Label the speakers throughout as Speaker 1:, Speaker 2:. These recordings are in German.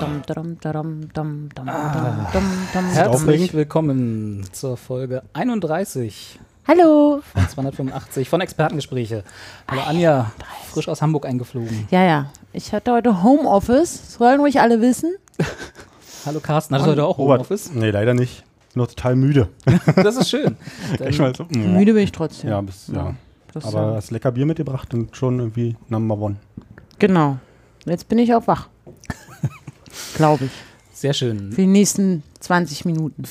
Speaker 1: Dum, dum, dum, dum, dum, dum,
Speaker 2: Herzlich willkommen zur Folge 31
Speaker 1: Hallo.
Speaker 2: von 285 von Expertengespräche. Hallo Anja, frisch aus Hamburg eingeflogen.
Speaker 1: Ja, ja. Ich hatte heute Homeoffice. Sollen ruhig alle wissen.
Speaker 2: Hallo Carsten, hattest du heute auch
Speaker 3: Robert.
Speaker 2: Homeoffice?
Speaker 3: Nee, leider nicht. Nur total müde.
Speaker 2: Das ist schön.
Speaker 3: Ich
Speaker 2: Dann,
Speaker 3: war so, mm.
Speaker 1: Müde bin ich trotzdem.
Speaker 3: Ja, bis, ja.
Speaker 1: Das ist
Speaker 3: Aber
Speaker 1: ja-
Speaker 3: hast lecker Bier mitgebracht und schon irgendwie Number One.
Speaker 1: Genau. Jetzt bin ich auch wach. Glaube ich.
Speaker 2: sehr schön.
Speaker 1: Für die nächsten 20 Minuten.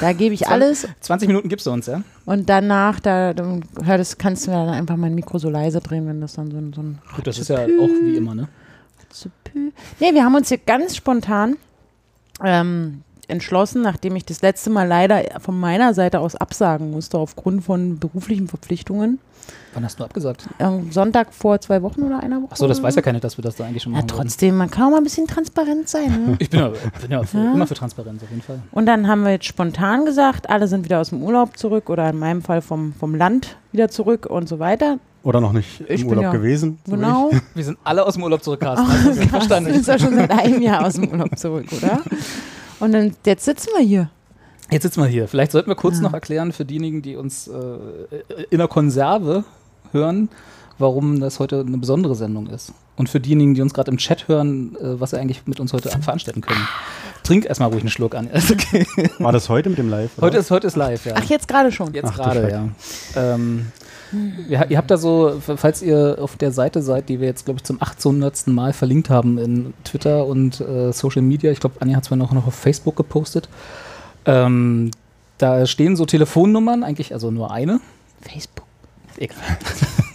Speaker 1: Da gebe ich alles
Speaker 2: 20 Minuten gibst du uns, ja?
Speaker 1: und danach, da dann hör das, kannst du ja dann einfach mein Mikro so leise drehen, wenn das dann so ein, so ein
Speaker 2: Gut, das ist ja auch wie immer, ne?
Speaker 1: zu pü. Nee, wir haben uns hier ganz spontan ähm, entschlossen, nachdem ich das letzte Mal leider von meiner Seite aus absagen musste, aufgrund von beruflichen Verpflichtungen.
Speaker 2: Wann hast du abgesagt?
Speaker 1: Am Sonntag vor zwei Wochen oder einer Woche.
Speaker 2: Achso, das
Speaker 1: oder
Speaker 2: weiß
Speaker 1: so.
Speaker 2: ja keiner, dass wir das da eigentlich schon
Speaker 1: Ja,
Speaker 2: machen. wollten.
Speaker 1: trotzdem, man kann auch mal ein bisschen transparent sein. Ne?
Speaker 2: Ich bin ja, bin ja für, immer für Transparenz auf jeden Fall.
Speaker 1: Und dann haben wir jetzt spontan gesagt, alle sind wieder aus dem Urlaub zurück oder in meinem Fall vom, vom Land wieder zurück und so weiter.
Speaker 3: Oder noch nicht
Speaker 1: Ich bin
Speaker 3: im Urlaub
Speaker 1: ja-
Speaker 3: gewesen. so wie
Speaker 1: Genau.
Speaker 2: Wir sind alle aus dem Urlaub zurück, Oh, Carsten. Hast du das
Speaker 1: Carsten
Speaker 2: verstanden.
Speaker 1: ist ja schon seit einem Jahr aus dem Urlaub zurück, oder? Und dann, jetzt sitzen wir hier.
Speaker 2: Jetzt sitzen wir hier. Vielleicht sollten wir kurz
Speaker 1: Ja.
Speaker 2: noch erklären für diejenigen, die uns äh, in der Konserve hören, warum das heute eine besondere Sendung ist. Und für diejenigen, die uns gerade im Chat hören, äh, was sie eigentlich mit uns heute veranstalten können. Trink erstmal ruhig einen Schluck an. Ist okay.
Speaker 3: ich. War das heute mit dem Live?
Speaker 2: Heute ist heute ist live, ja.
Speaker 1: Ach, jetzt gerade schon.
Speaker 2: Jetzt
Speaker 3: Ach du
Speaker 2: gerade, ja. Ähm, ihr, ihr habt da so, falls ihr auf der Seite seid, die wir jetzt, glaube ich, zum 800. Mal verlinkt haben in Twitter und äh, Social Media, ich glaube, Anja hat es mir noch, noch auf Facebook gepostet, ähm, da stehen so Telefonnummern, eigentlich also nur eine.
Speaker 1: Facebook.
Speaker 2: Egal.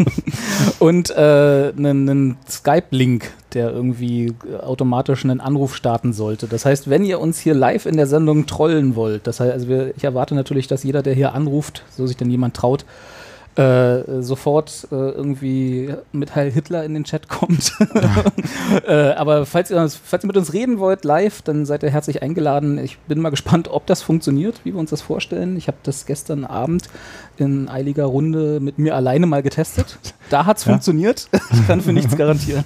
Speaker 2: und äh, einen, einen Skype-Link, der irgendwie äh, automatisch einen Anruf starten sollte. Das heißt, wenn ihr uns hier live in der Sendung trollen wollt, das heißt, also wir, ich erwarte natürlich, dass jeder, der hier anruft, so sich denn jemand traut, äh, sofort äh, irgendwie mit Heil Hitler in den Chat kommt. äh, aber falls ihr, falls ihr mit uns reden wollt live, dann seid ihr herzlich eingeladen. Ich bin mal gespannt, ob das funktioniert, wie wir uns das vorstellen. Ich habe das gestern Abend in eiliger Runde mit mir alleine mal getestet. Da hat es funktioniert. Ich kann für nichts garantieren.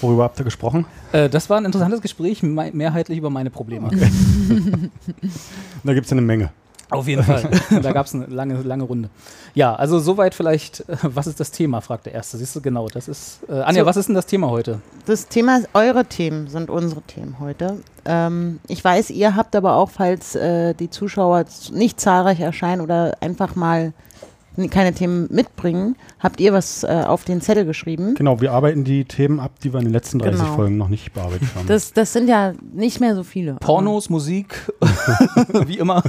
Speaker 3: Worüber habt ihr gesprochen?
Speaker 2: Äh, das war ein interessantes Gespräch, mei- mehrheitlich über meine Probleme.
Speaker 3: Da gibt es eine Menge.
Speaker 2: Auf jeden Fall. da gab es eine lange, lange Runde. Ja, also soweit vielleicht, äh, was ist das Thema, fragt der Erste. Siehst du, genau, das ist. Äh, Anja,
Speaker 1: So.
Speaker 2: was ist denn das Thema heute?
Speaker 1: Das Thema, ist- eure Themen sind unsere Themen heute. Ähm, ich weiß, ihr habt aber auch, falls äh, die Zuschauer z- nicht zahlreich erscheinen oder einfach mal n- keine Themen mitbringen, habt ihr was äh, auf den Zettel geschrieben.
Speaker 3: Genau, wir arbeiten die Themen ab, die wir in den letzten 30
Speaker 1: Genau.
Speaker 3: Folgen noch nicht bearbeitet haben.
Speaker 1: Das, das sind ja nicht mehr so viele.
Speaker 2: Pornos, Musik, wie immer.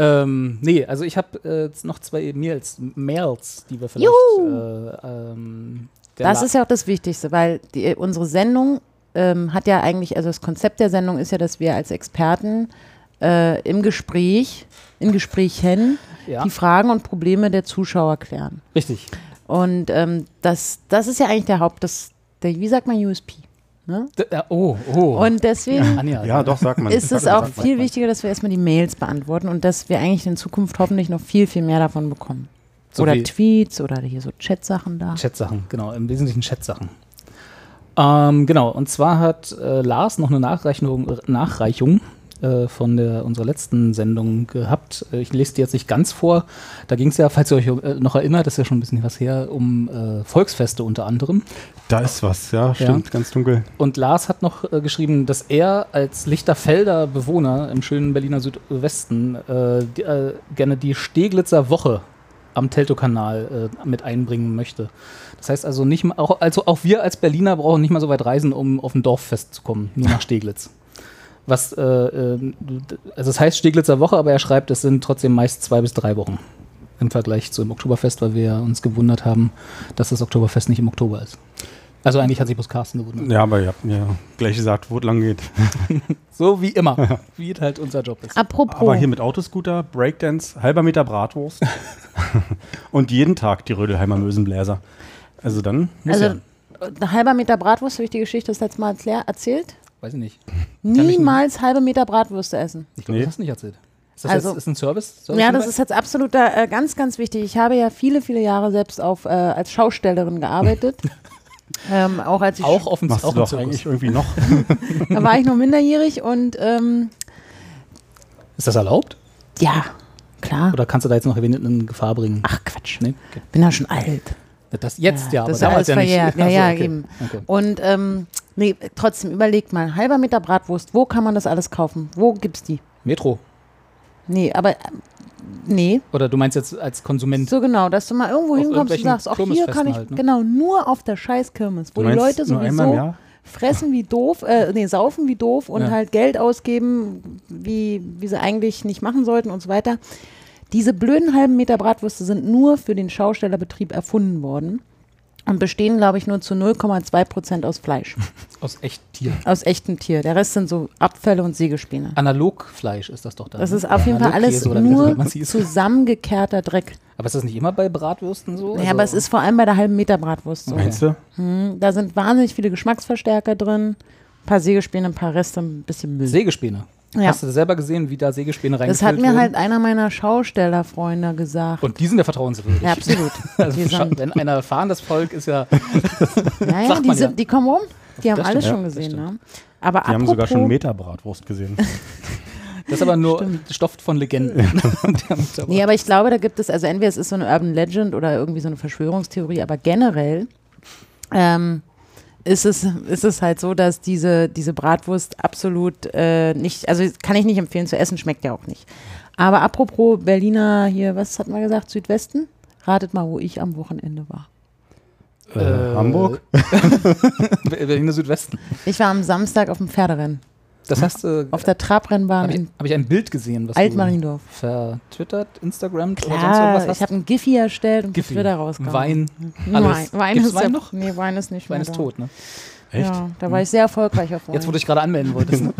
Speaker 2: ähm, nee, also ich habe äh, jetzt noch zwei Mails, Mails, die wir vielleicht.
Speaker 1: Juhu!
Speaker 2: Äh, ähm, der
Speaker 1: Das
Speaker 2: La-
Speaker 1: ist ja auch das Wichtigste, weil die, unsere Sendung ähm, hat ja eigentlich, also das Konzept der Sendung ist ja, dass wir als Experten äh, im Gespräch, in Gesprächen,
Speaker 2: Ja,
Speaker 1: die Fragen und Probleme der Zuschauer klären.
Speaker 2: richtig.
Speaker 1: Und ähm, das, das ist ja eigentlich der Haupt, das, der, wie sagt man USP? Ne?
Speaker 2: D äh, oh, oh.
Speaker 1: Und deswegen
Speaker 2: Anja,
Speaker 3: ja, doch, sag mal.
Speaker 1: ist es auch viel wichtiger, dass wir erstmal die Mails beantworten und dass wir eigentlich in Zukunft hoffentlich noch viel, viel mehr davon bekommen.
Speaker 2: So
Speaker 1: oder
Speaker 2: wie-
Speaker 1: Tweets oder hier so Chatsachen da.
Speaker 2: Chatsachen, genau, im Wesentlichen Chatsachen. Ähm, genau, und zwar hat äh, Lars noch eine Nachreichung, Nachreichung äh, von der, unserer letzten Sendung gehabt. Äh, Ich lese die jetzt nicht ganz vor. Da ging es ja, falls ihr euch äh, noch erinnert, ist ja schon ein bisschen was her, um äh, Volksfeste unter anderem.
Speaker 3: Da ist was, ja, stimmt, ganz dunkel.
Speaker 2: Und Lars hat noch äh, geschrieben, dass er als Lichterfelder Bewohner im schönen Berliner Südwesten äh, die, äh, gerne die Steglitzer Woche am Teltow-Kanal äh, mit einbringen möchte. Das heißt also nicht mal, auch, also auch wir als Berliner brauchen nicht mal so weit reisen, um auf ein Dorffest zu kommen, nur nach Steglitz. Was, ähm, äh, äh, also es heißt Steglitzer Woche, aber er schreibt, es sind trotzdem meist zwei bis drei Wochen. im Vergleich zu im Oktoberfest, weil wir uns gewundert haben, dass das Oktoberfest nicht im Oktober ist. Also eigentlich hat sich bloß Carsten gewundert.
Speaker 3: Ja, aber ihr habt mir gleich gesagt, wo es lang geht.
Speaker 2: So wie immer, wie es halt unser Job ist.
Speaker 1: Apropos.
Speaker 3: Aber hier mit Autoscooter, Breakdance, halber Meter Bratwurst und jeden Tag die Rödelheimer Mösenbläser. Also dann,
Speaker 1: also, ein halber Meter Bratwurst, habe ich die Geschichte das letzte Mal erklär- erzählt?
Speaker 2: Weiß ich nicht. nicht
Speaker 1: Niemals halbe Meter Bratwürste essen.
Speaker 2: Ich glaube,
Speaker 3: Nee.
Speaker 2: das hast du nicht erzählt. Ist das
Speaker 1: Also-
Speaker 2: jetzt ist ein Service? Service
Speaker 1: Ja, das ist jetzt absoluter, äh, ganz, ganz wichtig. Ich habe ja viele, viele Jahre selbst auf, äh, als Schaustellerin gearbeitet. ähm, auch als ich
Speaker 2: auch offen
Speaker 3: machst
Speaker 2: auch
Speaker 3: du
Speaker 2: im
Speaker 3: doch
Speaker 2: Zirkus.
Speaker 3: eigentlich irgendwie noch.
Speaker 1: da war ich noch minderjährig und ähm,
Speaker 2: Ist das erlaubt?
Speaker 1: ja, klar.
Speaker 2: Oder kannst du da jetzt noch wen in Gefahr bringen?
Speaker 1: Ach Quatsch,
Speaker 2: Nee? Okay.
Speaker 1: bin ja schon alt.
Speaker 2: Das jetzt ja, aber
Speaker 1: das ist ja alles
Speaker 2: damals ja
Speaker 1: verjährt.
Speaker 2: nicht.
Speaker 1: Ja,
Speaker 2: Ach so,
Speaker 1: ja,
Speaker 2: okay.
Speaker 1: eben.
Speaker 2: Okay.
Speaker 1: Und ähm, nee, trotzdem, überlegt mal, halber Meter Bratwurst, wo kann man das alles kaufen? Wo gibt's die?
Speaker 2: Metro.
Speaker 1: Nee, aber äh, nee,
Speaker 2: Oder du meinst jetzt als Konsument.
Speaker 1: so genau, dass du mal irgendwo
Speaker 2: Auf
Speaker 1: hinkommst und
Speaker 2: irgendwelchen
Speaker 1: sagst, auch hier kann
Speaker 2: Kirmesfesten
Speaker 1: ich,
Speaker 2: halt, ne?
Speaker 1: genau, nur auf der scheiß Kirmes, wo
Speaker 3: Du
Speaker 1: die
Speaker 3: meinst
Speaker 1: Leute
Speaker 3: nur einmal im
Speaker 1: sowieso
Speaker 3: Jahr?
Speaker 1: fressen wie doof, äh, nee, saufen wie doof und
Speaker 2: Ja.
Speaker 1: halt Geld ausgeben, wie, wie sie eigentlich nicht machen sollten und so weiter. Diese blöden halben Meter Bratwürste sind nur für den Schaustellerbetrieb erfunden worden und bestehen, glaube ich, nur zu 0,2 Prozent aus Fleisch,
Speaker 2: Aus echt Tier.
Speaker 1: aus echtem Tier. Der Rest sind so Abfälle und Sägespäne.
Speaker 2: Analogfleisch ist das doch dann.
Speaker 1: Das
Speaker 2: ne?
Speaker 1: ist auf jeden Fall alles
Speaker 2: Analogkäse oder wie das
Speaker 1: nur
Speaker 2: immer hieß.
Speaker 1: zusammengekehrter Dreck.
Speaker 2: Aber ist das nicht immer bei Bratwürsten so? Also
Speaker 1: Naja, aber es ist vor allem bei der halben Meter Bratwurst so.
Speaker 3: Meinst du?
Speaker 1: Da sind wahnsinnig viele Geschmacksverstärker drin, ein paar Sägespäne, ein paar Reste, ein bisschen Müll.
Speaker 2: Sägespäne.
Speaker 1: Ja.
Speaker 2: Hast du selber gesehen, wie da Sägespäne reingefüllt
Speaker 1: das hat mir
Speaker 2: wurden?
Speaker 1: halt einer meiner Schaustellerfreunde gesagt.
Speaker 2: Und die sind ja vertrauenswürdig.
Speaker 1: ja, absolut.
Speaker 2: Also,
Speaker 1: die,
Speaker 2: scha-
Speaker 1: sind,
Speaker 2: wenn einer erfahrenes Volk ist ja.
Speaker 1: ja, ja,
Speaker 2: sagt
Speaker 1: die,
Speaker 2: man
Speaker 1: sind,
Speaker 2: ja.
Speaker 1: die kommen rum. Die haben
Speaker 2: Das
Speaker 1: alle
Speaker 2: stimmt,
Speaker 1: schon
Speaker 2: ja, das
Speaker 1: gesehen.
Speaker 2: stimmt.
Speaker 1: Ne? Aber
Speaker 3: Die haben
Speaker 1: apropos,
Speaker 3: sogar schon Meter Bratwurst gesehen.
Speaker 2: Das ist aber nur Stoff von Legenden. Die haben da-
Speaker 1: Nee, aber ich glaube, da gibt es, also entweder es ist so eine Urban Legend oder irgendwie so eine Verschwörungstheorie, aber generell ähm, ist, es, ist es halt so, dass diese, diese Bratwurst absolut äh, nicht, also kann ich nicht empfehlen zu essen, schmeckt ja auch nicht. Aber apropos Berliner hier, was hat man gesagt, Südwesten? Ratet mal, wo ich am Wochenende war.
Speaker 3: Äh, Hamburg?
Speaker 2: Berliner Südwesten.
Speaker 1: Ich war am Samstag auf dem Pferderennen,
Speaker 2: Das hast du.
Speaker 1: auf der Trabrennbahn
Speaker 2: Habe ich,
Speaker 1: in
Speaker 2: hab ich ein Bild gesehen, was du
Speaker 1: Altmariendorf.
Speaker 2: vertwittert, Instagram oder sonst
Speaker 1: Klar,
Speaker 2: irgendwas
Speaker 1: ich
Speaker 2: hast?
Speaker 1: habe ein Giffy erstellt und
Speaker 2: Giphy,
Speaker 1: Giffy wieder rausgekommen.
Speaker 2: Wein,
Speaker 1: Nein,
Speaker 2: alles.
Speaker 1: Wein
Speaker 2: Gibt's
Speaker 1: ist
Speaker 2: Wein
Speaker 1: ja-
Speaker 2: noch?
Speaker 1: Nee, Wein ist nicht
Speaker 2: Wein
Speaker 1: mehr
Speaker 2: ist
Speaker 1: da.
Speaker 2: tot, ne?
Speaker 3: Echt?
Speaker 1: Ja, da war ich sehr erfolgreich auf
Speaker 2: Jetzt, wo
Speaker 1: Wein.
Speaker 2: du dich gerade anmelden wolltest. Ne?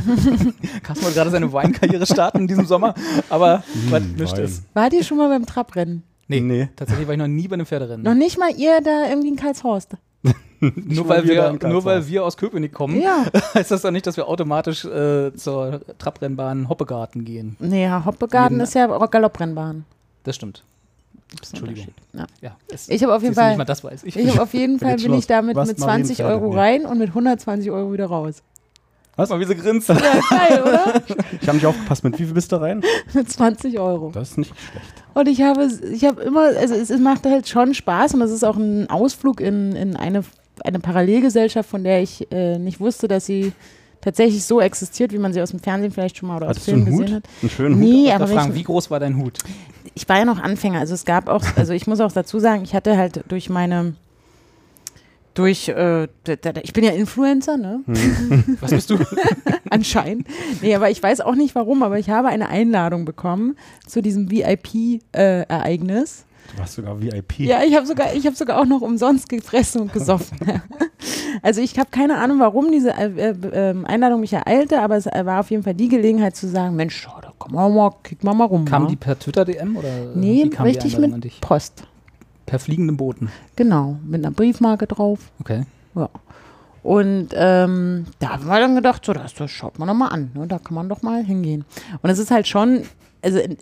Speaker 2: Carsten wollte gerade seine Weinkarriere starten in diesem Sommer, aber was mischt
Speaker 3: Hm, Wein.
Speaker 2: es?
Speaker 1: Wart ihr schon mal beim Trabrennen?
Speaker 2: Nee,
Speaker 3: Nee.
Speaker 2: tatsächlich war ich noch nie bei einem Pferderennen.
Speaker 1: Noch nicht mal ihr da irgendwie in Karlshorst.
Speaker 2: nur,
Speaker 3: mal
Speaker 2: weil
Speaker 3: wieder
Speaker 2: wir,
Speaker 3: in Karlsruhe.
Speaker 2: nur weil wir aus Köpenick kommen,
Speaker 1: Ja.
Speaker 2: heißt das doch nicht, dass wir automatisch äh, zur Trabrennbahn Hoppegarten gehen.
Speaker 1: Nee, Herr Hoppegarten
Speaker 2: Jeden-
Speaker 1: ist ja auch Galopprennbahn.
Speaker 2: Das stimmt.
Speaker 1: Gibt's einen
Speaker 2: Entschuldigung.
Speaker 1: Unterschied. Ja.
Speaker 2: Ja, es-
Speaker 1: Ich habe auf jeden
Speaker 2: siehst du,
Speaker 1: Fall-
Speaker 2: Nicht mal das weiß ich.
Speaker 1: Ich hab auf jeden Fall
Speaker 3: jetzt
Speaker 1: bin
Speaker 3: schon
Speaker 1: ich damit
Speaker 3: was
Speaker 1: mit
Speaker 3: Marien
Speaker 1: 20 Euro
Speaker 3: Pferde,
Speaker 1: rein und mit 120 Euro wieder raus.
Speaker 2: Was? Mal, wie sie grinst.
Speaker 1: Ja, geil, oder?
Speaker 3: Ich habe nicht aufgepasst. Mit wie viel bist du rein?
Speaker 1: Mit 20 Euro.
Speaker 3: Das ist nicht schlecht.
Speaker 1: Und ich habe, ich habe immer, also es, es macht halt schon Spaß und es ist auch ein Ausflug in, in eine, eine Parallelgesellschaft, von der ich äh, nicht wusste, dass sie tatsächlich so existiert, wie man sie aus dem Fernsehen vielleicht schon mal oder aus
Speaker 3: Hattest du
Speaker 1: Filmen
Speaker 3: einen
Speaker 1: gesehen
Speaker 3: Hut?
Speaker 1: hat.
Speaker 3: Einen schönen Hut?
Speaker 1: Nee,
Speaker 2: Da
Speaker 1: aber
Speaker 2: fragen,
Speaker 1: wenn
Speaker 2: wie
Speaker 1: ich,
Speaker 2: groß war dein Hut?
Speaker 1: ich war ja noch Anfänger, also es gab auch, also ich muss auch dazu sagen, ich hatte halt durch meine, durch, äh, d- d- ich bin ja Influencer, ne?
Speaker 2: Hm. Was bist du?
Speaker 1: Anscheinend. Nee, aber ich weiß auch nicht warum, aber ich habe eine Einladung bekommen zu diesem VIP-Ereignis.
Speaker 3: Du warst sogar VIP.
Speaker 1: äh, Ja, ich habe sogar, ich habe sogar auch noch umsonst gefressen und gesoffen. also ich habe keine Ahnung, warum diese äh, äh, ähm, Einladung mich ereilte, aber es äh, war auf jeden Fall die Gelegenheit zu sagen, Mensch, ja, da komm mal, mal, kick mal mal rum. ne?
Speaker 2: Kam
Speaker 1: wa?
Speaker 2: die per Twitter-DM oder äh,
Speaker 1: nee,
Speaker 2: wie kam die
Speaker 1: richtig
Speaker 2: Einladung an
Speaker 1: mit
Speaker 2: dich?
Speaker 1: Post.
Speaker 2: Per fliegendem Boten.
Speaker 1: Genau, mit einer Briefmarke drauf.
Speaker 2: Okay.
Speaker 1: Ja. Und ähm, da haben wir dann gedacht, so, das, das schaut man doch mal an, ne? da kann man doch mal hingehen. Und es ist halt schon, also in-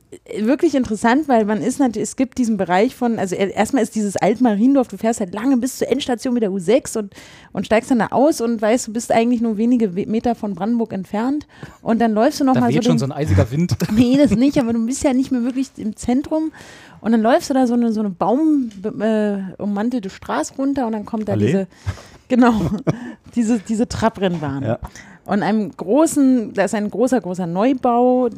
Speaker 1: wirklich interessant, weil man ist natürlich, es gibt diesen Bereich von, also e- erstmal ist dieses Altmariendorf, du fährst halt lange bis zur Endstation mit der U6 und, und steigst dann da aus und weißt, du bist eigentlich nur wenige We- Meter von Brandenburg entfernt und dann läufst du
Speaker 2: Da
Speaker 1: nochmal so,
Speaker 2: weht schon
Speaker 1: den-
Speaker 2: so ein eisiger Wind.
Speaker 1: Nee, das nicht, aber du bist ja nicht mehr wirklich im Zentrum. Und dann läufst du da so eine, so eine baumummantelte äh, ummantelte Straße runter und dann kommt da
Speaker 3: Allee?
Speaker 1: diese, genau, diese, diese Trabrennbahn.
Speaker 3: Ja.
Speaker 1: Und einem großen, da ist ein großer, großer Neubau,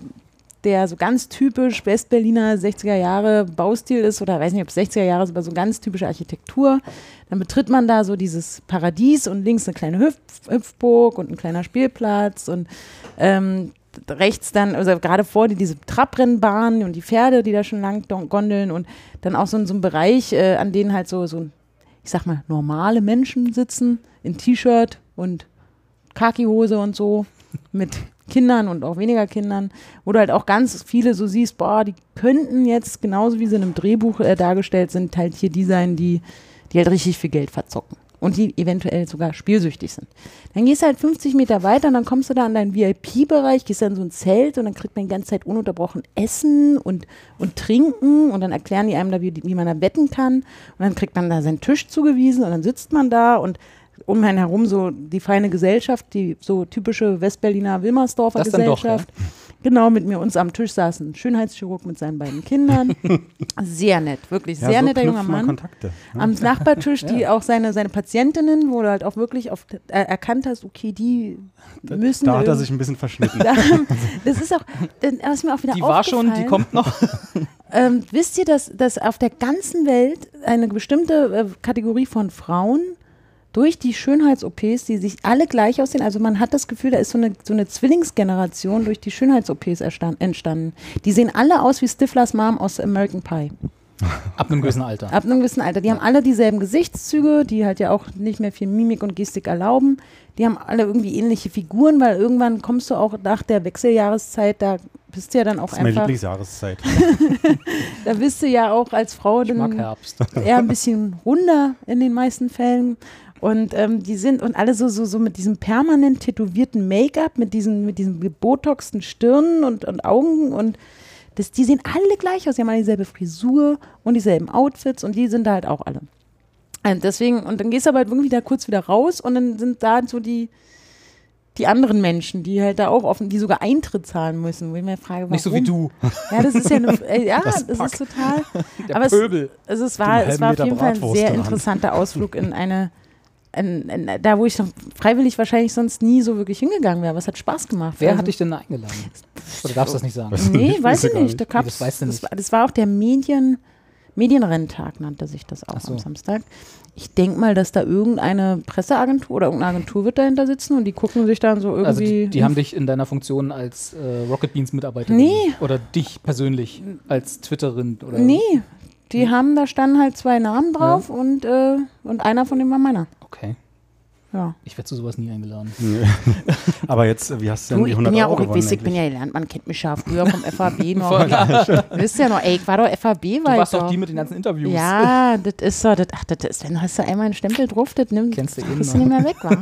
Speaker 1: der so ganz typisch Westberliner 60er Jahre Baustil ist oder weiß nicht, ob es 60er Jahre ist, aber so ganz typische Architektur. Dann betritt man da so dieses Paradies und links eine kleine Hüpf Hüpfburg und ein kleiner Spielplatz und ähm, rechts dann, also gerade vor dir diese Trabrennbahn und die Pferde, die da schon lang don- gondeln und dann auch so in so einem Bereich, äh, an denen halt so, so, ich sag mal, normale Menschen sitzen in T-Shirt und Khaki-Hose und so mit Kindern und auch weniger Kindern, wo du halt auch ganz viele so siehst, boah, die könnten jetzt genauso wie sie in einem Drehbuch äh, dargestellt sind, halt hier die sein, die, die halt richtig viel Geld verzocken und die eventuell sogar spielsüchtig sind. Dann gehst du halt 50 Meter weiter und dann kommst du da an deinen VIP-Bereich, gehst dann in so ein Zelt und dann kriegt man die ganze Zeit ununterbrochen Essen und, und Trinken und dann erklären die einem da, wie, wie man da wetten kann und dann kriegt man da seinen Tisch zugewiesen und dann sitzt man da und um einen herum so die feine Gesellschaft, die so typische Westberliner Wilmersdorfer
Speaker 2: Das dann doch,
Speaker 1: Gesellschaft. Genau, mit mir uns am Tisch saß ein Schönheitschirurg mit seinen beiden Kindern. Sehr nett, wirklich sehr
Speaker 3: so
Speaker 1: netter junger
Speaker 3: knüpft man
Speaker 1: Mann
Speaker 3: Kontakte.
Speaker 1: am Nachbartisch, die auch seine, seine Patientinnen, wo du halt auch wirklich auf, äh, erkannt hast, okay, die müssen.
Speaker 3: Da hat er
Speaker 1: irgend-
Speaker 3: sich ein bisschen verschnitten.
Speaker 1: Da- das ist auch, dann ist mir auch wieder
Speaker 2: Die war schon, die
Speaker 1: aufgefallen.
Speaker 2: kommt noch.
Speaker 1: Ähm, wisst ihr, dass, dass auf der ganzen Welt eine bestimmte äh, Kategorie von Frauen durch die Schönheits-OPs, die sich alle gleich aussehen, also man hat das Gefühl, da ist so eine, so eine Zwillingsgeneration durch die Schönheits-OPs erstan- entstanden. Die sehen alle aus wie Stiflers Mom aus American Pie.
Speaker 2: Ab einem gewissen Alter.
Speaker 1: Ab einem gewissen Alter. Die haben alle dieselben Gesichtszüge, die halt ja auch nicht mehr viel Mimik und Gestik erlauben. Die haben alle irgendwie ähnliche Figuren, weil irgendwann kommst du auch nach der Wechseljahreszeit, da bist du ja dann auch
Speaker 3: Das ist meine
Speaker 1: einfach,
Speaker 3: Lieblingsjahreszeit.
Speaker 1: da bist du ja auch als Frau
Speaker 2: Ich mag
Speaker 1: dann
Speaker 2: Herbst.
Speaker 1: eher ein bisschen runder in den meisten Fällen. Und ähm, die sind und alle so, so, so mit diesem permanent tätowierten Make-up, mit diesen, mit diesen gebotoxten Stirnen und, und Augen und das, die sehen alle gleich aus. Die haben alle dieselbe Frisur und dieselben Outfits und die sind da halt auch alle. Und deswegen, und dann gehst du aber halt irgendwie da kurz wieder raus und dann sind da halt so die, die anderen Menschen, die halt da auch offen, die sogar Eintritt zahlen müssen, wo ich mir frage, warum?
Speaker 2: Nicht so wie du.
Speaker 1: Ja, das ist ja eine, äh, ja,
Speaker 2: Das
Speaker 1: das,
Speaker 2: Pack.
Speaker 1: ist total.
Speaker 2: Der
Speaker 1: aber es,
Speaker 2: Pöbel.
Speaker 1: also es
Speaker 3: Mit
Speaker 1: war,
Speaker 3: einem
Speaker 1: es war auf
Speaker 3: halben
Speaker 1: jeden
Speaker 3: Meter
Speaker 1: Fall ein
Speaker 3: Bratwurst in
Speaker 1: sehr
Speaker 3: der Hand.
Speaker 1: interessanter Ausflug in eine, in, in, da wo ich noch freiwillig wahrscheinlich sonst nie so wirklich hingegangen wäre. Aber es hat Spaß gemacht.
Speaker 2: Wer
Speaker 1: Also-
Speaker 2: hat dich denn da eingeladen? Oder darfst du das nicht sagen?
Speaker 3: Weiß ich
Speaker 1: Nee,
Speaker 3: nicht,
Speaker 1: weiß
Speaker 3: weiß
Speaker 1: ich
Speaker 3: ich gar
Speaker 1: nicht.
Speaker 3: nicht.
Speaker 1: Da gab's,
Speaker 2: das weißt du
Speaker 1: Das,
Speaker 2: nicht.
Speaker 1: war, das war auch der Medien, Medienrenntag, nannte sich das auch
Speaker 2: Ach so.
Speaker 1: am Samstag. Ich denke mal, dass da irgendeine Presseagentur oder irgendeine Agentur wird dahinter sitzen und die gucken sich dann so irgendwie.
Speaker 2: Also die, die haben dich in deiner Funktion als äh, Rocket Beans Mitarbeiter.
Speaker 1: Nee.
Speaker 2: Oder dich persönlich als Twitterin oder
Speaker 1: nee, die
Speaker 2: Hm.
Speaker 1: haben da standen halt zwei Namen drauf und, äh, und einer von denen war meiner.
Speaker 2: Okay.
Speaker 1: Ja.
Speaker 2: Ich werde zu sowas nie eingeladen.
Speaker 3: Aber jetzt, äh, wie hast du denn
Speaker 1: Du,
Speaker 3: die
Speaker 1: ich
Speaker 3: 100
Speaker 1: bin ja
Speaker 3: Euro
Speaker 1: auch, ich
Speaker 3: gewonnen
Speaker 1: weiß, ich bin
Speaker 3: eigentlich?
Speaker 1: ja gelernt, man kennt mich ja früher vom FAB noch. Du bist ja noch, ey, ich war doch FAB,
Speaker 2: Du
Speaker 1: war ich
Speaker 2: warst
Speaker 1: doch.
Speaker 2: doch die mit den ganzen Interviews.
Speaker 1: Ja, das ist so, das, ach, das ist, wenn hast du einmal einen Stempel drauf, das nimmt,
Speaker 2: Kennst du eh
Speaker 1: kriegst
Speaker 2: noch.
Speaker 1: nicht mehr weg, wa?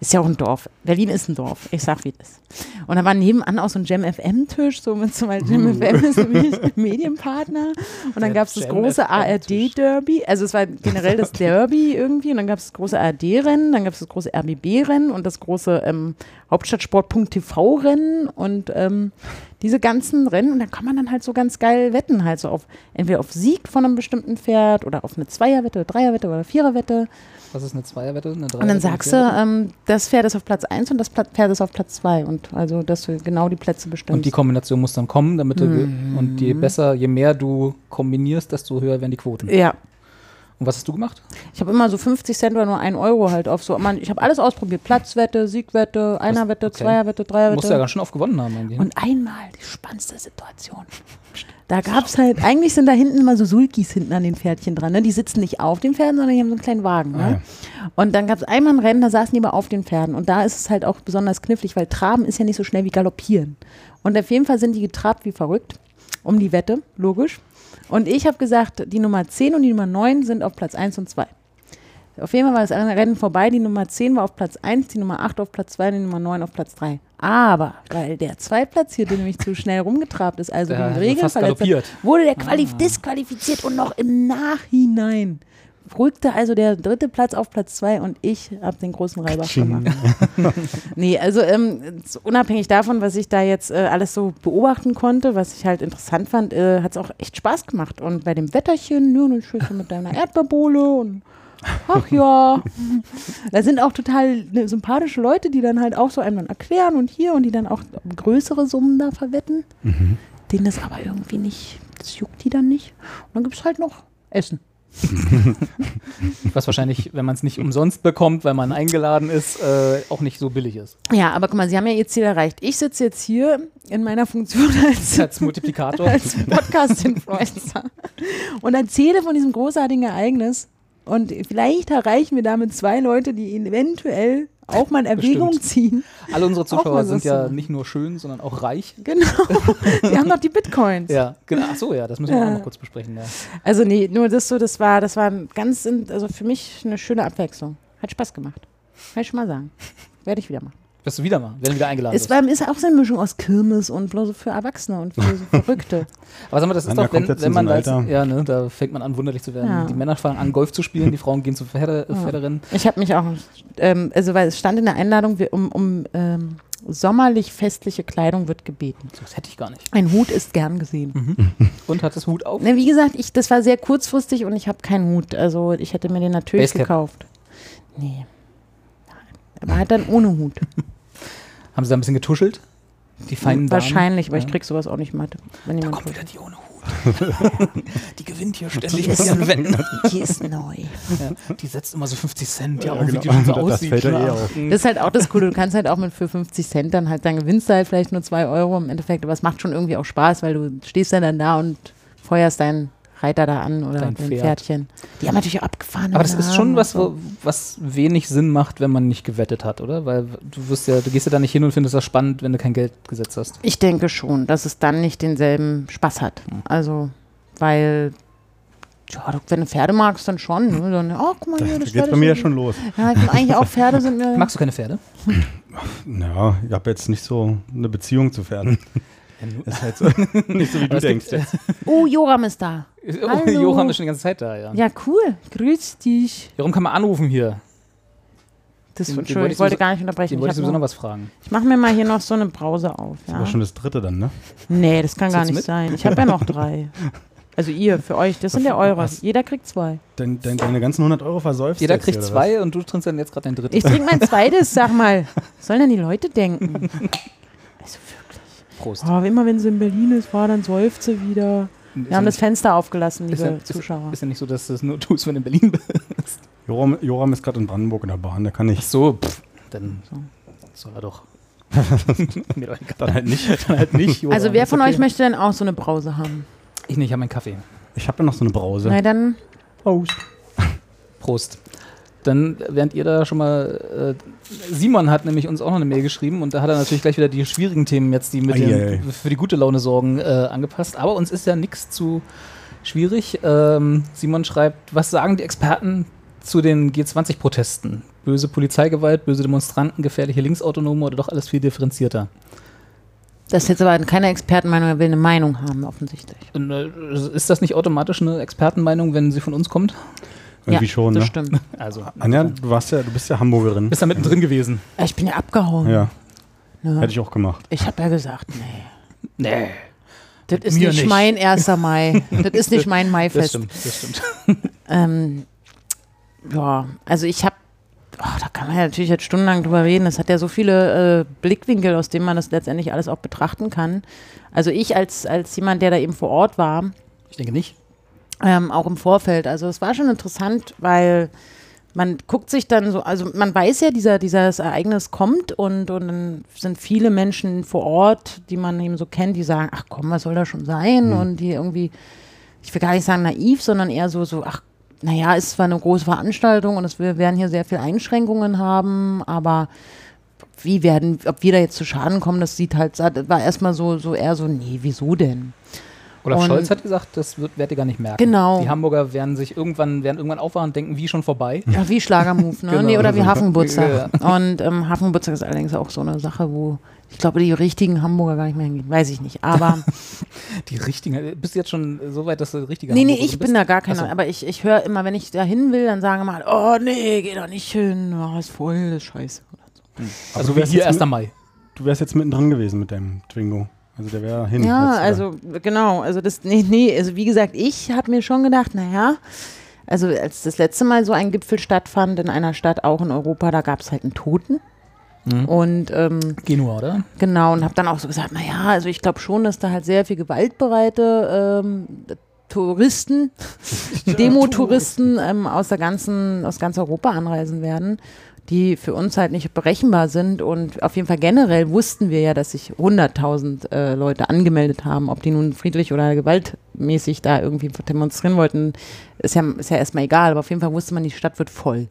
Speaker 1: Ist ja auch ein Dorf. Berlin ist ein Dorf. Ich sag, wie das. Und da war nebenan auch so ein Jam FM Tisch, so mit so einem Jam FM ist nämlich ein Medienpartner. Und dann
Speaker 2: Uh. Der
Speaker 1: gab es das
Speaker 2: Jam
Speaker 1: große
Speaker 2: FM -Tisch.
Speaker 1: ARD Derby, also es war generell das Derby irgendwie. Und dann gab es das große ARD Rennen, dann gab es das große RBB Rennen und das große ähm, Hauptstadtsport.tv Rennen und ähm, diese ganzen Rennen und da kann man dann halt so ganz geil wetten, halt so auf entweder auf Sieg von einem bestimmten Pferd oder auf eine Zweierwette, oder Dreierwette oder Viererwette.
Speaker 2: Was ist eine Zweierwette? Eine
Speaker 1: Und dann sagst du, ähm, das Pferd ist auf Platz 1 und das Pla- Pferd ist auf Platz 2 und also, dass du Mhm. genau die Plätze bestimmst.
Speaker 2: Und die Kombination muss dann kommen, damit du. ge- Und je besser, je mehr du kombinierst, desto höher werden die Quoten.
Speaker 1: ja,
Speaker 2: Und was hast du gemacht?
Speaker 1: ich habe immer so 50 Cent oder nur 1 Euro halt auf so. Man, ich habe alles ausprobiert. Platzwette, Siegwette, Einerwette,
Speaker 2: okay.
Speaker 1: Zweierwette,
Speaker 2: Du musst ja
Speaker 1: Dreierwette.
Speaker 2: ganz schön oft gewonnen haben. ne? Eigentlich.
Speaker 1: Und einmal die spannendste Situation. Da gab es halt, eigentlich sind da hinten immer so Sulkis hinten an den Pferdchen dran. Ne? Die sitzen nicht auf den Pferden, sondern die haben so einen kleinen Wagen. Ne? Und dann gab es einmal ein Rennen, da saßen die aber auf den Pferden. Und da ist es halt auch besonders knifflig, weil Traben ist ja nicht so schnell wie Galoppieren. Und auf jeden Fall sind die getrabt wie verrückt. Um die Wette, logisch. Und ich habe gesagt, die Nummer 10 und die Nummer 9 sind auf Platz 1 und 2. Auf jeden Fall war das Rennen vorbei. Die Nummer 10 war auf Platz 1, die Nummer 8 auf Platz 2 und die Nummer 9 auf Platz 3. Aber weil der Zweitplatzierte nämlich zu schnell rumgetrabt ist, also
Speaker 2: Der
Speaker 1: gegen
Speaker 2: hat
Speaker 1: Regeln
Speaker 2: fast
Speaker 1: verletzt hat,
Speaker 2: galoppiert.
Speaker 1: wurde der qualif disqualifiziert und noch im Nachhinein rückte also der dritte Platz auf Platz 2 und ich habe den großen Reibach gemacht. Nee, also ähm, so unabhängig davon, was ich da jetzt äh, alles so beobachten konnte, was ich halt interessant fand, äh, hat es auch echt Spaß gemacht. Und bei dem Wetterchen, ja, dann schön mit deiner Erdbeerbohle und ach ja. da sind auch total ne, sympathische Leute, die dann halt auch so einem dann erklären und hier und die dann auch größere Summen da verwetten. Denen das aber irgendwie nicht, das juckt die dann nicht. Und dann gibt es halt noch Essen.
Speaker 2: Was wahrscheinlich, wenn man es nicht umsonst bekommt, weil man eingeladen ist, äh, auch nicht so billig ist.
Speaker 1: Ja, aber guck mal, Sie haben ja Ihr Ziel erreicht. Ich sitze jetzt hier in meiner Funktion als,
Speaker 2: Als Multiplikator.
Speaker 1: als Podcast-Influencer und erzähle von diesem großartigen Ereignis. Und vielleicht erreichen wir damit zwei Leute, die ihn eventuell auch mal in Erwägung
Speaker 2: Bestimmt.
Speaker 1: ziehen.
Speaker 2: Alle unsere
Speaker 1: Auch
Speaker 2: Zuschauer
Speaker 1: mal so
Speaker 2: sind ja
Speaker 1: so.
Speaker 2: nicht nur schön, sondern auch reich.
Speaker 1: Genau. Sie haben noch die Bitcoins.
Speaker 2: Ja, genau. Ach so, ja, das müssen wir auch
Speaker 1: Ja.
Speaker 2: noch kurz besprechen. Ja.
Speaker 1: Also nee, nur das so, das war, das war ganz, in- also für mich eine schöne Abwechslung. Hat Spaß gemacht. Kann ich schon mal sagen. Werde ich wieder machen.
Speaker 2: Wirst du wieder mal, werden wieder eingeladen.
Speaker 1: Es
Speaker 2: Ist,
Speaker 1: war, ist auch so eine Mischung aus Kirmes und bloß für Erwachsene und für so Verrückte.
Speaker 2: Aber sag mal, das ist
Speaker 3: Anja
Speaker 2: doch, wenn,
Speaker 3: kommt jetzt
Speaker 2: wenn
Speaker 3: in
Speaker 2: man
Speaker 3: so ein
Speaker 2: als,
Speaker 3: Alter.
Speaker 2: ja, ne, da fängt man an, wunderlich zu werden.
Speaker 1: Ja.
Speaker 2: Die Männer fangen an, Golf zu spielen, die Frauen gehen zu Pferde, Pferderennen.
Speaker 1: Ich habe mich auch, ähm, also weil es stand in der Einladung, wir, um, um ähm, sommerlich festliche Kleidung wird gebeten. Mhm.
Speaker 2: Das hätte ich gar nicht.
Speaker 1: Ein Hut ist gern gesehen.
Speaker 2: Und hat das Hut auf?
Speaker 1: Na, wie gesagt, ich, das war sehr kurzfristig und ich habe keinen Hut. Also ich hätte mir den natürlich
Speaker 2: Basecap.
Speaker 1: gekauft. Nee. Aber halt dann ohne Hut.
Speaker 2: Haben sie da ein bisschen getuschelt? Die feinen
Speaker 1: Wahrscheinlich, aber ich
Speaker 2: Ja.
Speaker 1: krieg sowas auch nicht mit. Wenn
Speaker 2: Damen. Da
Speaker 1: jemand
Speaker 2: kommt wieder die ohne Hut. die gewinnt hier ständig mit ihren Wänden.
Speaker 1: die ist neu.
Speaker 2: Ja, die setzt immer so 50 Cent. Ja,
Speaker 3: Ja,
Speaker 2: auch wie
Speaker 3: genau.
Speaker 2: die schon so
Speaker 3: Das
Speaker 2: aussieht.
Speaker 3: fällt ja eh
Speaker 2: klar.
Speaker 3: auf.
Speaker 2: Mhm.
Speaker 1: Das ist halt auch das Coole. Du kannst halt auch mit für 50 Cent dann halt, dann gewinnst du halt vielleicht nur 2 Euro im Endeffekt, aber es macht schon irgendwie auch Spaß, weil du stehst dann, dann da und feuerst deinen Reiter da an oder
Speaker 2: Dein
Speaker 1: dein,
Speaker 2: Pferd.
Speaker 1: Pferdchen. Die haben natürlich auch abgefahren.
Speaker 2: Aber das ist schon was, wo,
Speaker 1: also
Speaker 2: was wenig Sinn macht, wenn man nicht gewettet hat, oder? Weil du wirst ja, du gehst ja da nicht hin und findest das spannend, wenn du kein Geld gesetzt hast.
Speaker 1: Ich denke schon, dass es dann nicht denselben Spaß hat.
Speaker 2: Mhm.
Speaker 1: Also, weil. Ja, du, wenn du Pferde magst, dann schon. Ne? Dann, oh, guck mal hier,
Speaker 3: Da
Speaker 1: das
Speaker 3: geht's
Speaker 1: Pferd
Speaker 3: bei
Speaker 1: ist
Speaker 3: mir ja
Speaker 1: so-
Speaker 3: schon los.
Speaker 1: Ja, ich bin eigentlich auch Pferde sind mir.
Speaker 2: Magst du keine Pferde?
Speaker 3: Ja, ich habe jetzt nicht so eine Beziehung zu Pferden. Ist halt so, nicht so wie du
Speaker 2: es gibt-
Speaker 3: denkst. Jetzt.
Speaker 1: Oh, Joram ist da.
Speaker 2: Oh,
Speaker 1: Hallo.
Speaker 2: Joram ist schon die ganze Zeit da, ja.
Speaker 1: Ja, cool. Grüß dich.
Speaker 2: Joram kann man anrufen hier.
Speaker 1: Das,
Speaker 2: Den- den
Speaker 1: Entschuldigung,
Speaker 2: wollte
Speaker 1: ich
Speaker 2: ich
Speaker 1: wollte
Speaker 2: sowieso-
Speaker 1: gar nicht unterbrechen.
Speaker 2: Den
Speaker 1: Ich,
Speaker 2: wolltest du
Speaker 1: hab
Speaker 2: noch
Speaker 1: nur-
Speaker 2: was fragen.
Speaker 1: ich mache mir mal hier noch so eine Brause auf.
Speaker 3: Das war
Speaker 1: Ja.
Speaker 3: schon das dritte dann, ne?
Speaker 1: Nee, das kann gar
Speaker 2: Zählt's
Speaker 1: nicht
Speaker 2: mit?
Speaker 1: sein. Ich habe ja noch drei. Also ihr, für euch, das sind ja eure. Jeder kriegt zwei.
Speaker 3: Dein, dein, deine ganzen 100 Euro versäufst
Speaker 2: Jeder
Speaker 3: jetzt
Speaker 2: kriegt
Speaker 3: hier, oder
Speaker 2: zwei und du trinkst dann jetzt gerade dein drittes.
Speaker 1: Ich trinke mein zweites, sag mal. Was sollen denn die Leute denken? Also wirklich.
Speaker 2: Prost.
Speaker 1: Oh, immer wenn sie in Berlin ist, war, dann seufzt sie wieder. Wir haben das Fenster aufgelassen,
Speaker 2: ist
Speaker 1: liebe
Speaker 2: ja, ist,
Speaker 1: Zuschauer.
Speaker 2: ist ja nicht so, dass du es nur tust, wenn du in Berlin bist.
Speaker 3: was? Joram, Joram ist gerade in Brandenburg in der Bahn, der kann nicht.
Speaker 2: so, pff, dann soll er doch. Mir doch egal.
Speaker 3: Dann halt nicht.
Speaker 2: Dann halt nicht, Joram.
Speaker 1: also wer
Speaker 2: Ist
Speaker 1: von
Speaker 2: okay.
Speaker 1: euch möchte denn auch so eine Brause haben?
Speaker 2: Ich nicht, ich habe meinen Kaffee.
Speaker 3: Ich habe ja noch so eine Brause.
Speaker 1: Na dann,
Speaker 3: Prost.
Speaker 2: Prost. Dann, während ihr da schon mal. Äh, Simon hat nämlich uns auch noch eine Mail geschrieben und da hat er natürlich gleich wieder die schwierigen Themen jetzt, die mit
Speaker 3: Ei,
Speaker 2: den,
Speaker 3: ei, ei.
Speaker 2: für die gute Laune sorgen, äh, angepasst. Aber uns ist ja nichts zu schwierig. Ähm, Simon schreibt: Was sagen die Experten zu den G20-Protesten? Böse Polizeigewalt, böse Demonstranten, gefährliche Linksautonome oder doch alles viel differenzierter?
Speaker 1: das ist jetzt aber keine Expertenmeinung, er will eine Meinung haben, offensichtlich.
Speaker 2: Und, äh, ist das nicht automatisch eine Expertenmeinung, wenn sie von uns kommt?
Speaker 3: Irgendwie
Speaker 1: ja,
Speaker 3: schon,
Speaker 1: das
Speaker 3: ne?
Speaker 1: stimmt.
Speaker 2: Also,
Speaker 3: Anja, du, warst ja, du bist ja Hamburgerin.
Speaker 2: bist da mittendrin gewesen.
Speaker 1: Ich bin ja abgehauen.
Speaker 3: Ja,
Speaker 1: ne?
Speaker 3: hätte ich auch gemacht.
Speaker 1: Ich habe ja gesagt, nee.
Speaker 2: Nee.
Speaker 1: Das ist
Speaker 2: mir
Speaker 1: nicht,
Speaker 2: nicht.
Speaker 1: mein 1. Mai. Das ist nicht mein
Speaker 2: Das
Speaker 1: Maifest.
Speaker 2: stimmt, das stimmt.
Speaker 1: Ähm, ja, also ich habe, oh, da kann man ja natürlich jetzt stundenlang drüber reden. Es hat ja so viele äh, Blickwinkel, aus denen man das letztendlich alles auch betrachten kann. Also ich als, als jemand, der da eben vor Ort war,
Speaker 2: Ich denke nicht.
Speaker 1: ähm, auch im Vorfeld. Also es war schon interessant, weil man guckt sich dann so, also man weiß ja, dieser, dieses Ereignis kommt und, und dann sind viele Menschen vor Ort, die man eben so kennt, die sagen, ach komm, was soll das schon sein? Und die irgendwie, ich will gar nicht sagen naiv, sondern eher so, so ach, naja, ist zwar eine große Veranstaltung und es, wir werden hier sehr viel Einschränkungen haben, aber wie werden, ob wir da jetzt zu Schaden kommen, das sieht halt, das war erstmal so, so eher so, nee, wieso denn?
Speaker 2: Olaf
Speaker 1: Und-
Speaker 2: Scholz hat gesagt, das wird, werdet ihr gar nicht merken.
Speaker 1: Genau.
Speaker 2: Die Hamburger werden sich irgendwann, werden irgendwann aufwachen und denken, wie schon vorbei.
Speaker 1: Ja, wie Schlagermove, ne?
Speaker 2: Genau.
Speaker 1: nee, oder wie
Speaker 2: Also,
Speaker 1: Hafengeburtstag. Und ähm, Hafengeburtstag ist allerdings auch so eine Sache, wo ich glaube, die richtigen Hamburger gar nicht mehr hingehen. Weiß ich nicht. Aber
Speaker 2: Die richtigen, bist du jetzt schon so weit, dass du richtiger
Speaker 1: nee, nee,
Speaker 2: Hamburgerin
Speaker 1: ich
Speaker 2: bist?
Speaker 1: bin da gar keiner.
Speaker 2: Ach so.
Speaker 1: Aber ich, ich höre immer, wenn ich da hin will, dann sagen mal, oh nee, geh da nicht hin. Oh, ist voll, das ist scheiße.
Speaker 2: Also
Speaker 3: du
Speaker 2: wie
Speaker 3: wärst
Speaker 2: hier
Speaker 3: jetzt
Speaker 2: 1.
Speaker 3: mit-
Speaker 2: Mai.
Speaker 3: Du wärst jetzt mittendrin gewesen mit deinem Twingo. Also der wäre hin.
Speaker 1: Ja,
Speaker 3: jetzt,
Speaker 1: also genau, also das, nee, nee, also wie gesagt, ich habe mir schon gedacht, naja, also als das letzte Mal so ein Gipfel stattfand in einer Stadt, auch in Europa, da gab es halt einen Toten.
Speaker 2: Mhm.
Speaker 1: Und ähm,
Speaker 2: Genua, oder?
Speaker 1: Genau, und habe dann auch so gesagt, naja, also ich glaube schon, dass da halt sehr viel gewaltbereite ähm, Touristen, Demo-Touristen ähm, aus der ganzen, aus ganz Europa anreisen werden, die für uns halt nicht berechenbar sind und auf jeden Fall generell wussten wir ja, dass sich 100.000 äh, Leute angemeldet haben, ob die nun friedlich oder gewaltmäßig da irgendwie demonstrieren wollten, ist ja, ist ja erstmal egal, aber auf jeden Fall wusste man, die Stadt wird voll.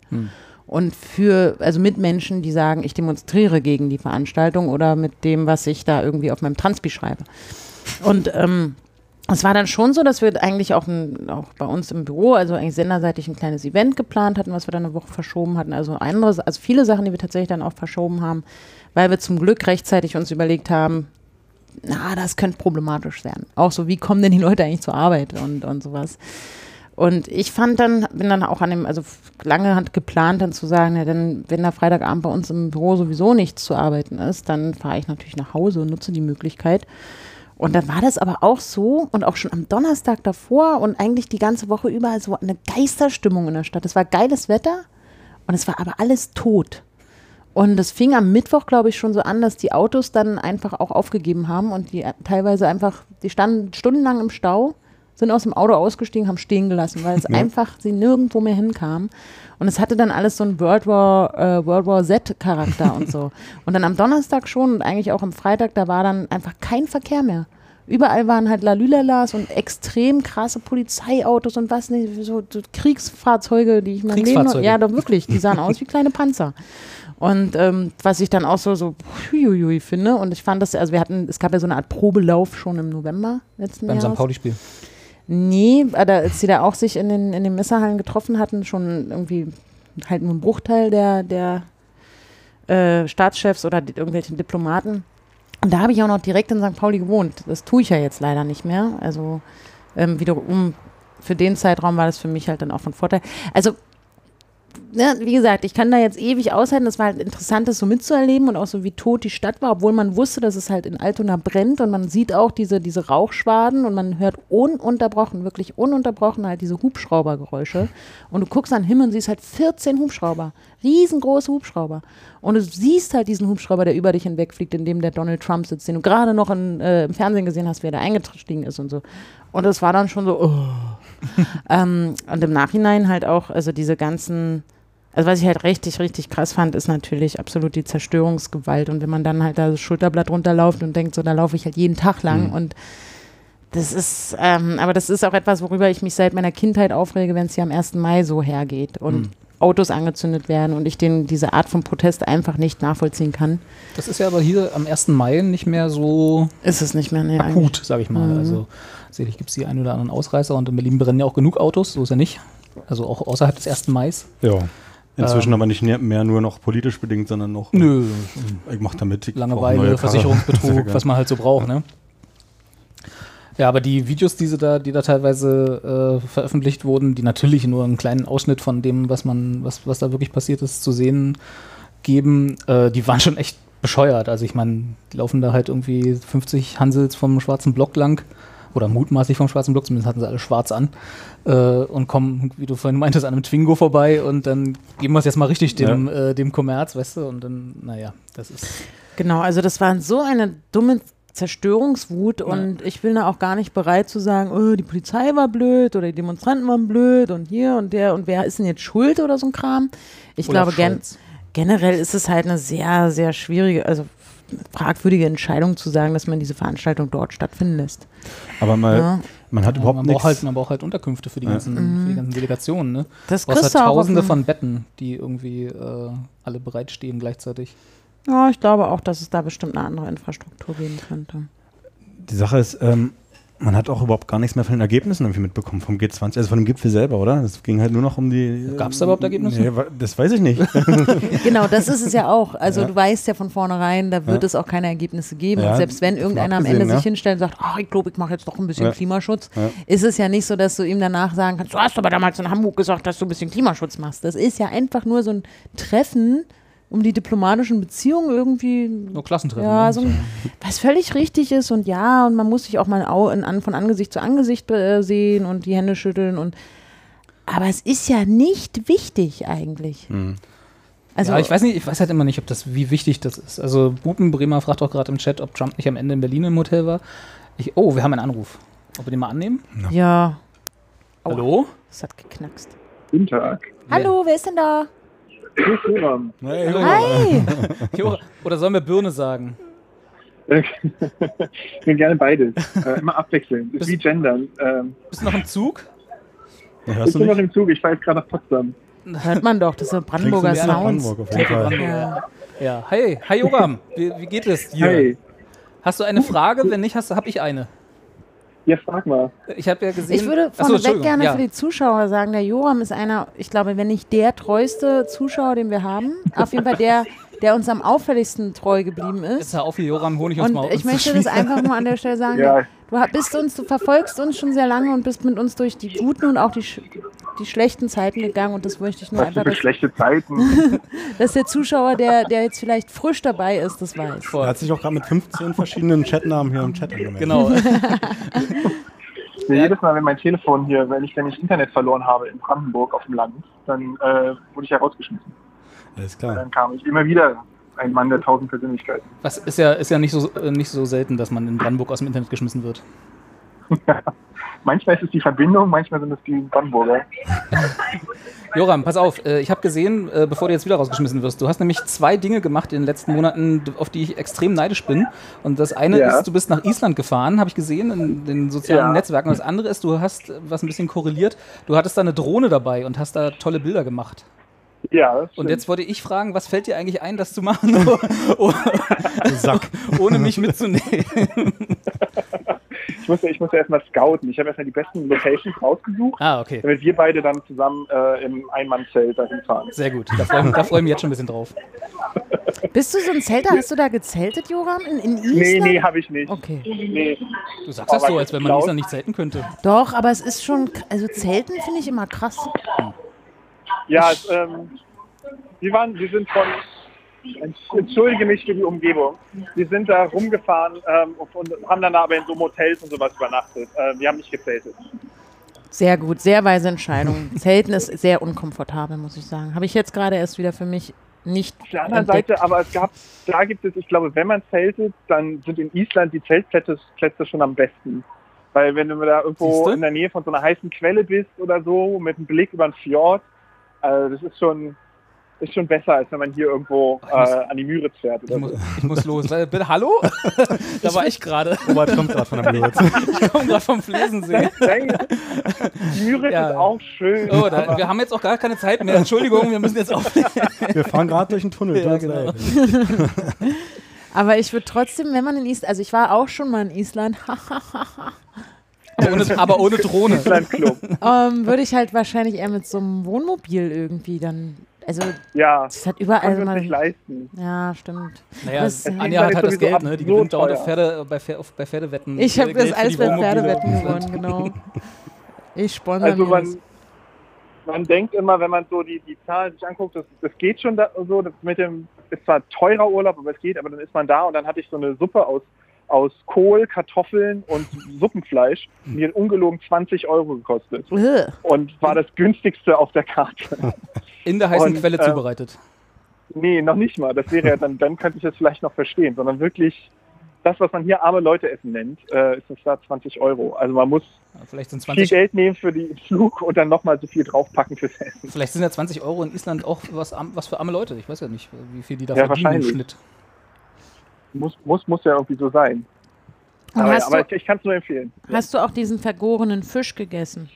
Speaker 1: Und für, also mit Menschen, die sagen, ich demonstriere gegen die Veranstaltung oder mit dem, was ich da irgendwie auf meinem Transpi schreibe. Und ähm, es war dann schon so, dass wir eigentlich auch, ein, auch bei uns im Büro, also eigentlich senderseitig ein kleines Event geplant hatten, was wir dann eine Woche verschoben hatten. Also andere, also viele Sachen, die wir tatsächlich dann auch verschoben haben, weil wir zum Glück rechtzeitig uns überlegt haben, na, das könnte problematisch werden. Auch so, wie kommen denn die Leute eigentlich zur Arbeit und, und sowas. Und ich fand dann, bin dann auch an dem, also lange hat geplant, dann zu sagen, ja, dann, wenn da Freitagabend bei uns im Büro sowieso nichts zu arbeiten ist, dann fahre ich natürlich nach Hause und nutze die Möglichkeit. Und dann war das aber auch so und auch schon am Donnerstag davor und eigentlich die ganze Woche über so eine Geisterstimmung in der Stadt. Es war geiles Wetter und es war aber alles tot. Und es fing am Mittwoch, glaube ich, schon so an, dass die Autos dann einfach auch aufgegeben haben und die äh, teilweise einfach, die standen stundenlang im Stau, sind aus dem Auto ausgestiegen, haben stehen gelassen, weil es einfach sie nirgendwo mehr hinkamen. Und es hatte dann alles so einen World War, äh, World War Z-Charakter und so. Und dann am Donnerstag schon und eigentlich auch am Freitag, da war dann einfach kein Verkehr mehr. Überall waren halt Lalülalas und extrem krasse Polizeiautos und was nicht, so, so Kriegsfahrzeuge, die ich mein Leben noch,
Speaker 2: Kriegsfahrzeuge.
Speaker 1: ja doch wirklich, die sahen aus wie kleine Panzer. Und ähm, was ich dann auch so, so huiuiui finde und ich fand das, also wir hatten, es gab ja so eine Art Probelauf schon im November letzten
Speaker 2: Beim
Speaker 1: Jahres.
Speaker 2: St. Pauli-Spiel.
Speaker 1: Nee, aber als sie da auch sich in den, in den Messerhallen getroffen hatten, schon irgendwie halt nur ein Bruchteil der, der äh, Staatschefs oder di irgendwelchen Diplomaten. Und da habe ich auch noch direkt in St. Pauli gewohnt. Das tue ich ja jetzt leider nicht mehr. Also ähm, wiederum, für den Zeitraum war das für mich halt dann auch von Vorteil. Also, ne, wie gesagt, ich kann da jetzt ewig aushalten. Das war halt interessant, das so mitzuerleben und auch so, wie tot die Stadt war, obwohl man wusste, dass es halt in Altona brennt und man sieht auch diese, diese Rauchschwaden und man hört ununterbrochen, wirklich ununterbrochen halt diese Hubschraubergeräusche. Und du guckst an den Himmel und siehst halt 14 Hubschrauber, riesengroße Hubschrauber. Und du siehst halt diesen Hubschrauber, der über dich hinwegfliegt, in dem der Donald Trump sitzt, den du gerade noch in, äh, im Fernsehen gesehen hast, wie er da eingestiegen ist und so. Und das war dann schon so, oh. Ähm, und im Nachhinein halt auch, also diese ganzen, also was ich halt richtig, richtig krass fand, ist natürlich absolut die Zerstörungsgewalt. Und wenn man dann halt da das Schulterblatt runterläuft und denkt, so, da laufe ich halt jeden Tag lang und das ist, ähm, aber das ist auch etwas, worüber ich mich seit meiner Kindheit aufrege, wenn es hier am 1. Mai so hergeht und Autos angezündet werden und ich den, diese Art von Protest einfach nicht nachvollziehen kann.
Speaker 2: Das ist ja aber hier am 1. Mai nicht mehr so
Speaker 1: Ist es nicht mehr, nee, eigentlich.
Speaker 2: akut, sag ich mal.
Speaker 1: Mhm.
Speaker 2: Also sicherlich gibt es die einen oder anderen Ausreißer und in Berlin brennen ja auch genug Autos, so ist ja nicht. Also auch außerhalb des 1. Mai.
Speaker 3: Ja. Inzwischen aber nicht ne- mehr nur noch politisch bedingt, sondern noch.
Speaker 2: ähm, Nö,
Speaker 3: Ich mach damit. Ich brauch neue
Speaker 2: Langeweile,
Speaker 3: Karre. Sehr
Speaker 2: Versicherungsbetrug,
Speaker 3: geil.
Speaker 2: was man halt so braucht, ne? Ja, aber die Videos, die, sie da, die da teilweise äh, veröffentlicht wurden, die natürlich nur einen kleinen Ausschnitt von dem, was man, was, was da wirklich passiert ist, zu sehen geben, äh, die waren schon echt bescheuert. Also ich meine, die laufen da halt irgendwie 50 Hansels vom schwarzen Block lang oder mutmaßlich vom schwarzen Block, zumindest hatten sie alle schwarz an äh, und kommen, wie du vorhin meintest, an einem Twingo vorbei und dann geben wir es jetzt mal richtig dem, äh, dem Kommerz, weißt du, und dann, naja, das ist...
Speaker 1: Genau, also das war so eine dumme Zerstörungswut und ich bin da auch gar nicht bereit zu sagen, oh, die Polizei war blöd oder die Demonstranten waren blöd und hier und der und wer ist denn jetzt schuld oder so ein Kram. Ich
Speaker 2: Olaf
Speaker 1: glaube, gen
Speaker 2: Scholz.
Speaker 1: generell ist es halt eine sehr, sehr schwierige, also fragwürdige Entscheidung zu sagen, dass man diese Veranstaltung dort stattfinden lässt.
Speaker 3: Aber
Speaker 2: Äh,
Speaker 3: mal,
Speaker 1: Ja.
Speaker 3: man hat überhaupt
Speaker 2: man, braucht
Speaker 3: nichts.
Speaker 2: halt, man braucht halt Unterkünfte für die, ganzen,
Speaker 1: Mhm.
Speaker 2: für die ganzen Delegationen. Ne?
Speaker 1: Das
Speaker 2: Du brauchst halt
Speaker 1: kriegst du auch auf
Speaker 2: tausende
Speaker 1: dem-
Speaker 2: von Betten, die irgendwie äh, alle bereitstehen gleichzeitig.
Speaker 1: Ja, ich glaube auch, dass es da bestimmt eine andere Infrastruktur geben könnte.
Speaker 3: Die Sache ist, ähm, man hat auch überhaupt gar nichts mehr von den Ergebnissen irgendwie mitbekommen vom G20, also von dem Gipfel selber, oder? Das ging halt nur noch um die.
Speaker 2: Äh, Gab's da überhaupt Ergebnisse?
Speaker 3: Nee, wa- das weiß ich nicht.
Speaker 1: Genau, das ist es ja auch. Also du weißt ja von vornherein, da wird
Speaker 3: Ja.
Speaker 1: es auch keine Ergebnisse geben.
Speaker 3: Ja,
Speaker 1: und selbst wenn
Speaker 3: davon
Speaker 1: irgendeiner am
Speaker 3: abgesehen,
Speaker 1: Ende
Speaker 3: ja.
Speaker 1: sich hinstellt und sagt, ach, ich glaube, ich mache jetzt doch ein bisschen
Speaker 3: Ja.
Speaker 1: Klimaschutz,
Speaker 3: Ja.
Speaker 1: ist es ja nicht so, dass du ihm danach sagen kannst, du hast aber damals in Hamburg gesagt, dass du ein bisschen Klimaschutz machst. Das ist ja einfach nur so ein Treffen, um die diplomatischen Beziehungen irgendwie
Speaker 2: Nur Klassentreffen.
Speaker 1: ja, also-
Speaker 2: ne?
Speaker 1: so ein, was völlig richtig ist und ja, und man muss sich auch mal au- in, an, von Angesicht zu Angesicht äh, sehen und die Hände schütteln und aber es ist ja nicht wichtig eigentlich. Also
Speaker 2: Mhm. ja, ich weiß nicht, ich weiß halt immer nicht, ob das, wie wichtig das ist. Also Bubenbremer fragt auch gerade im Chat, ob Trump nicht am Ende in Berlin im Hotel war. Ich, oh, wir haben einen Anruf. Ob wir den mal annehmen?
Speaker 1: ja, Aua.
Speaker 2: Hallo?
Speaker 1: Es hat geknackst.
Speaker 4: Guten Tag.
Speaker 1: Hallo, wer ist denn da?
Speaker 4: Grüß Joram.
Speaker 3: Hey,
Speaker 1: Hi!
Speaker 2: Jura- Oder sollen wir Birne sagen?
Speaker 4: Äh, Ich bin gerne beides. Äh, immer abwechseln. Ist wie gendern. Ähm,
Speaker 2: Bist du noch im Zug?
Speaker 4: ich
Speaker 3: Hörst du
Speaker 4: bin noch
Speaker 3: nicht?
Speaker 4: im Zug. Ich fahre jetzt gerade nach Potsdam.
Speaker 1: Hört man doch, das sind
Speaker 3: Klingst du
Speaker 1: Brandenburger
Speaker 3: nicht nach
Speaker 1: Sounds.
Speaker 3: Brandenburg auf jeden Fall.
Speaker 2: Ja. ja. Hey, hi Joram. Wie, wie geht es dir?
Speaker 4: Hey.
Speaker 2: Hast du eine Frage? Wenn nicht, hast, habe ich eine.
Speaker 4: Ja, frag mal.
Speaker 2: Ich habe ja gesehen.
Speaker 1: Ich würde
Speaker 2: Achso,
Speaker 1: vorneweg
Speaker 2: Entschuldigung,
Speaker 1: gerne
Speaker 2: ja.
Speaker 1: für die Zuschauer sagen, der Joram ist einer, ich glaube, wenn nicht der treueste Zuschauer, den wir haben, auf jeden Fall der, der uns am auffälligsten treu geblieben
Speaker 2: Jetzt
Speaker 1: ist.
Speaker 2: hör auf hier, Joram, Honig ums
Speaker 1: Und
Speaker 2: Maul.
Speaker 1: ich möchte das einfach mal an der Stelle sagen,
Speaker 4: Ja.
Speaker 1: du ha- bist uns, du verfolgst uns schon sehr lange und bist mit uns durch die guten und auch die, sch- die schlechten Zeiten gegangen und das möchte ich nur
Speaker 4: Was
Speaker 1: einfach,
Speaker 4: für
Speaker 1: dass,
Speaker 4: schlechte Zeiten.
Speaker 1: dass der Zuschauer, der, der jetzt vielleicht frisch dabei ist, das weiß.
Speaker 3: Er hat sich auch gerade mit 15 verschiedenen Chatnamen hier im Chat angemeldet.
Speaker 2: Genau.
Speaker 4: Ja, jedes Mal, wenn mein Telefon hier, wenn ich, wenn ich Internet verloren habe in Brandenburg auf dem Land, dann äh, wurde ich ja rausgeschmissen.
Speaker 3: Alles klar.
Speaker 4: Dann kam ich immer wieder ein Mann der tausend Persönlichkeiten.
Speaker 2: Was ist ja, ist ja nicht, so, äh, nicht so selten, dass man in Brandenburg aus dem Internet geschmissen wird.
Speaker 4: Manchmal ist es die Verbindung, manchmal sind es die Brandenburger.
Speaker 2: Joram, pass auf, äh, ich habe gesehen, äh, bevor du jetzt wieder rausgeschmissen wirst, du hast nämlich zwei Dinge gemacht in den letzten Monaten, d- auf die ich extrem neidisch bin. Und das eine
Speaker 4: Ja.
Speaker 2: ist, du bist nach Island gefahren, habe ich gesehen in den sozialen
Speaker 4: Ja.
Speaker 2: Netzwerken. Und das andere ist, du hast, äh, was ein bisschen korreliert, du hattest da eine Drohne dabei und hast da tolle Bilder gemacht.
Speaker 4: Ja, das
Speaker 2: Und
Speaker 4: stimmt.
Speaker 2: jetzt wollte ich fragen, was fällt dir eigentlich ein, das zu machen, oh,
Speaker 3: Du Sack.
Speaker 2: ohne mich mitzunehmen?
Speaker 4: ich muss, ja- ich muss ja erstmal scouten. Ich habe erstmal die besten Locations rausgesucht,
Speaker 2: Ah, okay.
Speaker 4: damit wir beide dann zusammen äh, im Einmannzelt dahin fahren.
Speaker 2: Sehr gut. Da freue da freu ich mich jetzt schon ein bisschen drauf.
Speaker 1: Bist du so ein Zelter? Hast du da gezeltet, Joram? In, in Island?
Speaker 4: Nee, nee, habe ich nicht.
Speaker 1: Okay.
Speaker 4: Nee.
Speaker 2: Du sagst das
Speaker 4: Aber
Speaker 2: so, als wenn man in
Speaker 4: laut-
Speaker 2: Island nicht zelten könnte.
Speaker 1: Doch, aber es ist schon, k- also Zelten finde ich immer krass.
Speaker 4: Ja, es, ähm, wir waren, wir sind von, entschuldige mich für die Umgebung, wir sind da rumgefahren ähm, und haben dann aber in so Motels und sowas übernachtet. Äh, wir haben nicht gezeltet.
Speaker 1: Sehr gut, sehr weise Entscheidung. Zelten ist sehr unkomfortabel, muss ich sagen. Habe ich jetzt gerade erst wieder für mich nicht
Speaker 4: Auf der anderen
Speaker 1: entdeckt.
Speaker 4: Seite, aber es gab, da gibt es, ich glaube, wenn man zeltet, dann sind in Island die Zeltplätze Plätze schon am besten. Weil wenn du da irgendwo
Speaker 2: Siehste?
Speaker 4: in der Nähe von so einer heißen Quelle bist oder so, mit einem Blick über den Fjord, also das ist schon, ist schon besser, als wenn man hier irgendwo äh,
Speaker 2: muss-
Speaker 4: an die Müritz fährt.
Speaker 2: Ich
Speaker 4: Oder so.
Speaker 2: muss, ich muss los. Äh, Bitte, hallo? da war ich gerade.
Speaker 3: Robert kommt gerade von der Blöds.
Speaker 2: Ich komme gerade vom Flesensee.
Speaker 4: Hey, die Müritz
Speaker 2: Ja.
Speaker 4: ist auch schön.
Speaker 2: Oh, da, wir haben jetzt auch gar keine Zeit mehr. Entschuldigung, wir müssen jetzt auflegen.
Speaker 3: Wir fahren gerade durch den Tunnel.
Speaker 2: Ja, genau.
Speaker 3: Tut's leid.
Speaker 1: Aber ich würde trotzdem, wenn man in Island, also ich war auch schon mal in Island,
Speaker 2: Ohne, aber ohne Drohne.
Speaker 4: Island Club.
Speaker 1: ähm, würde ich halt wahrscheinlich eher mit so einem Wohnmobil irgendwie dann, also
Speaker 4: Ja,
Speaker 1: es hat überall
Speaker 4: können wir uns
Speaker 1: mal...
Speaker 4: nicht leisten.
Speaker 1: Ja, stimmt.
Speaker 2: Naja,
Speaker 1: Das-
Speaker 2: Anja hat halt das Geld, ne? Die
Speaker 4: sowieso
Speaker 2: gewinnt dauernd auf,
Speaker 4: absurd
Speaker 2: Pferde, bei, Pfer- auf- bei Pferdewetten.
Speaker 1: Ich habe
Speaker 2: Geld
Speaker 1: das
Speaker 2: für
Speaker 1: alles
Speaker 2: die
Speaker 1: bei
Speaker 2: Wohnmobile.
Speaker 1: Pferdewetten gewonnen, genau. Ich sponsere
Speaker 4: Also
Speaker 1: mir das.
Speaker 4: man, man denkt immer, wenn man so die, die Zahlen sich anguckt, das, das geht schon da, so, das mit dem ist zwar teurer Urlaub, aber es geht, aber dann ist man da und dann hatte ich so eine Suppe aus, aus Kohl, Kartoffeln und Suppenfleisch, die hat ungelogen 20 Euro gekostet
Speaker 1: Ugh.
Speaker 4: und war das günstigste auf der Karte.
Speaker 2: In der heißen
Speaker 4: Und,
Speaker 2: Quelle
Speaker 4: äh,
Speaker 2: zubereitet.
Speaker 4: Nee, noch nicht mal. Das wäre ja dann, dann könnte ich das vielleicht noch verstehen, sondern wirklich das, was man hier arme Leute essen nennt, äh, ist das da 20 Euro. Also man muss
Speaker 2: Ja, Vielleicht sind,
Speaker 4: viel
Speaker 2: 20,
Speaker 4: Geld nehmen für den Flug und dann nochmal so viel draufpacken fürs Essen.
Speaker 2: vielleicht sind ja 20 Euro in Island auch was, am- was für arme Leute. Ich weiß ja nicht, wie viel die da
Speaker 4: Ja,
Speaker 2: verdienen im
Speaker 4: wahrscheinlich.
Speaker 2: Schnitt.
Speaker 4: Muss, muss, muss ja irgendwie so sein.
Speaker 1: Und
Speaker 4: Aber,
Speaker 1: hast
Speaker 4: aber
Speaker 1: du-
Speaker 4: ich, ich kann es nur empfehlen.
Speaker 1: Hast du auch diesen vergorenen Fisch gegessen?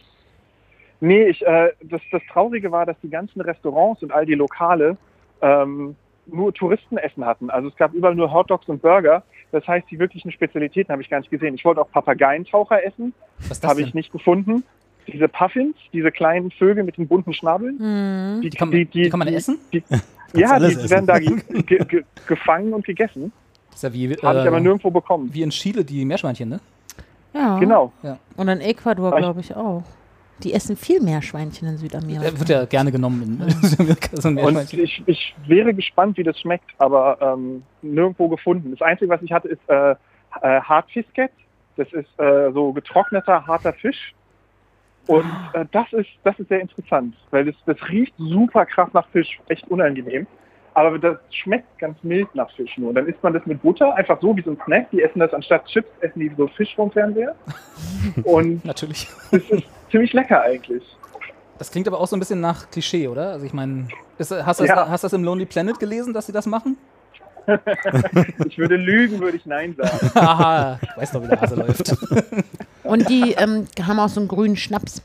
Speaker 4: Nee, ich, äh, das, das Traurige war, dass die ganzen Restaurants und all die Lokale ähm, nur Touristenessen hatten. Also es gab überall nur Hotdogs und Burger. Das heißt, die wirklichen Spezialitäten habe ich gar nicht gesehen. Ich wollte auch Papageientaucher essen,
Speaker 2: Was ist das
Speaker 4: habe ich
Speaker 2: denn?
Speaker 4: nicht gefunden. Diese Puffins, diese kleinen Vögel mit den bunten Schnabeln.
Speaker 1: Hm.
Speaker 2: Die kann, man- die kann man essen?
Speaker 4: Ja,
Speaker 3: alles
Speaker 4: die
Speaker 3: essen.
Speaker 4: werden da ge ge ge gefangen und gegessen.
Speaker 2: Das ist ja wie,
Speaker 4: Habe ich aber
Speaker 2: äh,
Speaker 4: nirgendwo bekommen.
Speaker 2: wie in Chile die Meerschweinchen, ne?
Speaker 1: Ja.
Speaker 4: Genau.
Speaker 1: Und in Ecuador,
Speaker 4: Weiß-
Speaker 1: glaube ich, auch. Die essen viel mehr Schweinchen in
Speaker 2: Ja.
Speaker 1: Südamerika.
Speaker 2: Wird ja gerne genommen in Südamerika, so ein
Speaker 4: Und
Speaker 2: Meerschweinchen.
Speaker 4: ich, ich wäre gespannt, wie das schmeckt, aber ähm, nirgendwo gefunden. Das Einzige, was ich hatte, ist äh, äh, Hartfisket. Das ist äh, so getrockneter, harter Fisch. Und äh, das, ist, das ist sehr interessant, weil das, das riecht super krass nach Fisch, echt unangenehm. Aber das schmeckt ganz mild nach Fisch nur. Dann isst man das mit Butter, einfach so wie so ein Snack. Die essen das anstatt Chips, essen die so Fisch vom Fernseher. Und
Speaker 2: Natürlich.
Speaker 4: das ist ziemlich lecker eigentlich.
Speaker 2: Das klingt aber auch so ein bisschen nach Klischee, oder? Also ich meine, ist- hast du
Speaker 4: Ja.
Speaker 2: das, hast du das im Lonely Planet gelesen, dass sie das machen?
Speaker 4: Ich würde lügen, würde ich Nein sagen.
Speaker 2: Haha, ich weiß doch, wie der Hase läuft.
Speaker 1: Und die ähm, haben auch so einen grünen Schnaps.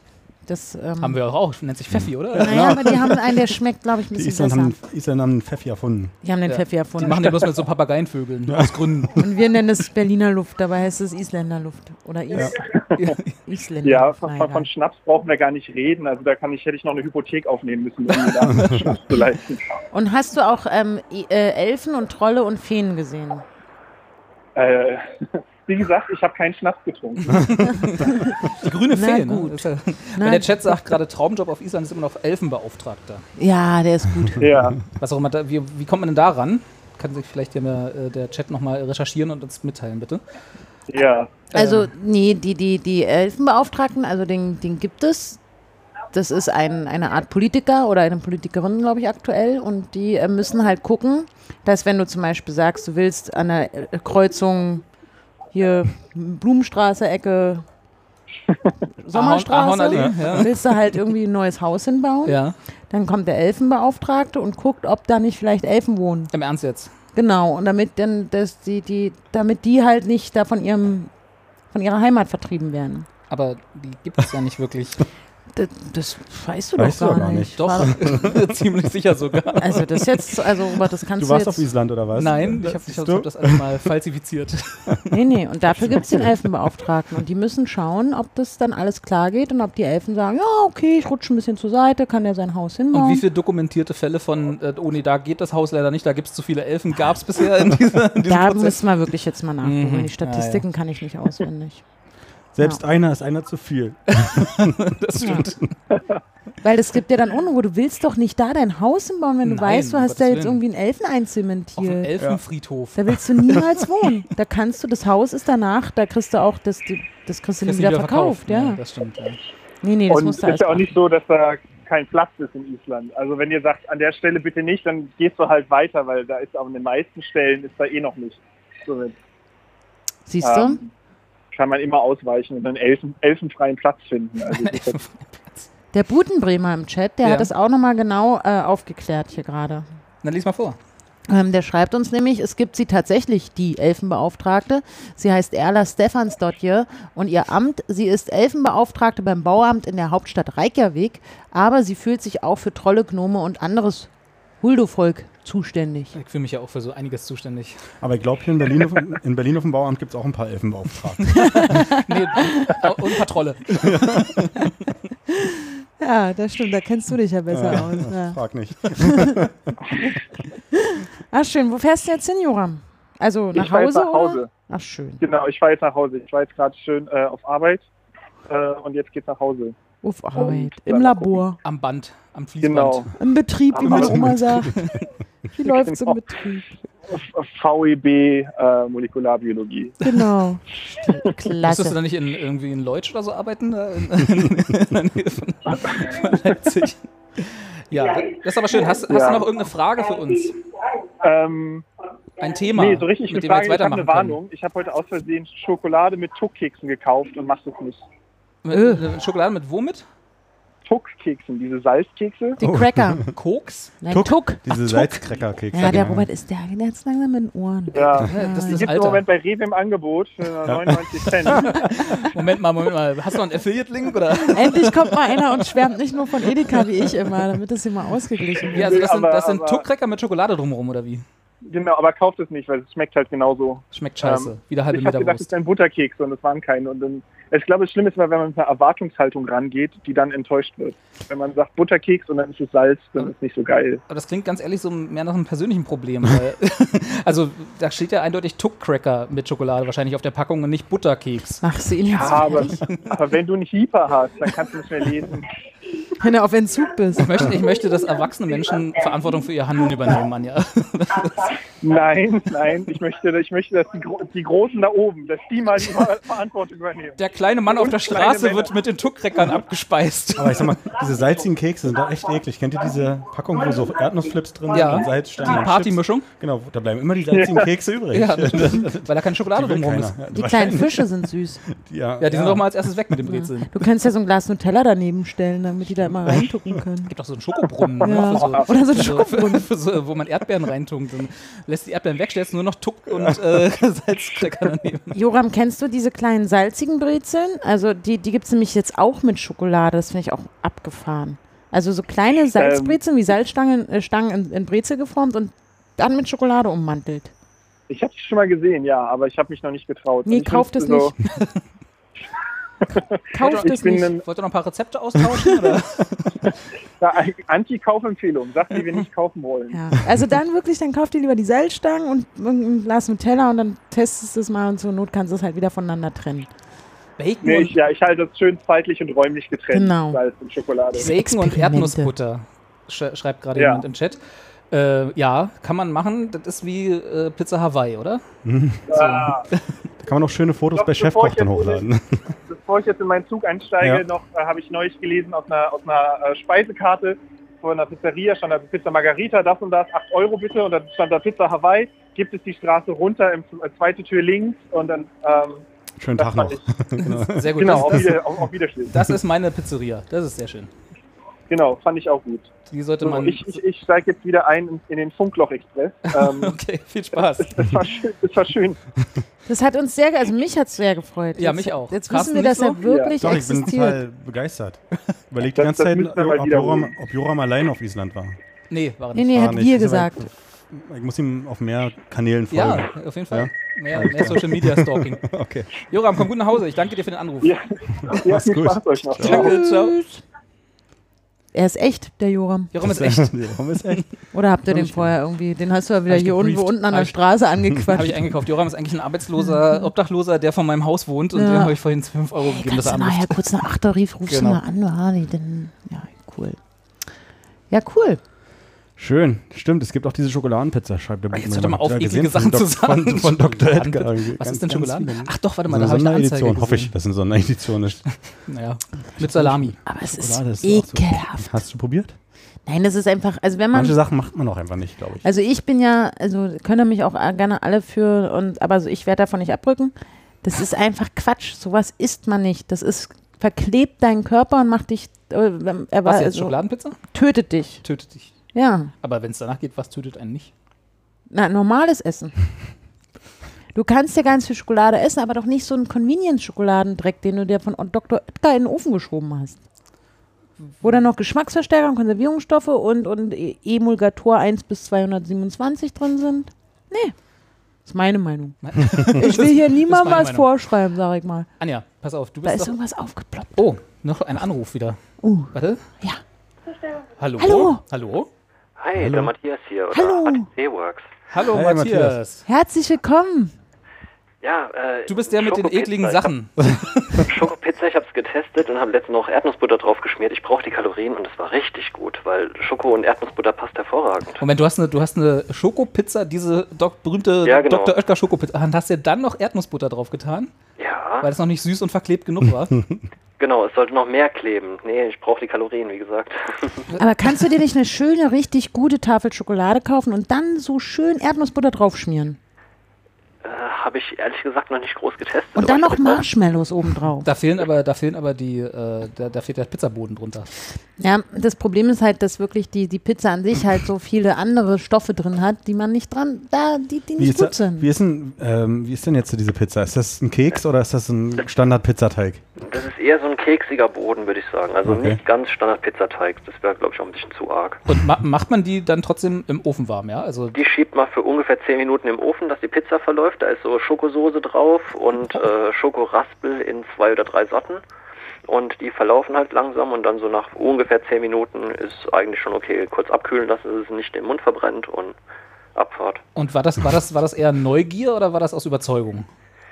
Speaker 1: Das, ähm,
Speaker 2: Haben wir auch, auch, nennt sich Pfeffi, oder?
Speaker 1: Naja, aber die haben einen, der schmeckt, glaube ich, ein
Speaker 3: Die
Speaker 1: bisschen
Speaker 3: Isländer
Speaker 1: besser.
Speaker 3: haben, Isländer haben einen Pfeffi erfunden.
Speaker 1: die haben den
Speaker 2: Ja.
Speaker 1: Pfeffer
Speaker 2: Die
Speaker 1: erfunden.
Speaker 2: machen den bloß mit so Papageienvögeln, aus Gründen.
Speaker 1: Und wir nennen es Berliner Luft, dabei heißt es Isländer Luft. Oder Is Isländer.
Speaker 4: Ja, von,
Speaker 1: Na
Speaker 4: von,
Speaker 1: egal.
Speaker 4: von Schnaps brauchen wir gar nicht reden. Also da kann ich, hätte ich noch eine Hypothek aufnehmen müssen, um mir da Schnaps zu leisten.
Speaker 1: Und hast du auch ähm, I- äh, Elfen und Trolle und Feen gesehen?
Speaker 4: Äh, wie gesagt, ich habe keinen Schnaps getrunken.
Speaker 2: Die grüne
Speaker 1: Na
Speaker 2: Fee, ne?
Speaker 1: gut.
Speaker 2: Ist ja-
Speaker 1: Na
Speaker 2: Weil der Chat sagt gerade, Traumjob auf Island ist immer noch Elfenbeauftragter.
Speaker 1: Ja, der ist gut.
Speaker 4: Ja.
Speaker 2: Was auch immer, da, wie, wie kommt man denn da ran? Kann sich vielleicht der, äh, der Chat nochmal recherchieren und uns mitteilen, bitte.
Speaker 4: Ja.
Speaker 1: Also, nee, die, die, die Elfenbeauftragten, also den, den gibt es. Das ist ein, eine Art Politiker oder eine Politikerin, glaube ich, aktuell. Und die äh, müssen halt gucken, dass wenn du zum Beispiel sagst, du willst an der äh, Kreuzung hier Blumenstraße, Ecke, Sommerstraße,
Speaker 2: Ahornallee, ja.
Speaker 1: willst du halt irgendwie ein neues Haus hinbauen,
Speaker 2: Ja,
Speaker 1: dann kommt der Elfenbeauftragte und guckt, ob da nicht vielleicht Elfen wohnen.
Speaker 2: im Ernst jetzt.
Speaker 1: Genau, und damit dann, dass die, die, damit die halt nicht da von ihrem, von ihrer Heimat vertrieben werden.
Speaker 2: Aber die gibt es ja nicht wirklich.
Speaker 1: Das, das weißt du
Speaker 3: Weißt du
Speaker 1: doch
Speaker 3: doch
Speaker 1: gar,
Speaker 3: gar
Speaker 1: nicht.
Speaker 2: Doch,
Speaker 1: War-
Speaker 2: ziemlich sicher sogar.
Speaker 1: Also das jetzt, also Robert, das kannst
Speaker 3: Du
Speaker 1: du,
Speaker 3: warst auf
Speaker 1: jetzt.
Speaker 3: Island oder was?
Speaker 2: Nein,
Speaker 3: Das
Speaker 2: ich habe
Speaker 3: siehst
Speaker 2: hab
Speaker 3: du?
Speaker 2: das alles mal falsifiziert.
Speaker 1: nee, nee, und dafür gibt es den Elfenbeauftragten. Und die müssen schauen, ob das dann alles klar geht und ob die Elfen sagen, ja, okay, ich rutsche ein bisschen zur Seite, kann er sein Haus
Speaker 2: Und
Speaker 1: hinbauen.
Speaker 2: wie viele dokumentierte Fälle von, äh, oh nee, da geht das Haus leider nicht, da gibt es zu viele Elfen, gab es bisher in, dieser, in diesem
Speaker 1: da
Speaker 2: Prozess.
Speaker 1: müssen wir wirklich jetzt mal nachgucken.
Speaker 2: Mhm,
Speaker 1: Die Statistiken kann ich nicht auswendig.
Speaker 3: Selbst einer ist einer zu viel.
Speaker 2: Das stimmt.
Speaker 1: Weil es gibt ja dann Unruhe. Du willst doch nicht da dein Haus hinbauen, wenn du
Speaker 2: Nein,
Speaker 1: weißt, du
Speaker 2: um
Speaker 1: hast da
Speaker 2: Gottes
Speaker 1: jetzt
Speaker 2: Willen.
Speaker 1: irgendwie einen Elfen
Speaker 2: Auf dem
Speaker 1: einzementiert.
Speaker 2: Elfenfriedhof.
Speaker 1: Da willst du niemals wohnen. Da kannst du, das Haus ist danach, da kriegst du auch, das, die- das kriegst du nie
Speaker 2: Kriegst du
Speaker 1: wieder verkauft, ja.
Speaker 2: Das stimmt, ja.
Speaker 1: Nee, nee, das
Speaker 4: und
Speaker 1: musst
Speaker 4: es
Speaker 1: du alles
Speaker 4: ist ja auch nicht so, dass da kein Platz ist in Island. Also wenn ihr sagt, an der Stelle bitte nicht, dann gehst du halt weiter, weil da ist auch an den meisten Stellen ist da eh noch nicht. Somit,
Speaker 1: Siehst du?
Speaker 4: ähm, kann man immer ausweichen und einen Elfen, elfenfreien Platz finden. Also das ist jetzt-
Speaker 1: Der Budenbremer im Chat, der
Speaker 2: Ja.
Speaker 1: hat es auch nochmal genau äh, aufgeklärt hier gerade.
Speaker 2: Dann lies mal vor.
Speaker 1: Ähm, der schreibt uns nämlich, es gibt sie tatsächlich, die Elfenbeauftragte. Sie heißt Erla Stephansdottir und ihr Amt, sie ist Elfenbeauftragte beim Bauamt in der Hauptstadt Reykjavik, aber sie fühlt sich auch für Trolle, Gnome und anderes Huldovolk zuständig.
Speaker 2: Ich fühle mich ja auch für so einiges zuständig.
Speaker 3: Aber ich glaube, hier in Berlin, auf, dem- in Berlin auf dem Bauamt gibt es auch ein paar Elfenbeauftragte.
Speaker 2: Nee, äh, und ein paar Trolle.
Speaker 1: Ja, das stimmt, da kennst du dich ja besser
Speaker 3: Ja.
Speaker 1: aus.
Speaker 3: Frag nicht.
Speaker 1: Ach schön, wo fährst du jetzt hin, Joram? Also nach
Speaker 4: ich fahre jetzt
Speaker 1: Hause,
Speaker 4: nach Hause.
Speaker 1: oder? Ach schön.
Speaker 4: Genau, ich fahre jetzt nach Hause. Ich war jetzt gerade schön äh, auf Arbeit äh, und jetzt geht's nach Hause.
Speaker 1: Auf Arbeit, im
Speaker 4: dann mal
Speaker 1: Labor,
Speaker 2: Am Band, am Fließband.
Speaker 4: Genau.
Speaker 1: im Betrieb, wie
Speaker 4: Am
Speaker 1: meine
Speaker 4: Band.
Speaker 1: Oma sagt. Wie läuft's im
Speaker 4: Genau.
Speaker 1: Betrieb?
Speaker 4: VEB äh, Molekularbiologie.
Speaker 1: Genau. Stimmt,
Speaker 2: Müsstest du
Speaker 1: Klasse.
Speaker 2: dann nicht in, irgendwie in Leutsch oder so arbeiten? Da in, in der Nähe von, von Leipzig. Ja, das ist aber schön. Hast, hast
Speaker 4: Ja.
Speaker 2: du noch irgendeine Frage für uns?
Speaker 4: Ähm,
Speaker 2: Ein Thema,
Speaker 4: nee, so richtig
Speaker 2: mit
Speaker 4: mit
Speaker 2: dem wir
Speaker 4: Frage,
Speaker 2: jetzt
Speaker 4: ich habe
Speaker 2: weitermachen
Speaker 4: eine Warnung. Ich habe heute aus Versehen Schokolade mit Tuckkeksen gekauft und mach das nicht.
Speaker 2: können. Mit, äh, Schokolade mit womit?
Speaker 4: Tuckkeksen, diese Salzkekse.
Speaker 1: Die Cracker.
Speaker 2: Oh. Koks?
Speaker 1: Nein,
Speaker 3: Tuck.
Speaker 1: Tuck.
Speaker 3: Diese Salzcracker-Kekse. genau.
Speaker 1: Ja, der Robert ist der jetzt langsam in den Ohren.
Speaker 4: Ja.
Speaker 2: Das
Speaker 4: Die
Speaker 2: ist das
Speaker 4: gibt im
Speaker 2: Alter.
Speaker 4: Moment bei Rewe im Angebot für 99 Cent.
Speaker 2: Moment mal, Moment mal. Hast du noch einen Affiliate-Link? Oder?
Speaker 1: Endlich kommt mal einer und schwärmt nicht nur von Edeka wie ich immer, damit das hier mal ausgeglichen
Speaker 2: Ja,
Speaker 1: wird.
Speaker 2: also das sind,
Speaker 4: aber-
Speaker 2: das sind
Speaker 4: aber-
Speaker 2: Tuck-Cracker mit Schokolade drumherum, oder wie?
Speaker 4: genau, aber kauft es nicht, weil es schmeckt halt genauso.
Speaker 2: Schmeckt scheiße.
Speaker 4: Ähm,
Speaker 2: wie der halbe
Speaker 4: ich
Speaker 2: Meter
Speaker 4: habe gedacht, es
Speaker 2: Wurst.
Speaker 4: ist ein Butterkeks und es waren keine. Und dann, ich glaube, das Schlimme ist immer, wenn man mit einer Erwartungshaltung rangeht, die dann enttäuscht wird. Wenn man sagt Butterkeks und dann ist es Salz, dann ist es nicht so geil.
Speaker 2: Aber das klingt ganz ehrlich so mehr nach einem persönlichen Problem. Weil, also da steht ja eindeutig Tuck-Cracker mit Schokolade wahrscheinlich auf der Packung und nicht Butterkeks.
Speaker 1: Machst du ihn jetzt
Speaker 4: Aber,
Speaker 1: fertig,
Speaker 4: aber wenn du einen Hieper hast, dann kannst du nicht mehr lesen.
Speaker 1: wenn du auf Entzug bist?
Speaker 2: Ich möchte, ich möchte, dass erwachsene Menschen Verantwortung für ihr Handeln übernehmen, Anja.
Speaker 4: Nein, nein, ich möchte, ich möchte, dass die, Gro die Großen da oben, dass die mal die Ver- Verantwortung übernehmen.
Speaker 2: Der kleine Mann auf der
Speaker 4: kleine
Speaker 2: Straße
Speaker 4: Männer.
Speaker 2: wird mit den Tuckreckern abgespeist.
Speaker 3: Aber ich sag mal, diese salzigen Kekse sind da echt eklig. Kennt ihr diese Packung, wo so Erdnussflips drin sind
Speaker 2: Ja.
Speaker 3: und Salzstangen?
Speaker 2: Die
Speaker 3: und
Speaker 2: Partymischung?
Speaker 3: Chips? Genau, da bleiben immer die salzigen Kekse übrig.
Speaker 2: Ja,
Speaker 3: Die
Speaker 2: weil da keine Schokolade
Speaker 3: will
Speaker 2: drumherum
Speaker 3: keiner.
Speaker 2: ist.
Speaker 3: Ja,
Speaker 1: Die kleinen Fische sind süß.
Speaker 3: Ja,
Speaker 2: Ja, die sind doch mal als erstes weg mit dem Brezeln.
Speaker 1: Du kannst ja so ein Glas Nutella daneben stellen, damit die da immer reintucken können.
Speaker 2: Gibt doch so einen Schokobrunnen.
Speaker 1: Ja.
Speaker 2: ne, für
Speaker 1: Oder so einen
Speaker 2: für
Speaker 1: Schokobrunnen.
Speaker 2: Für so, wo man Erdbeeren reintunkt. Dann lässt die Erdbeeren weg, stellst nur noch Tuck und äh, Salzkrecker daneben.
Speaker 1: Joram, kennst du diese kleinen salzigen Brezeln? Also die, die gibt es nämlich jetzt auch mit Schokolade. Das finde ich auch abgefahren. Also so kleine Salzbrezeln wie Salzstangen äh, Stangen in, in Brezel geformt und dann mit Schokolade ummantelt.
Speaker 4: Ich habe es schon mal gesehen, ja, aber ich habe mich noch nicht getraut.
Speaker 1: Nee,
Speaker 4: Und ich
Speaker 1: kauft es
Speaker 4: bin so-
Speaker 1: nicht. Kauft
Speaker 4: Ich
Speaker 1: es
Speaker 4: bin
Speaker 1: nicht.
Speaker 4: ein-
Speaker 2: Wollt ihr noch ein paar Rezepte austauschen? Oder?
Speaker 4: Ja, Anti-Kaufempfehlung, Sachen, die wir nicht kaufen wollen.
Speaker 1: Ja. Also dann wirklich, dann kauft ihr lieber die Salzstangen und ein Glas Nutella und dann testest du es mal und zur Not kannst du es halt wieder voneinander trennen.
Speaker 2: Bacon,
Speaker 4: Nee, ich,
Speaker 2: und,
Speaker 4: ja, ich halte das schön zeitlich und räumlich getrennt,
Speaker 1: Genau.
Speaker 4: Salz und Schokolade.
Speaker 2: Bacon und
Speaker 1: Experimente.
Speaker 2: Erdnussbutter, sch schreibt gerade
Speaker 4: Ja.
Speaker 2: jemand im Chat. Äh, ja, kann man machen. Das ist wie äh, Pizza Hawaii, oder?
Speaker 4: Ah,
Speaker 3: Da kann man auch schöne Fotos
Speaker 4: Doch,
Speaker 3: bei
Speaker 4: bevor ich
Speaker 3: Chefkoch dann
Speaker 4: jetzt-
Speaker 3: hochladen.
Speaker 4: bevor ich jetzt in meinen Zug einsteige,
Speaker 3: Ja.
Speaker 4: noch äh, habe ich neulich gelesen aus einer, aus einer äh, Speisekarte von einer Pizzeria, stand da Pizza Margarita, das und das, 8 Euro bitte, und dann stand da Pizza Hawaii, gibt es die Straße runter, im, äh, zweite Tür links, und dann, ähm,
Speaker 3: Schönen
Speaker 4: das
Speaker 3: Tag noch.
Speaker 4: fand ich,
Speaker 2: Sehr gut.
Speaker 4: genau, auf,
Speaker 2: das, das,
Speaker 4: wieder, auf, auf Wiedersehen.
Speaker 2: das ist meine Pizzeria. Das ist sehr schön.
Speaker 4: Genau, fand ich auch gut.
Speaker 2: Die sollte
Speaker 4: So,
Speaker 2: man.
Speaker 4: ich ich, ich steige jetzt wieder ein in, in den Funkloch-Express. Ähm,
Speaker 2: Okay, viel Spaß.
Speaker 4: das, war schön, das war schön.
Speaker 1: Das hat uns sehr, ge- also mich hat es sehr gefreut.
Speaker 2: Ja,
Speaker 1: jetzt,
Speaker 2: mich auch.
Speaker 1: Jetzt
Speaker 2: Carsten
Speaker 1: wissen wir,
Speaker 2: nicht
Speaker 1: dass
Speaker 2: so?
Speaker 1: er wirklich
Speaker 3: Doch, ich bin
Speaker 1: existiert.
Speaker 3: total begeistert. Überleg die
Speaker 4: Das-
Speaker 3: ganze
Speaker 4: das
Speaker 3: Zeit,
Speaker 4: müssen wir mal
Speaker 3: ob Joram, ob Joram allein auf Island war.
Speaker 2: Nee, war
Speaker 1: Nee,
Speaker 2: nicht.
Speaker 1: nee,
Speaker 3: War
Speaker 1: hat
Speaker 3: nicht.
Speaker 1: wir
Speaker 3: Ist aber-
Speaker 1: gesagt.
Speaker 3: Ich muss ihm auf mehr Kanälen folgen.
Speaker 2: Ja, auf jeden Fall. Mehr, mehr Social Media Stalking.
Speaker 3: Okay.
Speaker 2: Joram, komm gut nach Hause. Ich danke dir für den Anruf.
Speaker 4: Ja, ja viel
Speaker 3: gut.
Speaker 4: Spaß euch noch.
Speaker 2: Danke, ciao.
Speaker 1: Er ist echt, der Joram.
Speaker 2: Joram ist echt.
Speaker 3: Joram ist echt.
Speaker 1: Oder habt ihr den vorher irgendwie, den hast du ja wieder
Speaker 3: ich
Speaker 1: hier irgendwo
Speaker 3: gebrieft.
Speaker 1: unten an
Speaker 2: Hab
Speaker 1: der
Speaker 2: ich-
Speaker 1: Straße
Speaker 2: Habe ich
Speaker 1: angequatscht.
Speaker 2: eingekauft. Joram ist eigentlich ein arbeitsloser, Obdachloser, der vor meinem Haus wohnt und
Speaker 1: Ja.
Speaker 2: dem habe ich vorhin 5 Euro gegeben, dass
Speaker 1: Kannst
Speaker 2: er
Speaker 1: du mal
Speaker 2: anruft.
Speaker 1: ja kurz nach 8 Uhr rief, rufst
Speaker 2: Genau.
Speaker 1: du mal an, du Harley, denn, ja, cool. Ja, cool.
Speaker 3: Schön. Stimmt, es gibt auch diese Schokoladenpizza, schreibt der
Speaker 2: Aber Ah, Jetzt
Speaker 3: Buchmann.
Speaker 2: hört doch mal
Speaker 3: Habt ihr
Speaker 2: auf,
Speaker 3: da
Speaker 2: eklige
Speaker 3: gesehen?
Speaker 2: Sachen
Speaker 3: von
Speaker 2: zu
Speaker 3: Dok-
Speaker 2: sagen.
Speaker 3: Von, von Dr. Edgar.
Speaker 2: Schokoladen- Was ist denn Schokolade? Ach doch, warte
Speaker 3: So
Speaker 2: mal,
Speaker 3: eine
Speaker 2: da habe ich eine Anzeige
Speaker 3: Sonderedition,
Speaker 2: gesehen.
Speaker 3: hoffe ich. Das ist eine Sonderedition. Das
Speaker 2: Naja, mit Salami.
Speaker 1: Aber es ist
Speaker 3: Schokolade ist auch so-
Speaker 1: ekelhaft.
Speaker 3: Hast du probiert?
Speaker 1: Nein, das ist einfach, also wenn man
Speaker 3: Manche Sachen macht man auch einfach nicht, glaube ich.
Speaker 1: Also ich bin ja, also können mich auch gerne alle für und aber so, ich werde davon nicht abrücken. Das ist einfach Quatsch. Sowas isst man nicht. Das ist verklebt deinen Körper und macht dich, äh, wenn- er war,
Speaker 2: Was jetzt?
Speaker 1: also,
Speaker 2: Schokoladenpizza?
Speaker 1: tötet dich.
Speaker 2: Tötet dich.
Speaker 1: Ja,
Speaker 2: Aber wenn es danach geht, was tötet einen nicht?
Speaker 1: na normales Essen. Du kannst ja ganz viel Schokolade essen, aber doch nicht so einen Convenience-Schokoladendreck, den du dir von Dr. Oetker in den Ofen geschoben hast. Wo dann noch Geschmacksverstärker und Konservierungsstoffe und, und E- Emulgator 1 bis 227 drin sind. Nee. Ist meine Meinung. Ich will hier niemandem
Speaker 2: meine
Speaker 1: was
Speaker 2: Meinung.
Speaker 1: vorschreiben, sag ich mal.
Speaker 2: Anja, pass auf, du
Speaker 1: Da
Speaker 2: bist
Speaker 1: ist
Speaker 2: doch.
Speaker 1: irgendwas aufgeploppt.
Speaker 2: Oh, noch ein Anruf wieder.
Speaker 1: Uh.
Speaker 2: Warte.
Speaker 1: Ja.
Speaker 2: Hallo.
Speaker 1: Hallo.
Speaker 2: Hallo.
Speaker 5: Hi, der Matthias hier oder
Speaker 1: Hallo.
Speaker 5: ATC-Works.
Speaker 2: Hallo,
Speaker 3: Hey,
Speaker 2: Matthias.
Speaker 1: Herzlich willkommen.
Speaker 5: Ja, äh,
Speaker 2: Du bist der mit den
Speaker 5: Schokopizza.
Speaker 2: ekligen Sachen.
Speaker 5: Ich hab Schokopizza, ich hab's getestet und habe letztens noch Erdnussbutter draufgeschmiert. Ich brauche die Kalorien und es war richtig gut, weil Schoko und Erdnussbutter passt hervorragend.
Speaker 2: Moment, du hast eine, du hast eine Schokopizza, diese dok berühmte
Speaker 5: Ja, genau.
Speaker 2: Dr. Oetker Schokopizza. Ah, Und hast dir dann noch Erdnussbutter drauf getan,
Speaker 5: Ja,
Speaker 2: weil es noch nicht süß und verklebt genug war?
Speaker 5: genau, es sollte noch mehr kleben. Nee, ich brauche die Kalorien, wie gesagt.
Speaker 2: Äh.
Speaker 1: Aber kannst du dir nicht eine schöne, richtig gute Tafel Schokolade kaufen und dann so schön Erdnussbutter draufschmieren?
Speaker 5: äh, habe ich ehrlich gesagt noch nicht groß getestet.
Speaker 1: Und
Speaker 2: Also
Speaker 5: aber
Speaker 1: dann
Speaker 5: ich
Speaker 1: noch
Speaker 5: hab jetzt auch-
Speaker 1: Marshmallows obendrauf.
Speaker 2: da fehlen aber, da fehlen aber die, äh, da, da fehlt der Pizzaboden drunter.
Speaker 1: Ja, das Problem ist halt, dass wirklich die, die Pizza an sich halt so viele andere Stoffe drin hat, die man nicht dran, da, die, die
Speaker 3: Wie
Speaker 1: nicht
Speaker 3: ist,
Speaker 1: gut
Speaker 3: da,
Speaker 1: sind.
Speaker 3: wie, ist denn, ähm, wie ist denn jetzt so diese Pizza? Ist das ein Keks oder ist das ein Standard-Pizzateig?
Speaker 5: Das ist eher so ein keksiger Boden, würde ich sagen. Also
Speaker 3: Okay.
Speaker 5: nicht ganz Standard-Pizzateig. Das wäre, glaube ich, auch ein bisschen zu arg.
Speaker 2: Und ma macht man die dann trotzdem im Ofen warm, ja? Also
Speaker 5: Die schiebt man für ungefähr 10 Minuten im Ofen, dass die Pizza verläuft. Da ist so Schokosoße drauf und äh, Schokoraspel in zwei oder drei Sorten. Und die verlaufen halt langsam und dann so nach ungefähr 10 Minuten ist eigentlich schon okay. Kurz abkühlen lassen, dass es nicht im Mund verbrennt und Abfahrt.
Speaker 2: und war das, war das, war das eher Neugier oder war das aus Überzeugung,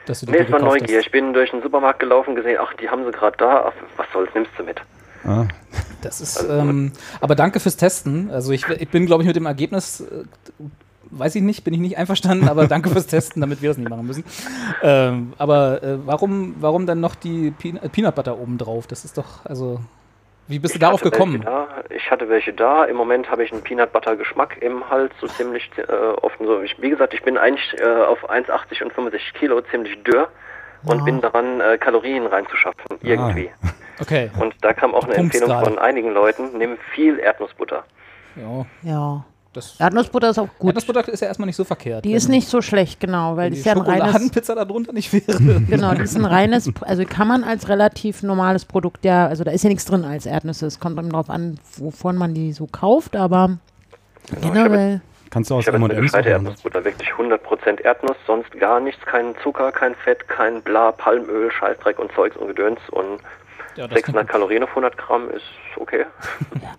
Speaker 2: dass du die
Speaker 5: Nee,
Speaker 2: dir
Speaker 5: es war
Speaker 2: gekauft
Speaker 5: Neugier. Ich bin durch den Supermarkt gelaufen, gesehen, ach, die haben sie gerade da. Ach, was soll's, nimmst du mit.
Speaker 3: Ah,
Speaker 2: hast? Das ist. Ähm, aber danke fürs Testen. Also ich, ich bin, glaube ich, mit dem Ergebnis äh, weiß ich nicht, bin ich nicht einverstanden, aber danke fürs Testen, damit wir das nicht machen müssen. Ähm, aber äh, warum, warum dann noch die Peen- äh, Peanut Butter oben drauf? Das ist doch, also, wie bist du
Speaker 5: Ich
Speaker 2: darauf
Speaker 5: hatte
Speaker 2: gekommen?
Speaker 5: welche Da. Ich hatte welche da. Im Moment habe ich einen Peanut Butter Geschmack im Hals, so ziemlich äh, oft. So. Ich, wie gesagt, ich bin eigentlich äh, auf 1,80 und 65 Kilo ziemlich dürr und bin daran, äh, Kalorien reinzuschaffen, irgendwie.
Speaker 2: Okay,
Speaker 5: Und da kam auch eine
Speaker 2: Pumpst
Speaker 5: Empfehlung
Speaker 2: gerade.
Speaker 5: von einigen Leuten, nimm viel Erdnussbutter.
Speaker 2: ja,
Speaker 1: Ja.
Speaker 2: das.
Speaker 1: Erdnussbutter ist auch gut.
Speaker 2: Erdnussbutter ist ja erstmal nicht so verkehrt.
Speaker 1: Die ist nicht so schlecht, genau, weil
Speaker 2: wenn
Speaker 1: die
Speaker 2: die
Speaker 1: ist ja ein reines.
Speaker 2: Schokoladenpizza da drunter nicht wäre.
Speaker 1: Genau, die ist ein reines, also kann man als relativ normales Produkt ja, also da ist ja nichts drin als Erdnüsse. Es kommt eben drauf an, wovon man die so kauft, aber
Speaker 3: Genau,
Speaker 1: generell.
Speaker 3: Kannst du aus
Speaker 5: Ich habe jetzt eine
Speaker 3: M&M's
Speaker 5: gescheite
Speaker 3: machen.
Speaker 5: Erdnussbutter, wirklich 100% Erdnuss, sonst gar nichts, kein Zucker, kein Fett, kein Bla, Palmöl, Scheißdreck und Zeugs und Gedöns und
Speaker 2: ja, das
Speaker 5: 600 Kalorien auf 100 Gramm ist okay.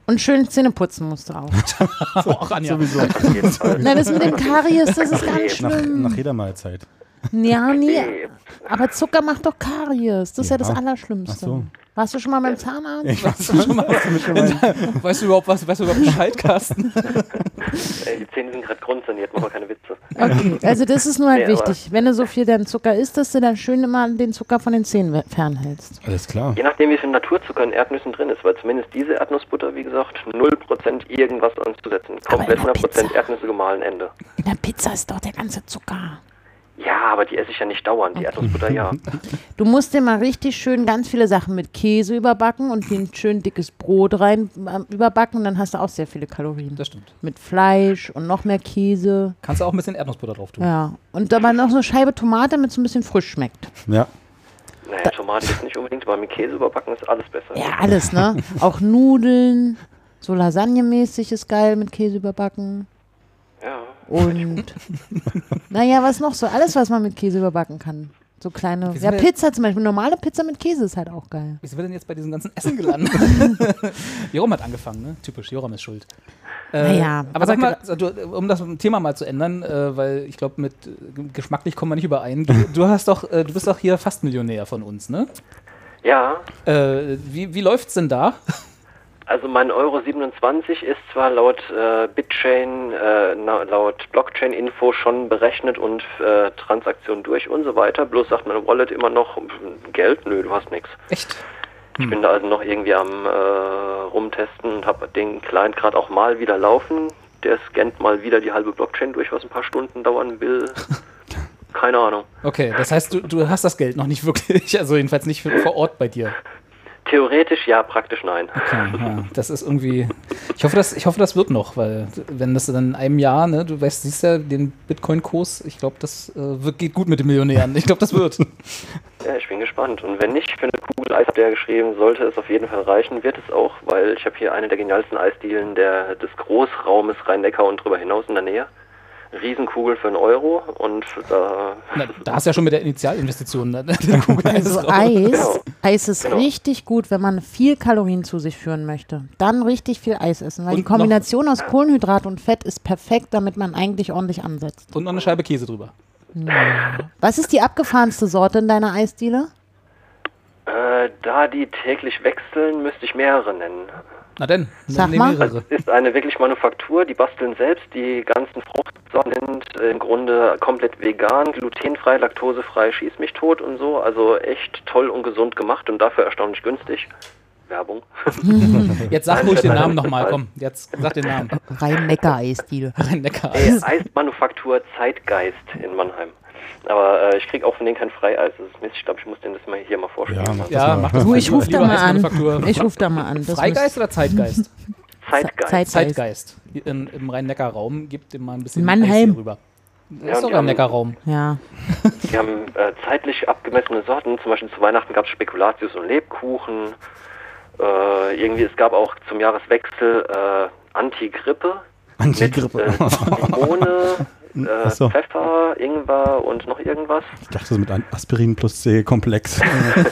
Speaker 1: Und schön Zähne putzen musst du auch.
Speaker 2: kann auch Anja. Sowieso.
Speaker 5: Auf jeden Fall.
Speaker 1: Nein, das mit dem Karies, das ist ganz
Speaker 3: Nach,
Speaker 1: schlimm.
Speaker 3: nach jeder Mahlzeit.
Speaker 1: Ja, nee.
Speaker 5: Nee.
Speaker 1: Aber Zucker macht doch Karies. Das ist ja,
Speaker 3: Ja.
Speaker 1: das Allerschlimmste.
Speaker 3: Ach so.
Speaker 1: Warst du schon mal beim Zahnarzt?
Speaker 2: Weißt du überhaupt was? Weißt du überhaupt Bescheid, Carsten?
Speaker 5: Ey, Äh, die Zähne sind gerade grundsaniert, mach mal keine Witze.
Speaker 1: Okay, also das ist nur halt
Speaker 5: Nee, aber-
Speaker 1: wichtig. Wenn du so viel dann Zucker isst, dass du dann schön immer den Zucker von den Zähnen we- fernhältst.
Speaker 3: Alles klar.
Speaker 5: Je nachdem, wie viel Naturzucker in Erdnüssen drin ist, weil zumindest diese Erdnussbutter, wie gesagt, 0% irgendwas anzusetzen. Komplett
Speaker 1: in der
Speaker 5: 100%
Speaker 1: Pizza.
Speaker 5: Erdnüsse gemahlen, Ende.
Speaker 1: In der Pizza ist doch der ganze Zucker.
Speaker 5: Ja, aber die esse ich ja nicht dauernd, die Erdnussbutter ja.
Speaker 1: Du musst dir mal richtig schön ganz viele Sachen mit Käse überbacken und dir ein schön dickes Brot rein ähm, überbacken. Dann hast du auch sehr viele Kalorien.
Speaker 2: Das stimmt.
Speaker 1: Mit Fleisch und noch mehr Käse.
Speaker 2: Kannst du auch ein bisschen Erdnussbutter drauf tun.
Speaker 1: Ja. Und aber noch so eine Scheibe Tomate, damit es ein bisschen frisch schmeckt.
Speaker 3: Ja.
Speaker 5: Naja, Tomate ist nicht unbedingt, aber mit Käse überbacken ist alles besser.
Speaker 1: Ja, alles, ne? Auch Nudeln. So Lasagne-mäßig ist geil mit Käse überbacken.
Speaker 5: ja.
Speaker 1: Und naja, was noch so? Alles, was man mit Käse überbacken kann. So kleine.
Speaker 2: sind
Speaker 1: Ja,
Speaker 2: wir-
Speaker 1: Pizza zum Beispiel. Normale Pizza mit Käse ist halt auch geil.
Speaker 2: Wieso wird denn jetzt bei diesem ganzen Essen gelandet? Joram hat angefangen, ne? Typisch, Joram ist schuld. Äh,
Speaker 1: Naja,
Speaker 2: aber, sag mal, du, um das Thema mal zu ändern, äh, weil ich glaube, mit äh, geschmacklich kommen wir nicht überein. Du, du hast doch, äh, du bist doch hier fast Millionär von uns, ne?
Speaker 5: ja,
Speaker 2: Äh, wie, wie läuft's denn da?
Speaker 5: Also mein Euro 27 ist zwar laut äh, Bitchain, äh, na, laut Blockchain-Info schon berechnet und äh, Transaktion durch und so weiter, bloß sagt meine Wallet immer noch, "Pff, Geld? Nö, du hast nichts.
Speaker 2: Echt?
Speaker 5: Ich bin da also noch irgendwie am äh, rumtesten und habe den Client gerade auch mal wieder laufen. Der scannt mal wieder die halbe Blockchain durch, was ein paar Stunden dauern will. Keine Ahnung.
Speaker 2: Okay, das heißt, du, du hast das Geld noch nicht wirklich, also jedenfalls nicht für, vor Ort bei dir.
Speaker 5: Theoretisch ja, praktisch nein.
Speaker 2: Okay, ja, das ist irgendwie. Ich hoffe, das, ich hoffe, das wird noch, weil wenn das dann in einem Jahr, ne, du weißt, siehst ja den Bitcoin-Kurs, ich glaube, das äh, wird, geht gut mit den Millionären. Ich glaube, das wird.
Speaker 5: Ja, ich bin gespannt. Und wenn nicht, für eine Kugel Eis habt ihr ja geschrieben, sollte es auf jeden Fall reichen, wird es auch, weil ich habe hier eine der genialsten Eisdielen der, des Großraumes Rhein-Neckar und drüber hinaus in der Nähe. Riesenkugel für einen Euro und äh, da,
Speaker 2: Na, da hast du ja schon mit der Initialinvestition ne, den Kugel
Speaker 1: Also
Speaker 2: raus.
Speaker 1: Eis,
Speaker 5: Genau.
Speaker 1: Eis ist
Speaker 5: Genau.
Speaker 1: richtig gut, wenn man viel Kalorien zu sich führen möchte. Dann richtig viel Eis essen, weil
Speaker 2: Und
Speaker 1: die Kombination aus Kohlenhydrat und Fett ist perfekt, damit man eigentlich ordentlich ansetzt.
Speaker 2: Und noch eine Scheibe Käse drüber.
Speaker 1: Was ist die abgefahrenste Sorte in deiner Eisdiele?
Speaker 5: äh, da die täglich wechseln, müsste ich mehrere nennen.
Speaker 2: Na denn,
Speaker 1: Sag
Speaker 2: nimm
Speaker 1: mal.
Speaker 5: Also
Speaker 2: mehrere.
Speaker 5: es ist eine wirklich Manufaktur, die basteln selbst, die ganzen Fruchtsorten sind äh, im Grunde komplett vegan, glutenfrei, laktosefrei, schieß mich tot und so. Also echt toll und gesund gemacht und dafür erstaunlich günstig. Werbung.
Speaker 2: Jetzt sag ruhig den Namen nochmal, komm. Jetzt sag den Namen.
Speaker 1: Rhein-Neckar-Eisdiele.
Speaker 2: Rhein-Neckar.
Speaker 5: Ey, Eismanufaktur Zeitgeist in Mannheim. Aber äh, ich krieg auch von denen kein Freieis. Das ist Mist. Ich glaube, ich muss denen das mal hier mal vorstellen.
Speaker 3: Ja, mach das
Speaker 2: Ja,
Speaker 3: mal.
Speaker 2: mach das
Speaker 1: Du,
Speaker 2: mal.
Speaker 1: ich ruf
Speaker 2: Lieber
Speaker 1: da mal
Speaker 2: Eismanufaktur.
Speaker 1: an. Ich ruf da mal an. Das
Speaker 2: Freigeist oder Zeitgeist?
Speaker 5: Zeitgeist.
Speaker 1: Zeit-
Speaker 2: Zeitgeist. In, Im Rhein-Neckar-Raum gibt dem mal ein bisschen
Speaker 1: Mannheim.
Speaker 2: Eis hier rüber. Das
Speaker 5: Ja,
Speaker 2: ist
Speaker 5: und
Speaker 2: doch
Speaker 5: die haben-
Speaker 2: Rhein-Neckar-Raum.
Speaker 1: müsst- Ja.
Speaker 5: Die haben äh, zeitlich abgemessene Sorten. Zum Beispiel zu Weihnachten gab es Spekulatius und Lebkuchen. Äh, irgendwie, es gab auch zum Jahreswechsel äh, Antigrippe.
Speaker 3: Antigrippe.
Speaker 5: Mit, äh, Limone, äh,
Speaker 3: Ach so.
Speaker 5: Pfeffer, Ingwer und noch irgendwas.
Speaker 3: Ich dachte so mit An- Aspirin plus C-Komplex.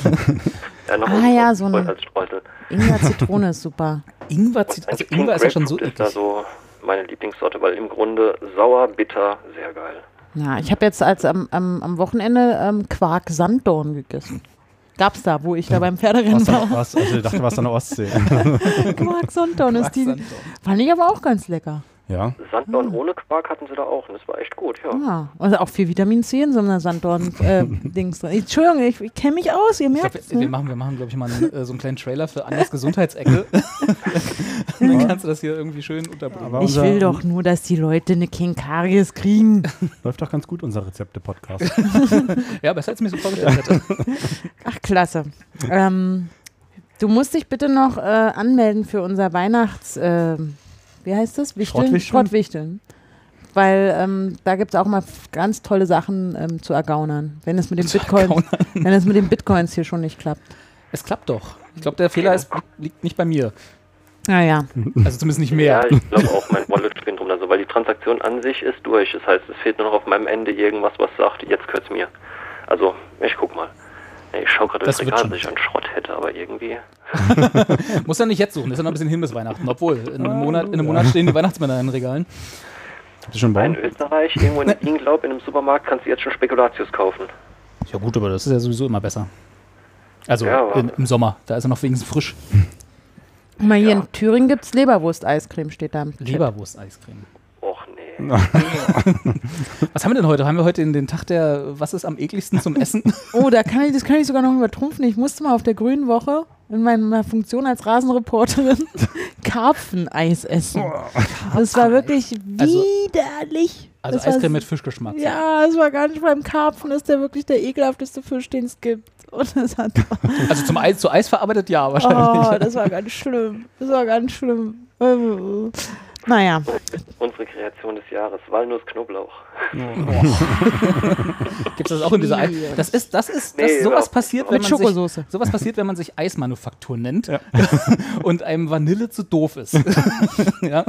Speaker 5: Äh, noch
Speaker 1: Ah
Speaker 5: irgendwas
Speaker 1: ja, so ein-
Speaker 5: als Streusel.
Speaker 1: Ingwer Zitrone ist super.
Speaker 2: Ingwer, zieht- also
Speaker 5: Pink
Speaker 2: Ingwer ist ja schon so
Speaker 5: Grapefruit ist da
Speaker 2: eklig.
Speaker 5: so meine Lieblingssorte, weil im Grunde sauer, bitter, sehr geil.
Speaker 1: Ja, ich habe jetzt als am, am, am Wochenende ähm, Quark Sanddorn gegessen. Gab's da, wo ich da beim Pferderennen
Speaker 3: Was an,
Speaker 1: war.
Speaker 3: was, also ich dachte, was an der Ostsee.
Speaker 1: Quark Sanddorn ist die.
Speaker 2: Sanddorn.
Speaker 1: Fand ich aber auch ganz lecker.
Speaker 3: Ja.
Speaker 5: Sandborn
Speaker 2: Ah.
Speaker 5: ohne Quark hatten sie da auch und das war echt gut, ja.
Speaker 1: Ah, also auch viel Vitamin C in so einer Sanddorn-Dings drin. Entschuldigung, ich, ich kenne mich aus, ihr
Speaker 2: Ich
Speaker 1: merkt
Speaker 2: glaub, wir, wir machen, wir machen glaube ich, mal einen, äh, so einen kleinen Trailer für Anders Gesundheitsecke. Und dann kannst du das hier irgendwie schön unterbringen.
Speaker 3: Aber
Speaker 1: Ich
Speaker 3: unser,
Speaker 1: will doch nur, dass die Leute eine Kinkaries kriegen.
Speaker 3: Läuft doch ganz gut, unser Rezepte-Podcast.
Speaker 2: Ja, besser als ich mir so vorgestellt hätte.
Speaker 1: Ach, klasse. Ähm, du musst dich bitte noch äh, anmelden für unser Weihnachts... Äh, wie heißt das? Wichteln?
Speaker 3: Schrottwichteln?
Speaker 1: Schrottwichteln. Weil ähm, da gibt es auch mal f- ganz tolle Sachen ähm, zu ergaunern, wenn es mit den Bitcoins, wenn es mit den Bitcoins hier schon nicht klappt.
Speaker 2: Es klappt doch. Ich glaube, der Fehler ist, liegt nicht bei mir.
Speaker 1: Naja,
Speaker 2: Also zumindest nicht mehr.
Speaker 5: Ja, ich glaube auch, mein Wallet spinnt rum. Also, weil die Transaktion an sich ist durch. Das heißt, es fehlt nur noch auf meinem Ende irgendwas, was sagt, jetzt gehört's mir. Also, ich guck mal. Ich schau gerade
Speaker 2: Das
Speaker 5: das
Speaker 2: wird
Speaker 5: Regal,
Speaker 2: schon.
Speaker 5: dass ich einen Schrott hätte, aber irgendwie.
Speaker 2: Muss ja nicht jetzt suchen. Das ist ja noch ein bisschen hin bis Weihnachten. Obwohl, in einem Monat, in einem Monat stehen die Weihnachtsmänner in den Regalen.
Speaker 3: Habt ihr schon
Speaker 5: In
Speaker 3: Baum?
Speaker 5: Österreich, irgendwo in Inglaub, in einem Supermarkt, kannst du jetzt schon Spekulatius kaufen.
Speaker 2: Ja gut, aber das ist ja sowieso immer besser. Also
Speaker 5: Ja, aber-
Speaker 2: in, im Sommer, da ist er noch wenigstens frisch.
Speaker 1: guck mal hier
Speaker 5: Ja.
Speaker 1: in Thüringen gibt es Leberwurst-Eiscreme, steht da. im Chat.
Speaker 2: Leberwurst-Eiscreme.
Speaker 5: Och nee.
Speaker 2: Was haben wir denn heute? Haben wir heute den, den Tag der, was ist am ekligsten zum Essen?
Speaker 1: Oh, da kann ich, das kann ich sogar noch übertrumpfen. Ich musste mal auf der Grünen Woche in meiner Funktion als Rasenreporterin Karpfeneis essen. Das war wirklich
Speaker 2: Also-
Speaker 1: widerlich.
Speaker 2: Also
Speaker 1: das war
Speaker 2: Eiscreme mit
Speaker 1: s-
Speaker 2: Fischgeschmack.
Speaker 1: Ja, es war gar nicht beim Karpfen, ist der wirklich der ekelhafteste Fisch, den es gibt. Und das hat,
Speaker 2: Also zum Eis, zu Eis verarbeitet, ja, wahrscheinlich.
Speaker 1: oh, das war ganz schlimm. Das war ganz schlimm. Naja,
Speaker 5: Unsere Kreation des Jahres, Walnuss Knoblauch.
Speaker 2: Gibt es das auch in dieser Eis? Das ist, das ist, das,
Speaker 5: Nee,
Speaker 2: sowas
Speaker 5: überhaupt
Speaker 2: passiert,
Speaker 5: nicht.
Speaker 2: wenn
Speaker 1: Mit
Speaker 2: man
Speaker 1: Schokosoße.
Speaker 2: sich, sowas passiert, wenn man sich Eismanufaktur nennt und einem Vanille zu doof ist. ja?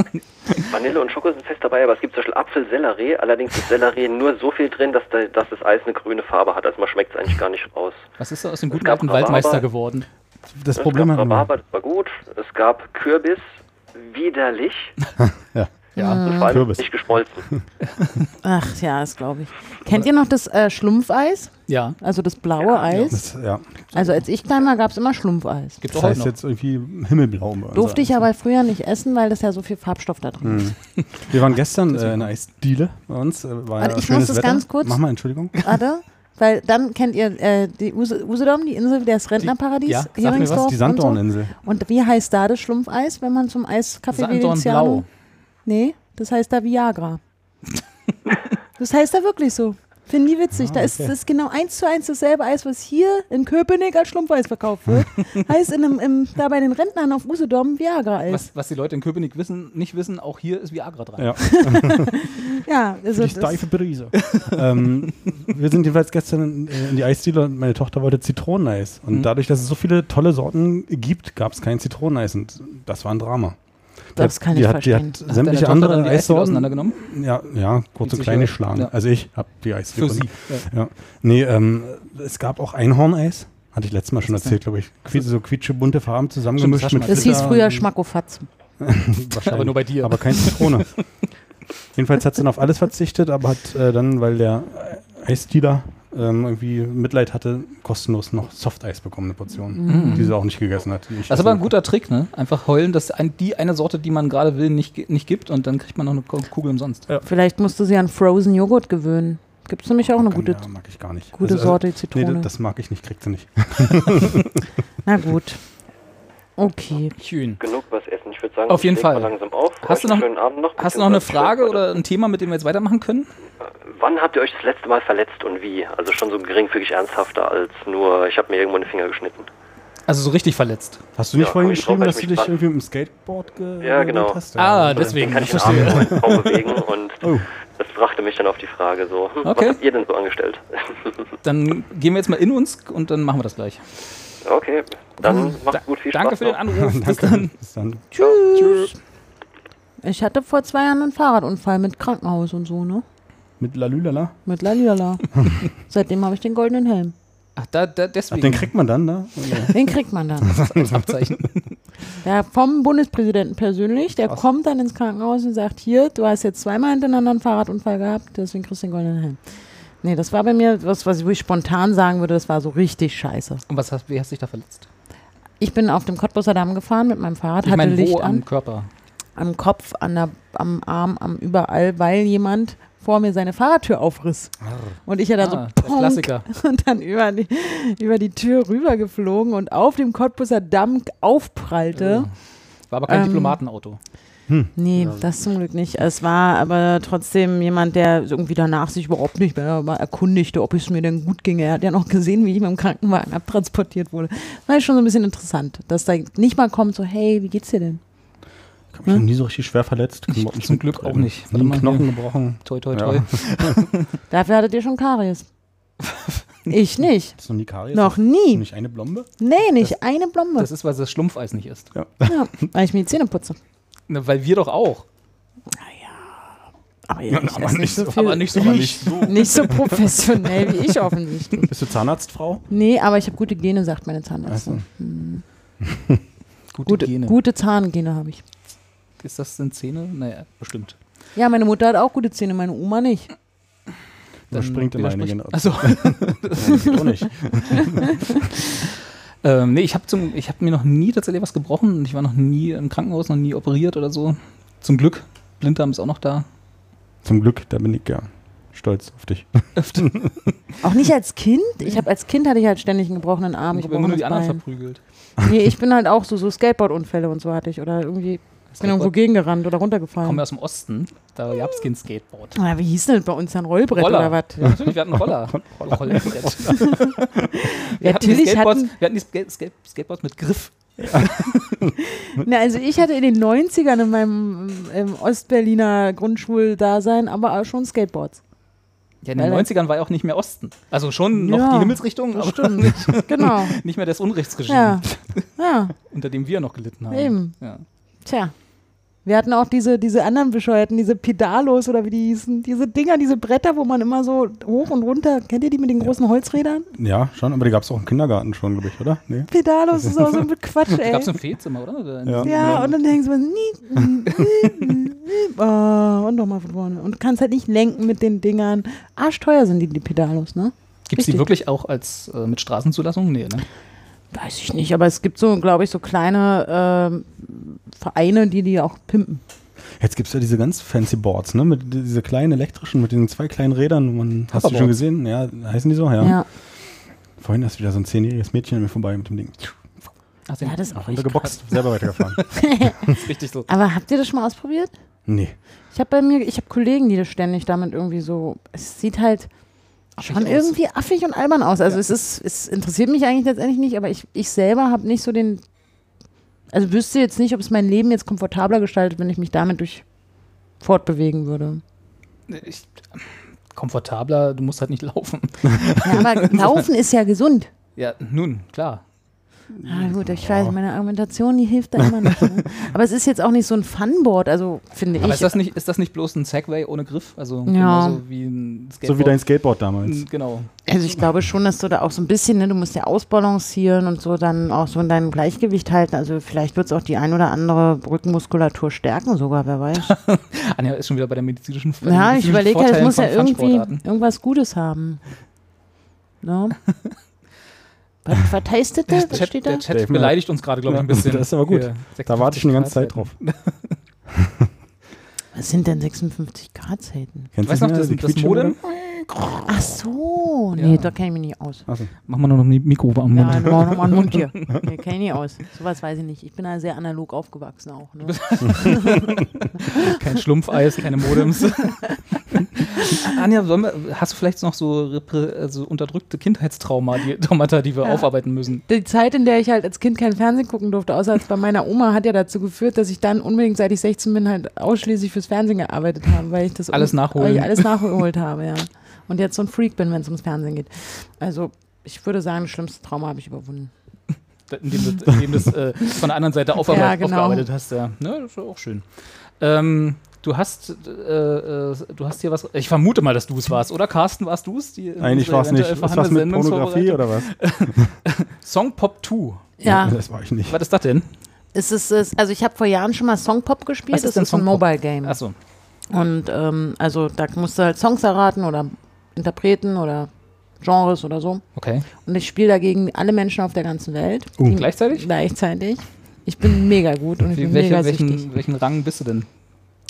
Speaker 5: Vanille und Schoko sind fest dabei, aber es gibt zum Beispiel Apfelsellerie. Allerdings ist Sellerie nur so viel drin, dass, da, dass das Eis eine grüne Farbe hat. Also man schmeckt es eigentlich gar nicht raus.
Speaker 2: Was ist da aus dem guten
Speaker 5: gab
Speaker 2: alten
Speaker 5: Rhabarber.
Speaker 2: Waldmeister geworden?
Speaker 3: Das
Speaker 5: Es
Speaker 3: Problem
Speaker 5: gab
Speaker 3: hatten wir.
Speaker 5: Rhabarber, das war gut. Es gab Kürbis, widerlich.
Speaker 2: Ja.
Speaker 5: Und vor allem
Speaker 3: Kürbis.
Speaker 5: nicht geschmolzen.
Speaker 1: ach ja, das glaube ich. Kennt ihr noch das äh, Schlumpfeis?
Speaker 2: Ja.
Speaker 1: Also das blaue Eis?
Speaker 3: Das, ja.
Speaker 1: Also als ich klein war, gab es immer Schlumpfeis.
Speaker 2: Gibt
Speaker 3: das
Speaker 2: auch heute
Speaker 3: heißt
Speaker 2: noch.
Speaker 3: jetzt irgendwie Himmelblau. bei uns.
Speaker 1: Durfte ich aber früher nicht essen, weil das ja so viel Farbstoff da drin ist.
Speaker 3: Wir waren gestern äh, in einer Eisdiele bei uns. Äh, war
Speaker 1: Warte,
Speaker 3: ja
Speaker 1: ich muss
Speaker 3: schönes
Speaker 1: das
Speaker 3: Wetter.
Speaker 1: ganz kurz-
Speaker 3: Mach mal, Entschuldigung.
Speaker 1: Warte, weil dann kennt ihr äh, die Use Usedom, die Insel, das Rentnerparadies,
Speaker 2: ja, sag mir was,
Speaker 1: Heringsdorf
Speaker 3: Die
Speaker 1: und
Speaker 3: Sanddorninsel.
Speaker 1: so. Und wie heißt da das Schlumpfeis, wenn man zum Eiscafé Veneziano?
Speaker 2: Sanddornblau.
Speaker 1: Nee, das heißt da Viagra. das heißt da wirklich so. Finde ich witzig. da ist, das ist genau eins zu eins dasselbe Eis, was hier in Köpenick als Schlumpfeis verkauft wird. heißt in einem, im, da bei den Rentnern auf Usedom Viagra-Eis.
Speaker 2: Was, was die Leute in Köpenick wissen, nicht wissen, auch hier ist Viagra dran.
Speaker 3: Ja,
Speaker 1: Ja, also
Speaker 3: die
Speaker 1: das,
Speaker 3: steife Brise. ähm, wir sind jeweils gestern in, äh, in die Eisdiele und meine Tochter wollte Zitroneneis.
Speaker 2: Mhm.
Speaker 3: Und dadurch, dass es so viele tolle Sorten gibt, gab es kein Zitroneneis. Und das war ein Drama.
Speaker 1: das kann
Speaker 3: die
Speaker 1: ich
Speaker 3: hat,
Speaker 1: verstehen.
Speaker 3: Die hat
Speaker 2: Hat deine
Speaker 3: sämtliche
Speaker 2: Tochter
Speaker 3: andere
Speaker 2: dann die Eisdiele
Speaker 3: Eissorten.
Speaker 2: auseinandergenommen?
Speaker 3: Ja, ja, kurz
Speaker 2: Die
Speaker 3: und klein
Speaker 2: sicher-
Speaker 3: geschlagen.
Speaker 2: ja.
Speaker 3: Also ich habe die Eisdiele.
Speaker 2: Für sie.
Speaker 3: Ja. Nee, ähm, es gab auch Einhorneis. Hatte ich letztes Mal schon erzählt, glaube ich. Quietsche- so quietsche bunte Farben zusammengemischt
Speaker 2: Stimmt,
Speaker 3: mit
Speaker 2: das
Speaker 1: das hieß
Speaker 3: Flitter
Speaker 1: früher
Speaker 3: und-
Speaker 1: Schmackofatz.
Speaker 3: Wahrscheinlich.
Speaker 2: Aber nur bei dir.
Speaker 3: Aber kein Zitrone. Jedenfalls hat sie dann auf alles verzichtet, aber hat äh, dann, weil der äh, Eisdealer ähm, irgendwie Mitleid hatte, kostenlos noch Softeis bekommen, eine Portion, die sie auch nicht gegessen hat. die ich
Speaker 2: Mhm.
Speaker 3: also
Speaker 2: Das ist aber ein
Speaker 3: essen
Speaker 2: guter Trick, ne? Einfach heulen, dass ein, die eine Sorte, die man gerade will, nicht, ge- nicht gibt und dann kriegt man noch eine Ko- Kugel umsonst.
Speaker 1: Vielleicht musst du sie an Frozen Joghurt gewöhnen. Gibt es nämlich auch eine
Speaker 3: kann.
Speaker 1: gute.
Speaker 3: ja, mag ich gar nicht. Also,
Speaker 1: gute Sorte Zitrone.
Speaker 3: Nee, das mag ich nicht, kriegt sie nicht.
Speaker 1: Na gut. Okay.
Speaker 2: Schön.
Speaker 5: Genug was essen. Ich würde sagen,
Speaker 2: Auf
Speaker 5: ich
Speaker 2: jeden
Speaker 5: leg mal
Speaker 2: Fall.
Speaker 5: langsam auf.
Speaker 2: Hast du
Speaker 5: Euch einen
Speaker 2: noch-
Speaker 5: schönen Abend noch
Speaker 2: Hast du noch eine
Speaker 5: beziehungsweise
Speaker 2: Frage
Speaker 5: schönen-
Speaker 2: oder ein Thema, mit dem wir jetzt weitermachen können?
Speaker 5: Wann habt ihr euch das letzte Mal verletzt und wie? Also schon so geringfügig ernsthafter als nur, ich habe mir irgendwo einen Finger geschnitten.
Speaker 2: Also so richtig verletzt.
Speaker 3: Hast du nicht
Speaker 5: Ja,
Speaker 3: vorhin
Speaker 5: ich glaub,
Speaker 3: geschrieben,
Speaker 5: weil
Speaker 3: dass
Speaker 5: ich
Speaker 3: du
Speaker 5: mich
Speaker 3: dich
Speaker 5: dran-
Speaker 3: irgendwie mit dem Skateboard ge
Speaker 5: Ja, genau.
Speaker 3: geholt hast?
Speaker 2: Ah,
Speaker 3: Ja.
Speaker 2: deswegen.
Speaker 5: Kann ich
Speaker 2: ich
Speaker 5: den Arm
Speaker 2: verstehe.
Speaker 5: über meinen Bauch bewegen und
Speaker 3: Oh.
Speaker 5: das brachte mich dann auf die Frage so, hm,
Speaker 2: Okay.
Speaker 5: was habt ihr denn so angestellt?
Speaker 2: Dann gehen wir jetzt mal in uns und dann machen wir das gleich.
Speaker 5: okay, dann macht's gut, viel
Speaker 2: Danke
Speaker 5: Spaß
Speaker 2: für den
Speaker 5: noch.
Speaker 2: Anruf. Bis
Speaker 3: Danke.
Speaker 2: dann.
Speaker 3: Bis dann.
Speaker 1: Tschüss. Ich hatte vor zwei Jahren einen Fahrradunfall mit Krankenhaus und so, ne?
Speaker 3: Mit Lalülala.
Speaker 1: Mit Lalilala. Seitdem habe ich den goldenen Helm.
Speaker 2: Ach, da, da,
Speaker 3: Ach,
Speaker 2: deswegen.
Speaker 3: den kriegt man dann, ne?
Speaker 1: Den kriegt man dann.
Speaker 2: das Abzeichen.
Speaker 1: Ja, vom Bundespräsidenten persönlich. Der kommt dann ins Krankenhaus und sagt, hier, du hast jetzt zweimal hintereinander einen Fahrradunfall gehabt, deswegen kriegst du den goldenen Helm. Nee, das war bei mir, was, was ich spontan sagen würde, das war so richtig scheiße.
Speaker 2: Und was hast, wie hast du dich da verletzt?
Speaker 1: Ich bin auf dem Cottbusser Damm gefahren mit meinem Fahrrad,
Speaker 2: Ich
Speaker 1: hatte
Speaker 2: meine,
Speaker 1: Licht
Speaker 2: wo
Speaker 1: an.
Speaker 2: am Körper?
Speaker 1: am Kopf, an der, am Arm, am überall, weil jemand vor mir seine Fahrradtür aufriss. Und ich ja dann
Speaker 2: Ah,
Speaker 1: so
Speaker 2: der
Speaker 1: ponk,
Speaker 2: Klassiker.
Speaker 1: und dann über die, über die Tür rübergeflogen und auf dem Cottbusser Damm aufprallte.
Speaker 2: War aber kein
Speaker 1: Ähm,
Speaker 2: Diplomatenauto.
Speaker 1: Nee, das zum Glück nicht. Es war aber trotzdem jemand, der irgendwie danach sich überhaupt nicht mehr mal erkundigte, ob es mir denn gut ging. Er hat ja noch gesehen, wie ich mit dem Krankenwagen abtransportiert wurde. Das war schon so ein bisschen interessant, dass da nicht mal kommt, so, hey, wie geht's dir denn?
Speaker 3: Ich habe mich noch nie so richtig schwer verletzt. Zum,
Speaker 2: Hm? zum Glück auch nicht.
Speaker 3: Nie einen
Speaker 2: Warte mal
Speaker 3: Knochen gebrochen.
Speaker 2: Toi, toi,
Speaker 3: Ja.
Speaker 2: toi.
Speaker 1: Dafür hattet ihr schon Karies. ich nicht.
Speaker 3: Hast du noch nie Karies?
Speaker 1: Noch nie.
Speaker 3: Nicht eine Blombe?
Speaker 1: Nee, nicht eine Blombe.
Speaker 2: Das ist, weil das Schlumpfeis nicht ist.
Speaker 1: ja, weil ich mir die Zähne putze.
Speaker 2: Ne, weil wir doch auch.
Speaker 1: Aber, ja, ich esse nicht so viel.
Speaker 2: Aber nicht so nicht.
Speaker 1: Nicht so professionell wie ich offensichtlich.
Speaker 3: Bist du Zahnarztfrau?
Speaker 1: Nee, aber ich habe gute Gene, sagt meine Zahnärztin.
Speaker 2: Gute,
Speaker 1: Gute,
Speaker 2: Gene.
Speaker 1: gute Zahngene habe ich.
Speaker 2: Ist das denn Zähne? Naja, bestimmt.
Speaker 1: Ja, meine Mutter hat auch gute Zähne, meine Oma nicht.
Speaker 3: Dann springt immer eine
Speaker 2: widerspricht-
Speaker 3: Generation.
Speaker 2: Achso.
Speaker 3: Geht auch nicht.
Speaker 2: Ähm, nee, ich habe hab mir noch nie tatsächlich was gebrochen und ich war noch nie im Krankenhaus, noch nie operiert oder so. Zum Glück. Blinddarm ist auch noch da.
Speaker 3: Zum Glück, da bin ich ja stolz auf dich.
Speaker 1: Auch nicht als Kind. Ich habe als Kind hatte ich halt ständig einen gebrochenen Arm,
Speaker 2: Ich habe immer nur
Speaker 1: gebrochenes
Speaker 2: die anderen
Speaker 1: Bein.
Speaker 2: verprügelt.
Speaker 1: Nee, ich bin halt auch so, so Skateboard-Unfälle und so hatte ich. Oder irgendwie ich bin irgendwo gegengerannt oder
Speaker 2: Kommen Oh wir
Speaker 1: runtergefallen.
Speaker 2: aus dem Osten, da gab's kein Skateboard.
Speaker 1: Na, wie hieß denn das bei uns dann Rollbrett
Speaker 2: Roller.
Speaker 1: Hm. oder was?
Speaker 2: Ja, natürlich, wir hatten Roller. Roller. Roller. Wir, hatten die
Speaker 1: Natürlich
Speaker 2: Skateboards,
Speaker 1: hatten-
Speaker 2: wir hatten die Skate, Skate, Skateboards mit Griff.
Speaker 1: Na, also ich hatte in den 90ern in meinem im Ostberliner Grundschuldasein aber auch schon Skateboards.
Speaker 2: Ja, in den
Speaker 1: Weil-
Speaker 2: 90ern war ja auch nicht mehr Osten. Also schon noch
Speaker 1: Ja,
Speaker 2: die Himmelsrichtung, aber
Speaker 1: Stimmt, genau.
Speaker 2: nicht mehr das Unrechtsregime,
Speaker 1: Ja. ja,
Speaker 2: unter dem wir noch gelitten haben.
Speaker 1: Eben.
Speaker 2: Ja.
Speaker 1: tja. Wir hatten auch diese, diese anderen Bescheuerten, diese Pedalos oder wie die hießen, diese Dinger, diese Bretter, wo man immer so hoch und runter, kennt ihr die mit den großen Holzrädern?
Speaker 3: Ja, schon, aber die gab es auch im Kindergarten schon, glaube ich, oder? Nee.
Speaker 1: Pedalos ist auch so ein Quatsch,
Speaker 2: Da
Speaker 1: ey.
Speaker 2: gab es ein Fehlzimmer, oder? In
Speaker 3: Ja.
Speaker 2: diesem-
Speaker 1: Ja, und dann denkst du, nie, oh, und nochmal von vorne. Und du kannst halt nicht lenken mit den Dingern. Arschteuer sind die, die Pedalos, ne?
Speaker 2: Gibt's die
Speaker 1: Richtig.
Speaker 2: wirklich auch als äh, mit Straßenzulassung? Nee, ne?
Speaker 1: Weiß ich nicht, aber es gibt so, glaube ich, so kleine ähm, Vereine, die die auch pimpen.
Speaker 3: Jetzt gibt es ja diese ganz fancy Boards, ne? Mit diese kleinen elektrischen, mit diesen zwei kleinen Rädern. Man, hast du die
Speaker 2: Hoverboard.
Speaker 3: schon gesehen? Ja, heißen die so? Ja.
Speaker 1: Ja, ja.
Speaker 3: Vorhin ist wieder so ein zehnjähriges Mädchen an mir vorbei mit dem Ding.
Speaker 2: Ach, den-
Speaker 1: das ist auch
Speaker 3: Wieder
Speaker 1: richtig.
Speaker 3: geboxt, selber weitergefahren.
Speaker 2: ist richtig so.
Speaker 1: Aber habt ihr das schon mal ausprobiert?
Speaker 3: nee.
Speaker 1: Ich habe bei mir, ich habe Kollegen, die das ständig damit irgendwie so, es sieht halt schon
Speaker 2: aus.
Speaker 1: irgendwie affig und albern aus. Also es ist, es interessiert mich eigentlich letztendlich nicht, aber ich, ich selber habe nicht so den, also wüsste jetzt nicht, ob es mein Leben jetzt komfortabler gestaltet, wenn ich mich damit durch fortbewegen würde.
Speaker 2: Ich, komfortabler, du musst halt nicht laufen.
Speaker 1: Ja, aber Laufen ist ja gesund.
Speaker 2: Ja, nun, klar.
Speaker 1: Ah, gut, ich weiß, meine Argumentation, die hilft da immer nicht. Ne? Aber es ist jetzt auch nicht so ein Funboard, also finde
Speaker 2: Aber
Speaker 1: ich.
Speaker 2: ist das, nicht, ist das nicht bloß ein Segway ohne Griff? Also
Speaker 1: Ja.
Speaker 2: genauso wie ein Skateboard.
Speaker 3: So wie dein Skateboard damals.
Speaker 2: Genau.
Speaker 1: Also ich glaube schon, dass du da auch so ein bisschen, ne, du musst ja ausbalancieren und so dann auch so in deinem Gleichgewicht halten. Also vielleicht wird es auch die ein oder andere Rückenmuskulatur stärken sogar, wer weiß.
Speaker 2: Anja ist schon wieder bei der medizinischen bei den
Speaker 1: ja, ich
Speaker 2: medizinischen
Speaker 1: überlege halt, es
Speaker 2: Vorteilen
Speaker 1: muss ja
Speaker 2: von
Speaker 1: irgendwie
Speaker 2: Fun-Sportarten.
Speaker 1: irgendwas Gutes haben. Ne? was, was heißt das denn?
Speaker 2: Der
Speaker 1: Was
Speaker 2: Chat,
Speaker 1: steht da?
Speaker 2: der Chat
Speaker 3: Dave, ne?
Speaker 2: beleidigt uns gerade, glaube ich, ein bisschen.
Speaker 3: Das ist aber gut.
Speaker 2: Hier,
Speaker 3: Da warte ich schon die ganze
Speaker 2: 56
Speaker 3: Zeit
Speaker 2: Grad.
Speaker 3: drauf.
Speaker 1: Was sind denn 56 Grad Zelten?
Speaker 3: Kennst
Speaker 2: Weißt du noch, das,
Speaker 3: die
Speaker 2: das
Speaker 3: quietschen, oder?
Speaker 2: Modem?
Speaker 1: Ach so, nee,
Speaker 2: Ja.
Speaker 1: da kenne ich mich nicht aus.
Speaker 3: Achso.
Speaker 2: Machen wir noch ein Mikro am
Speaker 1: Ja, dann brauchen wir nochmal einen Mund hier. Nee, kenne ich nicht aus. Sowas weiß ich nicht. Ich bin da sehr analog aufgewachsen auch. Ne?
Speaker 2: Kein Schlumpfeis, keine Modems. Anja, sollen wir, hast du vielleicht noch so, reprä- also unterdrückte Kindheitstrauma, die Traumata, die wir aufarbeiten müssen?
Speaker 1: die Zeit, in der ich halt als Kind kein Fernsehen gucken durfte, außer als bei meiner Oma, hat ja dazu geführt, dass ich dann unbedingt, seit ich 16 bin, halt ausschließlich fürs Fernsehen gearbeitet habe, weil ich das
Speaker 2: Alles
Speaker 1: un-
Speaker 2: nachholen.
Speaker 1: Weil ich alles nachgeholt habe, ja. Und jetzt so ein Freak bin, wenn es ums Fernsehen geht. Also ich würde sagen, das schlimmste Trauma habe ich überwunden.
Speaker 2: indem du, indem du es äh, von der anderen Seite aufarbeit
Speaker 1: Ja, genau.
Speaker 2: aufgearbeitet hast. Ja, ne, das ist auch schön. Ähm, du hast, äh, äh, du hast hier was. Ich vermute mal, dass du es warst, oder Carsten, warst du es?
Speaker 3: Eigentlich war es nicht. Ist was mit Pornografie oder was?
Speaker 2: Song Pop 2.
Speaker 1: Ja,
Speaker 3: Das war ich nicht.
Speaker 2: Was ist das denn?
Speaker 1: es ist, es, also ich habe vor Jahren schon mal Songpop gespielt.
Speaker 2: Was ist
Speaker 1: das
Speaker 2: denn
Speaker 1: ist ein
Speaker 2: Songpop?
Speaker 1: Mobile Game.
Speaker 2: Achso,
Speaker 1: Und ähm, also da musst du halt Songs erraten oder Interpreten oder Genres oder so.
Speaker 2: okay.
Speaker 1: Und ich spiele dagegen alle Menschen auf der ganzen Welt.
Speaker 3: Uh.
Speaker 2: Gleichzeitig?
Speaker 1: Gleichzeitig. Ich bin mega gut und ich
Speaker 2: Wie,
Speaker 1: bin
Speaker 2: welche,
Speaker 1: mega süchtig.
Speaker 2: welchen, welchen Rang bist du denn?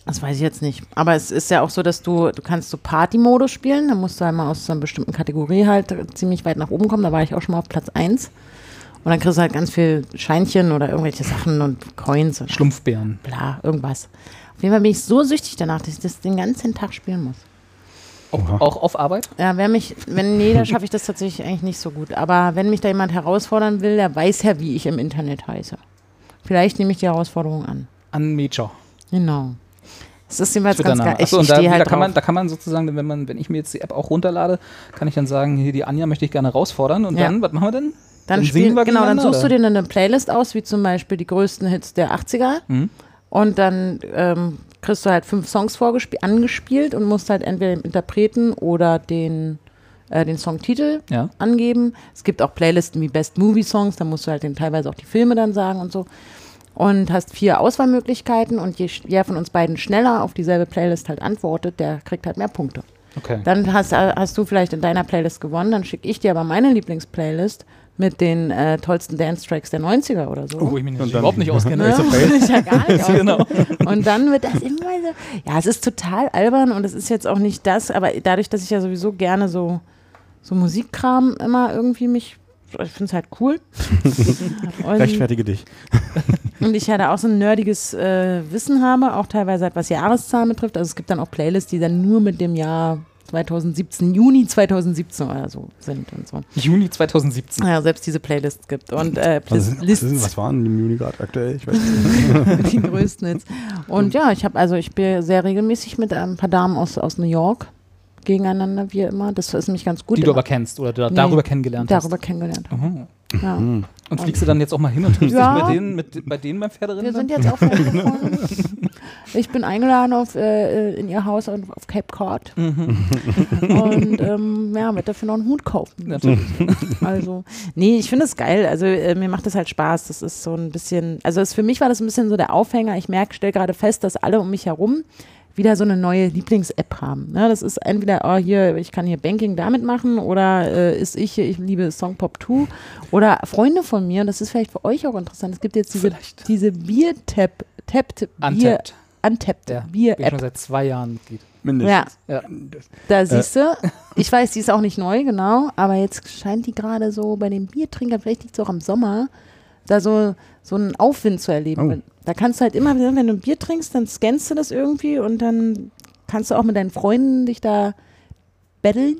Speaker 1: Das weiß ich jetzt nicht. Aber es ist ja auch so, dass du, du kannst so Party-Modus spielen. Da musst du einmal aus so einer bestimmten Kategorie halt ziemlich weit nach oben kommen. Da war ich auch schon mal auf Platz 1. Und dann kriegst du halt ganz viel Scheinchen oder irgendwelche Sachen und Coins und
Speaker 2: Schlumpfbären.
Speaker 1: bla, irgendwas. Auf jeden Fall bin ich so süchtig danach, dass ich das den ganzen Tag spielen muss.
Speaker 3: Oha.
Speaker 2: Auch auf Arbeit?
Speaker 1: Ja, wer mich, wenn, nee, da schaffe ich das tatsächlich eigentlich nicht so gut. Aber wenn mich da jemand herausfordern will, der weiß ja, wie ich im Internet heiße. Vielleicht nehme ich die Herausforderung an.
Speaker 2: An Major.
Speaker 1: Genau. Es ist jedenfalls ganz geil.
Speaker 2: Twitter-Name.
Speaker 1: Ich,
Speaker 2: Achso,
Speaker 1: ich
Speaker 2: und da,
Speaker 1: stehe halt
Speaker 2: da, kann man,
Speaker 1: drauf.
Speaker 2: da kann man sozusagen, wenn, man, wenn ich mir jetzt die App auch runterlade, kann ich dann sagen, hier, die Anja möchte ich gerne herausfordern. Und
Speaker 1: Ja.
Speaker 2: dann, was machen wir denn?
Speaker 1: Dann,
Speaker 2: Dann
Speaker 1: spiel,
Speaker 2: singen wir
Speaker 1: genau, dann
Speaker 2: gegeneinander,
Speaker 1: suchst du
Speaker 2: oder?
Speaker 1: dir dann eine Playlist aus, wie zum Beispiel die größten Hits der 80er.
Speaker 2: Mhm.
Speaker 1: Und dann ähm, kriegst du halt fünf Songs vorgespielt, angespielt und musst halt entweder den Interpreten oder den, äh, den Songtitel
Speaker 2: Ja.
Speaker 1: angeben. Es gibt auch Playlisten wie Best Movie Songs, da musst du halt dann teilweise auch die Filme dann sagen und so. Und hast vier Auswahlmöglichkeiten und je, sch- wer von uns beiden schneller auf dieselbe Playlist halt antwortet, der kriegt halt mehr Punkte.
Speaker 2: Okay.
Speaker 1: Dann hast, äh, hast du vielleicht in deiner Playlist gewonnen, dann schicke ich dir aber meine Lieblingsplaylist mit den äh, tollsten Dance-Tracks der 90er oder so.
Speaker 2: Oh, ich mich
Speaker 3: Und dann-
Speaker 2: überhaupt nicht Also auskenne.
Speaker 1: Ne? Bin ich ja gar nicht
Speaker 2: Genau.
Speaker 1: Und dann wird das immer so. Ja, es ist total albern und es ist jetzt auch nicht das, aber dadurch, dass ich ja sowieso gerne so, so Musikkram immer irgendwie mich. Ich finde es halt cool. und,
Speaker 3: Rechtfertige dich.
Speaker 1: und ich ja da auch so ein nerdiges äh, Wissen habe, auch teilweise halt was Jahreszahlen betrifft. Also es gibt dann auch Playlists, die dann nur mit dem Jahr 2017, Juni 2017 oder so sind und so.
Speaker 2: Juni 2017.
Speaker 1: Ja, selbst diese Playlists gibt. Und äh,
Speaker 3: Was, ist- was, ist-
Speaker 1: Lists
Speaker 3: was waren im Juni gerade aktuell? Ich weiß nicht.
Speaker 1: die größten Hits. Und ja, ich habe also ich spiele sehr regelmäßig mit ähm, ein paar Damen aus, aus New York gegeneinander, wie immer. Das ist nämlich ganz gut.
Speaker 2: Die du
Speaker 1: immer.
Speaker 2: aber kennst oder da,
Speaker 1: genau. Nee,
Speaker 2: darüber kennengelernt
Speaker 1: darüber kennengelernt.
Speaker 2: hast.
Speaker 1: habe.
Speaker 2: Mhm.
Speaker 1: Ja.
Speaker 2: Und fliegst du dann jetzt auch mal hin und triffst
Speaker 1: Ja.
Speaker 2: dich bei denen, mit, bei denen beim Pferderennen?
Speaker 1: Wir sind
Speaker 2: dann?
Speaker 1: jetzt auch Freunde. Ich bin eingeladen auf, äh, in ihr Haus auf auf Cape Cod.
Speaker 2: Mhm.
Speaker 1: Und ähm, ja, werde dafür noch einen Hut kaufen.
Speaker 2: Natürlich.
Speaker 1: Also, nee, ich finde es geil. Also, äh, mir macht das halt Spaß. Das ist so ein bisschen, also es, für mich war das ein bisschen so der Aufhänger. Ich merke, stelle gerade fest, dass alle um mich herum wieder so eine neue Lieblings-App haben. Ne, das ist entweder, oh, hier, ich kann hier Banking damit machen oder äh, ist ich hier, ich liebe Songpop 2 oder Freunde von mir, und das ist vielleicht für euch auch interessant, es gibt jetzt diese,
Speaker 2: Vielleicht.
Speaker 1: diese Bier-Tap, Tapped, Bier,
Speaker 2: Untapped.
Speaker 1: Untapped,
Speaker 2: Ja, Bin ich schon
Speaker 1: Bier-App.
Speaker 2: seit zwei Jahren Mitglied.
Speaker 3: Mindestens.
Speaker 1: Ja,
Speaker 2: Ja. Äh.
Speaker 1: da siehst du, ich weiß, die ist auch nicht neu, genau, aber jetzt scheint die gerade so bei den Biertrinkern, vielleicht liegt es auch am Sommer, da so, so einen Aufwind zu erleben.
Speaker 2: Oh.
Speaker 1: Da kannst du halt immer, wenn du ein Bier trinkst, dann scannst du das irgendwie und dann kannst du auch mit deinen Freunden dich da betteln.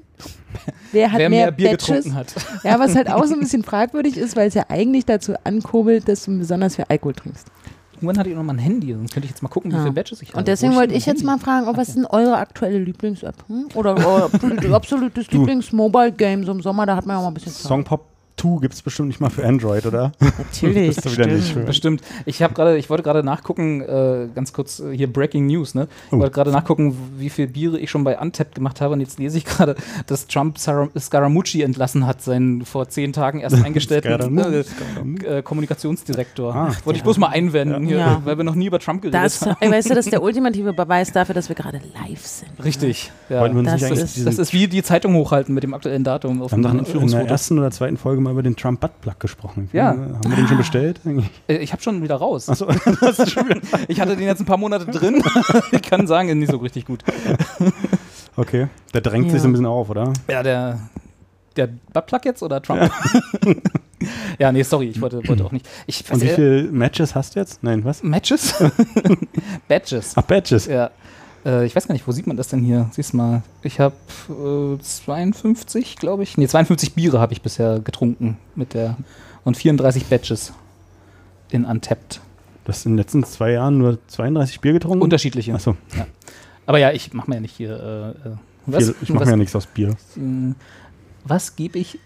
Speaker 1: Wer hat
Speaker 2: Wer
Speaker 1: mehr,
Speaker 2: mehr Bier
Speaker 1: Batches?
Speaker 2: getrunken hat.
Speaker 1: Ja, was halt auch so ein bisschen fragwürdig ist, weil es ja eigentlich dazu ankurbelt, dass du besonders viel Alkohol trinkst.
Speaker 2: Irgendwann hatte ich noch mal ein Handy, sonst könnte ich jetzt mal gucken, wie
Speaker 1: Ja.
Speaker 2: viele Badges ich habe.
Speaker 1: Und deswegen
Speaker 2: Wo
Speaker 1: wollte
Speaker 2: steht
Speaker 1: ich
Speaker 2: mein
Speaker 1: jetzt
Speaker 2: Handy?
Speaker 1: mal fragen, ob was ist denn eure aktuelle Lieblings-App? Hm? Oder euer absolutes Lieblings-Mobile-Game so im Sommer, da hat man ja auch mal ein bisschen Zeit.
Speaker 3: Songpop 2 gibt es bestimmt nicht mal für Android, oder?
Speaker 1: Natürlich.
Speaker 3: Bist du wieder nicht für.
Speaker 2: Bestimmt. Ich habe gerade, ich wollte gerade nachgucken, äh, ganz kurz äh, hier Breaking News, ne?
Speaker 3: Oh.
Speaker 2: Ich wollte gerade nachgucken, wie viel Biere ich schon bei Untapped gemacht habe und jetzt lese ich gerade, dass Trump Sara- Scaramucci entlassen hat, seinen vor zehn Tagen erst eingestellten äh,
Speaker 3: Scaramucci.
Speaker 2: äh, Kommunikationsdirektor.
Speaker 3: Ah.
Speaker 2: wollte ich bloß mal einwenden, hier,
Speaker 1: Ja.
Speaker 2: weil wir noch nie über Trump geredet
Speaker 1: Das,
Speaker 2: haben.
Speaker 1: ey, weißt du, das ist der ultimative Beweis dafür, dass wir gerade live sind.
Speaker 2: Richtig. Ja.
Speaker 3: Wollten wir uns
Speaker 1: Das
Speaker 3: nicht eigentlich
Speaker 1: ist-
Speaker 3: diesen,
Speaker 2: Das ist wie die Zeitung hochhalten mit dem aktuellen Datum auf
Speaker 3: wir haben doch
Speaker 2: dem
Speaker 3: in, in der
Speaker 2: Führungsfoto.
Speaker 3: ersten oder zweiten Folge mal über den Trump Butt Plug gesprochen.
Speaker 2: Ja.
Speaker 3: Haben wir den schon bestellt?
Speaker 2: Äh, Ich habe schon wieder raus.
Speaker 3: Achso, das ist schon wieder.
Speaker 2: Ich hatte den jetzt ein paar Monate drin. ich kann sagen, er ist nicht so richtig gut.
Speaker 3: Okay. Der drängt
Speaker 1: Ja.
Speaker 3: sich so ein bisschen auf, oder?
Speaker 2: Ja, der, der Buttplug jetzt oder Trump? ja, nee, sorry, ich wollte, wollte auch nicht. Ich
Speaker 3: Und
Speaker 2: weiß,
Speaker 3: wie
Speaker 2: äh,
Speaker 3: viele Matches hast du jetzt? Nein, was?
Speaker 2: Matches? Badges.
Speaker 3: Ach, Badges.
Speaker 2: Ja. Äh, ich weiß gar nicht, wo sieht man das denn hier? Siehst mal, ich habe äh, 52, glaube ich. Nee, 52 Biere habe ich bisher getrunken mit der und 34 Badges in Untapped.
Speaker 3: Du hast in den letzten zwei Jahren nur 32 Bier getrunken?
Speaker 2: Unterschiedliche.
Speaker 3: Achso,
Speaker 2: Aber ja, ich mache mir ja nicht hier äh, äh, was,
Speaker 3: ich mache mir ja nichts aus Bier.
Speaker 2: was, äh, was gebe ich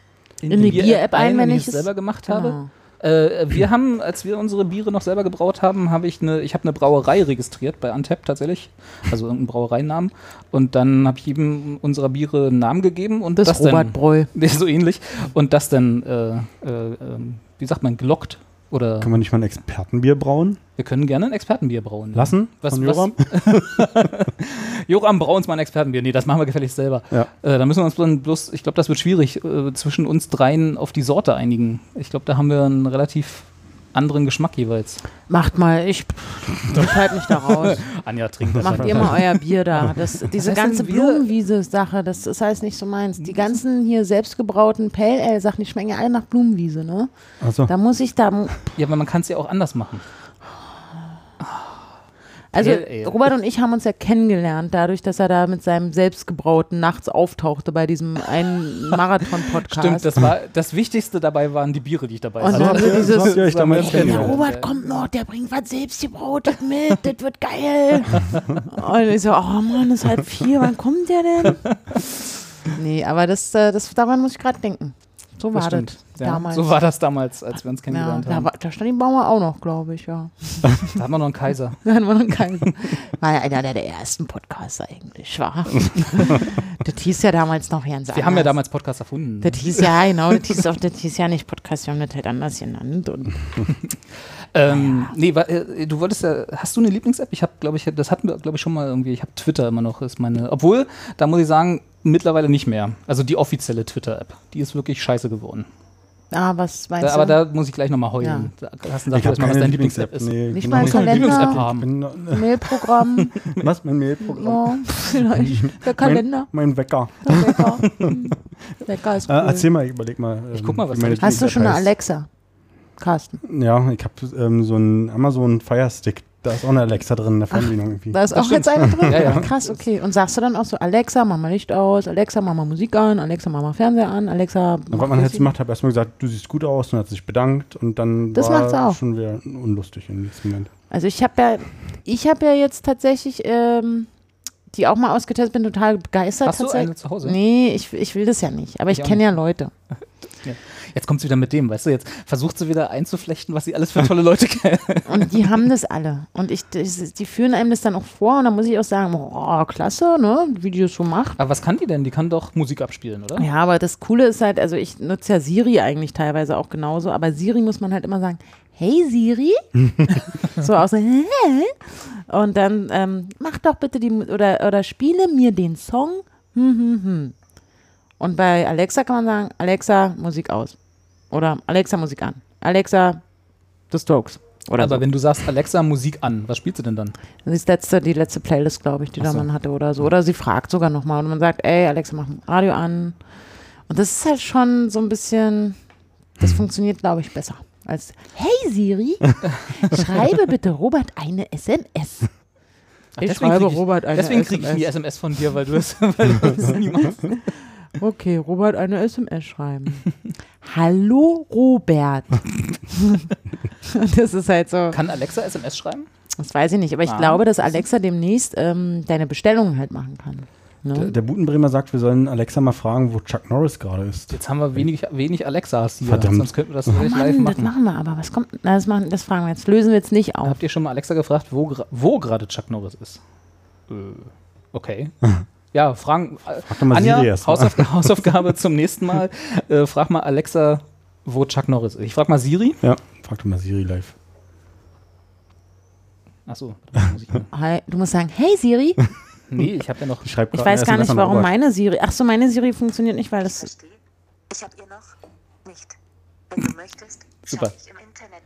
Speaker 2: in,
Speaker 1: die Bier-App ein, wenn ich
Speaker 2: es
Speaker 1: es-
Speaker 2: selber gemacht habe?
Speaker 1: Genau.
Speaker 2: Äh, wir haben, als wir unsere Biere noch selber gebraut haben, habe ich eine, ich habe eine Brauerei registriert bei Antep tatsächlich, also irgendeinen Brauereinamen. Und dann habe ich jedem unserer Biere einen Namen gegeben und
Speaker 1: Das,
Speaker 2: das,
Speaker 1: ist Robert
Speaker 2: dann,
Speaker 1: Broll.
Speaker 2: Nee, so ähnlich. Und das dann, äh, äh, ähm, wie sagt man, gelockt oder
Speaker 3: Kann man nicht mal ein Expertenbier brauen
Speaker 2: wir können gerne ein Expertenbier brauen.
Speaker 3: lassen?
Speaker 2: Was-
Speaker 3: von
Speaker 2: was-
Speaker 3: Joram?
Speaker 2: Joram, brau uns mal ein Expertenbier. Nee, das machen wir gefälligst selber.
Speaker 3: Ja.
Speaker 2: Äh, da müssen wir uns dann bloß, ich glaube, das wird schwierig, äh, zwischen uns dreien auf die Sorte einigen. Ich glaube, da haben wir einen relativ anderen Geschmack jeweils.
Speaker 1: Macht mal, ich, ich halte mich da raus.
Speaker 2: Anja trinkt das
Speaker 1: Macht
Speaker 2: einfach.
Speaker 1: ihr mal euer Bier da. Das, diese
Speaker 2: heißt
Speaker 1: ganze
Speaker 2: denn Bier?
Speaker 1: Blumenwiese-Sache, das ist alles nicht so meins. Die ganzen hier selbstgebrauten Pale Ale-Sachen, die schmecken ja alle nach Blumenwiese, ne?
Speaker 3: Also,
Speaker 1: Da muss ich da.
Speaker 2: Ja, aber man kann es ja auch anders machen.
Speaker 1: Also,
Speaker 2: Pale Ale.
Speaker 1: Robert und ich haben uns ja kennengelernt, dadurch, dass er da mit seinem selbstgebrauten nachts auftauchte bei diesem einen Marathon-Podcast.
Speaker 2: Stimmt, das war das Wichtigste dabei waren die Biere, die ich dabei
Speaker 1: also Und
Speaker 3: so
Speaker 2: hatte.
Speaker 1: dann-
Speaker 3: habt
Speaker 1: also
Speaker 3: ihr, so
Speaker 1: dieses-
Speaker 3: habt ihr euch damals
Speaker 2: Ja,
Speaker 1: Der
Speaker 3: kennengelernt.
Speaker 1: Robert kommt noch, der bringt was selbstgebrautes mit, das wird geil. Und ich so, oh Mann, ist halb vier, wann kommt der denn? Nee, aber das, äh, das, daran muss ich gerade denken. So war das,
Speaker 2: stimmt. Ja,
Speaker 1: damals.
Speaker 2: So war das damals, als wir uns
Speaker 1: ja,
Speaker 2: kennengelernt
Speaker 1: da,
Speaker 2: haben.
Speaker 1: war, da stand die Bauer auch noch, glaube ich, ja.
Speaker 2: Da haben wir noch einen Kaiser.
Speaker 1: Da hatten wir noch keinen. War ja einer der ersten Podcasts eigentlich, war. das hieß ja damals noch ganz anders.
Speaker 2: Wir haben ja damals Podcast erfunden.
Speaker 1: Das hieß ja, genau, das hieß, auch, das hieß ja nicht Podcast, wir haben das halt anders genannt. Und
Speaker 2: Ähm,
Speaker 1: Ah,
Speaker 2: Nee, wa- äh, du wolltest ja, hast du eine Lieblings-App? Ich habe, glaube ich, das hatten wir, glaube ich, schon mal irgendwie. Ich habe Twitter immer noch, ist meine. Obwohl, da muss ich sagen, mittlerweile nicht mehr. Also die offizielle Twitter-App, die ist wirklich scheiße geworden.
Speaker 1: ah, was meinst
Speaker 2: Da,
Speaker 1: du?
Speaker 2: aber da muss ich gleich nochmal heulen. Da, Carsten, sag
Speaker 3: Ich
Speaker 2: du erst
Speaker 3: habe
Speaker 2: mal, was
Speaker 3: keine
Speaker 2: deine Lieblings-App
Speaker 3: Lieblings-App.
Speaker 2: ist.
Speaker 3: Nee,
Speaker 1: Nicht
Speaker 3: genau.
Speaker 1: mal ein
Speaker 3: Ich kann
Speaker 2: eine
Speaker 1: Kalender.
Speaker 2: Lieblings-App haben.
Speaker 3: bin, äh,
Speaker 1: Mailprogramm.
Speaker 3: was? Mein Mailprogramm?
Speaker 1: Ja, vielleicht. Der Kalender.
Speaker 3: Mein, mein Wecker.
Speaker 1: Der Wecker. Hm. Wecker ist
Speaker 3: Äh,
Speaker 1: cool.
Speaker 3: erzähl mal, ich überleg mal.
Speaker 2: Ich
Speaker 3: ähm,
Speaker 2: guck mal, was
Speaker 3: wie meine
Speaker 2: da-
Speaker 1: Hast du
Speaker 3: Lieblings-App
Speaker 1: schon eine
Speaker 3: heißt.
Speaker 1: Alexa? Carsten.
Speaker 3: Ja, ich habe ähm, so einen Amazon Fire Stick. Da ist auch eine Alexa drin in der Fernbedienung irgendwie.
Speaker 1: Da ist
Speaker 2: Das
Speaker 1: auch jetzt eine drin.
Speaker 2: Ja, ja.
Speaker 1: Krass, okay. Und sagst du dann auch so, Alexa, mach mal Licht aus, Alexa, mach mal Musik an, Alexa, mach mal Fernseher an, Alexa.
Speaker 3: Na,
Speaker 1: mach
Speaker 3: was man halt
Speaker 1: Musik.
Speaker 3: so macht, habe erstmal gesagt, du siehst gut aus und hat sich bedankt und dann
Speaker 1: Das macht's
Speaker 3: war
Speaker 1: auch.
Speaker 3: schon wieder unlustig in diesem Moment.
Speaker 1: Also ich habe ja, ich habe ja jetzt tatsächlich ähm, die auch mal ausgetestet, bin total begeistert.
Speaker 2: Hast du
Speaker 1: tatsächlich.
Speaker 2: eine zu Hause?
Speaker 1: Nee, ich, ich will das ja nicht. Aber ich,
Speaker 2: Ich auch
Speaker 1: kenne ja Leute.
Speaker 2: Jetzt kommt sie wieder mit dem, weißt du? Jetzt versucht sie wieder einzuflechten, was sie alles für tolle Leute kennt.
Speaker 1: Und die haben das alle. Und ich, das- die führen einem das dann auch vor. Und dann muss ich auch sagen, oh, klasse, ne? Wie die das so macht.
Speaker 2: Aber was kann die denn? Die kann doch Musik abspielen, oder?
Speaker 1: Ja, aber das Coole ist halt, also ich nutze ja Siri eigentlich teilweise auch genauso, aber Siri muss man halt immer sagen, hey Siri. so aus, hä? Und dann ähm, mach doch bitte die, Mu- oder, oder spiele mir den Song. Hm, hm, hm. Und bei Alexa kann man sagen, Alexa, Musik aus. Oder Alexa, Musik an. Alexa, The Strokes. Oder
Speaker 2: Aber
Speaker 1: so.
Speaker 2: wenn du sagst, Alexa, Musik an, was spielt sie denn dann?
Speaker 1: Das ist letzte, die letzte Playlist, glaube ich, die da
Speaker 2: so.
Speaker 1: man hatte oder so. Oder sie fragt sogar nochmal und man sagt, ey, Alexa, mach Radio an. Und das ist halt schon so ein bisschen, das funktioniert, glaube ich, besser. Als, hey Siri, schreibe bitte Robert eine SMS.
Speaker 2: Ach,
Speaker 1: Ich
Speaker 2: deswegen
Speaker 1: schreibe
Speaker 2: krieg
Speaker 1: Robert eine
Speaker 2: Deswegen kriege ich die
Speaker 1: SMS.
Speaker 2: SMS von dir, weil du es weil du es nie machst.
Speaker 1: Okay, Robert eine SMS schreiben. Hallo Robert. das ist halt so.
Speaker 2: Kann Alexa SMS schreiben?
Speaker 1: Das weiß ich nicht, aber ich
Speaker 2: Ah.
Speaker 1: glaube, dass Alexa demnächst ähm, deine Bestellungen halt machen kann. Ne?
Speaker 2: Oh.
Speaker 3: Der, der Butenbremer sagt, wir sollen Alexa mal fragen, wo Chuck Norris gerade ist.
Speaker 2: Jetzt haben wir wenig, wenig Alexas hier,
Speaker 3: Verdammt. Oh
Speaker 2: sonst könnten wir das nicht
Speaker 1: Mann,
Speaker 2: live
Speaker 1: Hm, das
Speaker 2: machen.
Speaker 1: machen wir aber. Was kommt? Na, das, machen, das fragen wir jetzt. Lösen wir jetzt nicht auf.
Speaker 2: Habt ihr schon mal Alexa gefragt, wo, gra- wo gerade Chuck Norris ist? Äh, okay. Ja, fragen. äh,
Speaker 3: Frag doch mal
Speaker 2: Anja,
Speaker 3: Siri erst mal.
Speaker 2: Hausauf Hausaufgabe zum nächsten Mal. Äh, frag mal Alexa, wo Chuck Norris ist. Ich frag mal Siri.
Speaker 3: Ja, frag doch mal Siri live.
Speaker 2: Achso, da muss ich mal-
Speaker 1: Hi, du musst sagen, hey Siri.
Speaker 2: Nee, ich habe ja noch.
Speaker 3: Ich, schreib
Speaker 1: Ich
Speaker 3: grad eine
Speaker 1: weiß gar
Speaker 3: SMS
Speaker 1: nicht,
Speaker 3: an
Speaker 1: warum
Speaker 3: Robert.
Speaker 1: meine Siri. Ach so, meine Siri funktioniert nicht, weil
Speaker 6: Ich
Speaker 1: das.
Speaker 6: verstehe. Ich habe ihr noch nicht. Wenn du möchtest,
Speaker 2: Super.
Speaker 6: schaue ich im Internet.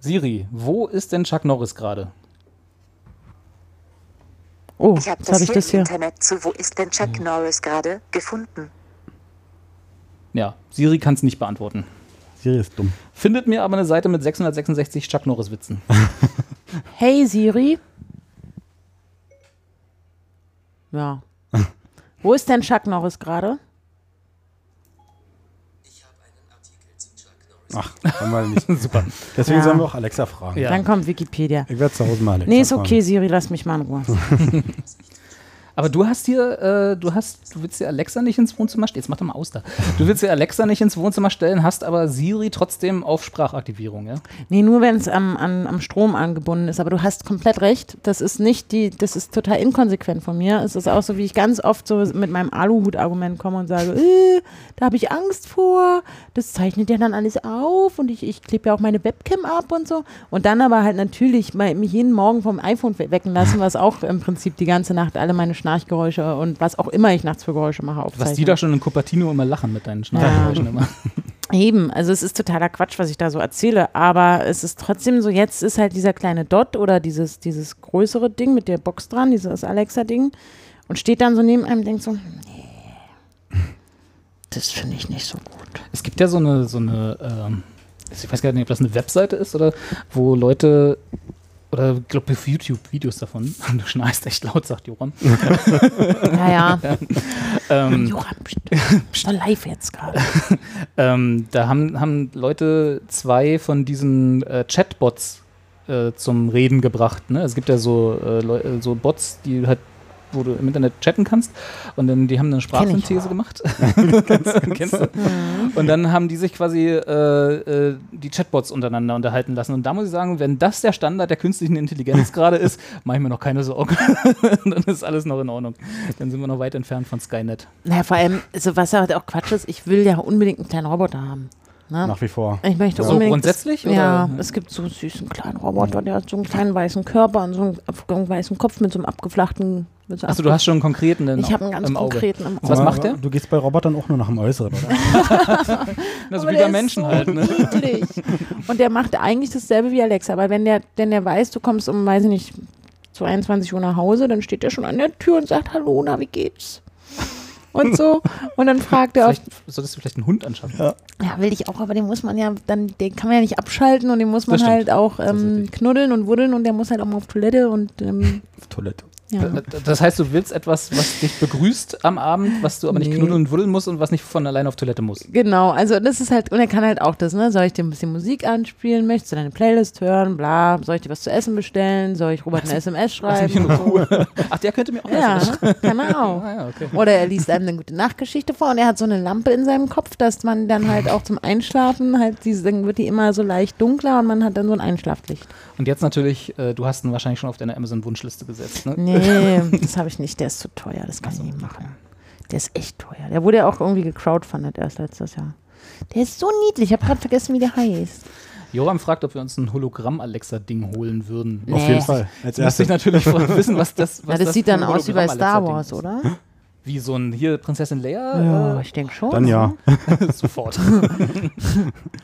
Speaker 2: Siri, wo ist denn Chuck Norris gerade?
Speaker 1: Oh,
Speaker 6: Ich habe
Speaker 1: jetzt
Speaker 6: das,
Speaker 1: habe ich
Speaker 6: hier
Speaker 1: das
Speaker 6: im
Speaker 1: hier. Mhm.
Speaker 6: Internet zu Wo ist denn Chuck Norris gerade gefunden.
Speaker 2: Ja, Siri kann es nicht beantworten.
Speaker 3: Siri ist dumm.
Speaker 2: Findet mir aber eine Seite mit 666 Chuck Norris Witzen.
Speaker 1: Hey Siri. Ja. Wo ist denn Chuck Norris gerade?
Speaker 3: Ach, haben wir nicht.
Speaker 2: Super.
Speaker 3: Deswegen
Speaker 1: Ja.
Speaker 3: sollen wir auch Alexa fragen.
Speaker 2: Ja.
Speaker 1: Dann kommt Wikipedia.
Speaker 3: Ich werde zu Hause mal Alexa
Speaker 1: Nee, ist okay,
Speaker 3: fragen.
Speaker 1: Siri, lass mich mal in Ruhe.
Speaker 2: Aber du hast hier, äh, du hast, du willst dir Alexa nicht ins Wohnzimmer stellen. Jetzt mach doch mal aus da. Du willst dir Alexa nicht ins Wohnzimmer stellen, hast aber Siri trotzdem auf Sprachaktivierung, ja?
Speaker 1: Nee, nur wenn es am, an, am Strom angebunden ist. Aber du hast komplett recht. Das ist nicht die, das ist total inkonsequent von mir. Es ist auch so, wie ich ganz oft so mit meinem Aluhut-Argument komme und sage, äh, da habe ich Angst vor. Das zeichnet ja dann alles auf und ich, ich klebe ja auch meine Webcam ab und so. Und dann aber halt natürlich mal mich jeden Morgen vom iPhone we- wecken lassen, was auch im Prinzip die ganze Nacht alle meine Schnarchgeräusche und was auch immer ich nachts für Geräusche mache
Speaker 2: Was
Speaker 1: aufzeichnet.
Speaker 2: die da schon in Cupertino immer lachen mit deinen Schnarchgeräuschen immer.
Speaker 1: Eben, also es ist totaler Quatsch, was ich da so erzähle, aber es ist trotzdem so, jetzt ist halt dieser kleine Dot oder dieses, dieses größere Ding mit der Box dran, dieses Alexa-Ding und steht dann so neben einem und denkt so, "Hm, nee, das finde ich nicht so gut.
Speaker 2: Es gibt ja so eine, so eine ähm, ich weiß gar nicht, ob das eine Webseite ist oder wo Leute oder ich glaube auf YouTube Videos davon. Du schnarchst echt laut, sagt Joram.
Speaker 1: Naja,
Speaker 2: Ähm,
Speaker 1: Joram, pst, pst, war live jetzt gerade.
Speaker 2: Ähm, da haben, haben Leute zwei von diesen äh, Chatbots äh, zum Reden gebracht. Ne? Es gibt ja so, äh, Leu äh, so Bots, die halt, wo du im Internet chatten kannst. Und dann die haben eine Sprachsynthese gemacht. kennst, du- kennst du? Und dann haben die sich quasi äh, äh, die Chatbots untereinander unterhalten lassen. Und da muss ich sagen, wenn das der Standard der künstlichen Intelligenz gerade ist, mache ich mir noch keine Sorgen. dann ist alles noch in Ordnung. Dann sind wir noch weit entfernt von Skynet.
Speaker 1: Naja, vor allem, so was halt auch Quatsch ist, ich will ja unbedingt einen kleinen Roboter haben. Ne?
Speaker 3: Nach wie vor.
Speaker 1: Ich möchte
Speaker 2: So
Speaker 1: unbedingt.
Speaker 2: grundsätzlich, oder? hm.
Speaker 1: Ja, es gibt so einen süßen kleinen Roboter, der hat so einen kleinen weißen Körper und so einen, abge- weißen Kopf mit so einem abgeflachten. Mit so
Speaker 2: Achso, du hast schon einen konkreten in,
Speaker 1: Ich habe einen ganz
Speaker 2: im Auge.
Speaker 1: konkreten im Auge.
Speaker 2: Was macht der?
Speaker 3: Du gehst bei Robotern auch nur nach dem Äußeren, oder?
Speaker 2: Das ist
Speaker 1: Aber
Speaker 2: wie
Speaker 1: der
Speaker 2: bei Menschen
Speaker 1: so
Speaker 2: halt, ne?
Speaker 1: niedlich. Und der macht eigentlich dasselbe wie Alexa, aber wenn der, wenn der weiß, du kommst um, weiß ich nicht, 22 Uhr nach Hause, dann steht der schon an der Tür und sagt, hallo, na, wie geht's? Und so. Und dann fragt er,
Speaker 2: Vielleicht solltest du vielleicht einen Hund anschaffen.
Speaker 1: ja, will ich auch, aber den muss man ja, dann, den kann man ja nicht abschalten und den muss man
Speaker 2: stimmt.
Speaker 1: halt auch ähm,
Speaker 2: Tatsächlich.
Speaker 1: knuddeln und wuddeln und der muss halt auch mal auf Toilette und ähm,
Speaker 3: Auf Toilette.
Speaker 1: ja.
Speaker 2: Äh, D- Das heißt, du willst etwas, was dich begrüßt am Abend, was du aber nicht
Speaker 1: Nee.
Speaker 2: knuddeln und wuddeln musst und was nicht von alleine auf Toilette muss.
Speaker 1: Genau, also das ist halt, und er kann halt auch das, ne? Soll ich dir ein bisschen Musik anspielen? Möchtest du deine Playlist hören? Bla, soll ich dir was zu essen bestellen? Soll ich Robert eine SMS schreiben? Und so.
Speaker 2: Ach, der könnte mir auch
Speaker 1: genau. Ja,
Speaker 2: was
Speaker 1: kann er auch.
Speaker 2: Ah, ja, okay.
Speaker 1: Oder er liest einem eine gute Nachtgeschichte vor und er hat so eine Lampe in seinem Kopf, dass man dann halt auch zum Einschlafen halt, diese, dann wird die immer so leicht dunkler und man hat dann so ein Einschlaflicht.
Speaker 2: Und jetzt natürlich, äh, du hast ihn wahrscheinlich schon auf deine Amazon-Wunschliste gesetzt, ne?
Speaker 1: Nee, das habe ich nicht, der ist zu teuer, das kann ich nicht machen. Der ist echt teuer. Der wurde ja auch irgendwie gecrowdfundet erst letztes Jahr. Der ist so niedlich, ich habe gerade vergessen, wie der heißt.
Speaker 2: Joram fragt, ob wir uns ein Hologramm-Alexa-Ding holen würden.
Speaker 1: Nee.
Speaker 3: Auf jeden Fall. Als
Speaker 2: Jetzt müsste ich
Speaker 3: erstes.
Speaker 2: natürlich wissen, was das was
Speaker 1: Ja, das, sieht
Speaker 2: für ein
Speaker 1: dann aus wie bei Star
Speaker 2: Hologramm-Alexa-Ding
Speaker 1: Wars,
Speaker 2: ist.
Speaker 1: oder?
Speaker 2: Wie so ein, hier, Prinzessin
Speaker 1: Ja,
Speaker 2: Leia?
Speaker 1: ich denke schon.
Speaker 3: Dann ja.
Speaker 2: Äh, sofort.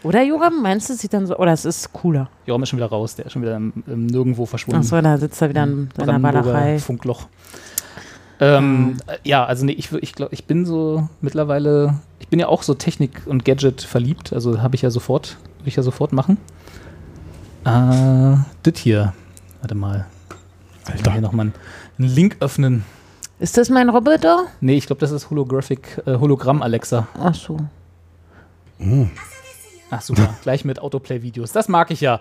Speaker 1: Oder Joram, meinst du, es sieht dann so, oder es ist cooler.
Speaker 2: Joram ist schon wieder raus, der ist schon wieder im, im Nirgendwo verschwunden.
Speaker 1: Achso, da sitzt er wieder
Speaker 2: Mhm.
Speaker 1: in seiner
Speaker 2: Brandenburger
Speaker 1: Ballerei.
Speaker 2: Funkloch. Ähm, äh, ja, also nee, ich, wür- ich glaube, ich bin so mittlerweile, ich bin ja auch so Technik und Gadget verliebt, also habe ich ja sofort, will ich ja sofort machen. Äh, das hier, warte mal, ich kann hier
Speaker 3: Alter.
Speaker 2: nochmal einen, einen Link öffnen.
Speaker 1: Ist das mein Roboter?
Speaker 2: Nee, ich glaube, das ist Holographic, äh, Hologramm Alexa.
Speaker 1: Achso.
Speaker 2: Ach super, gleich mit Autoplay-Videos, das mag ich ja.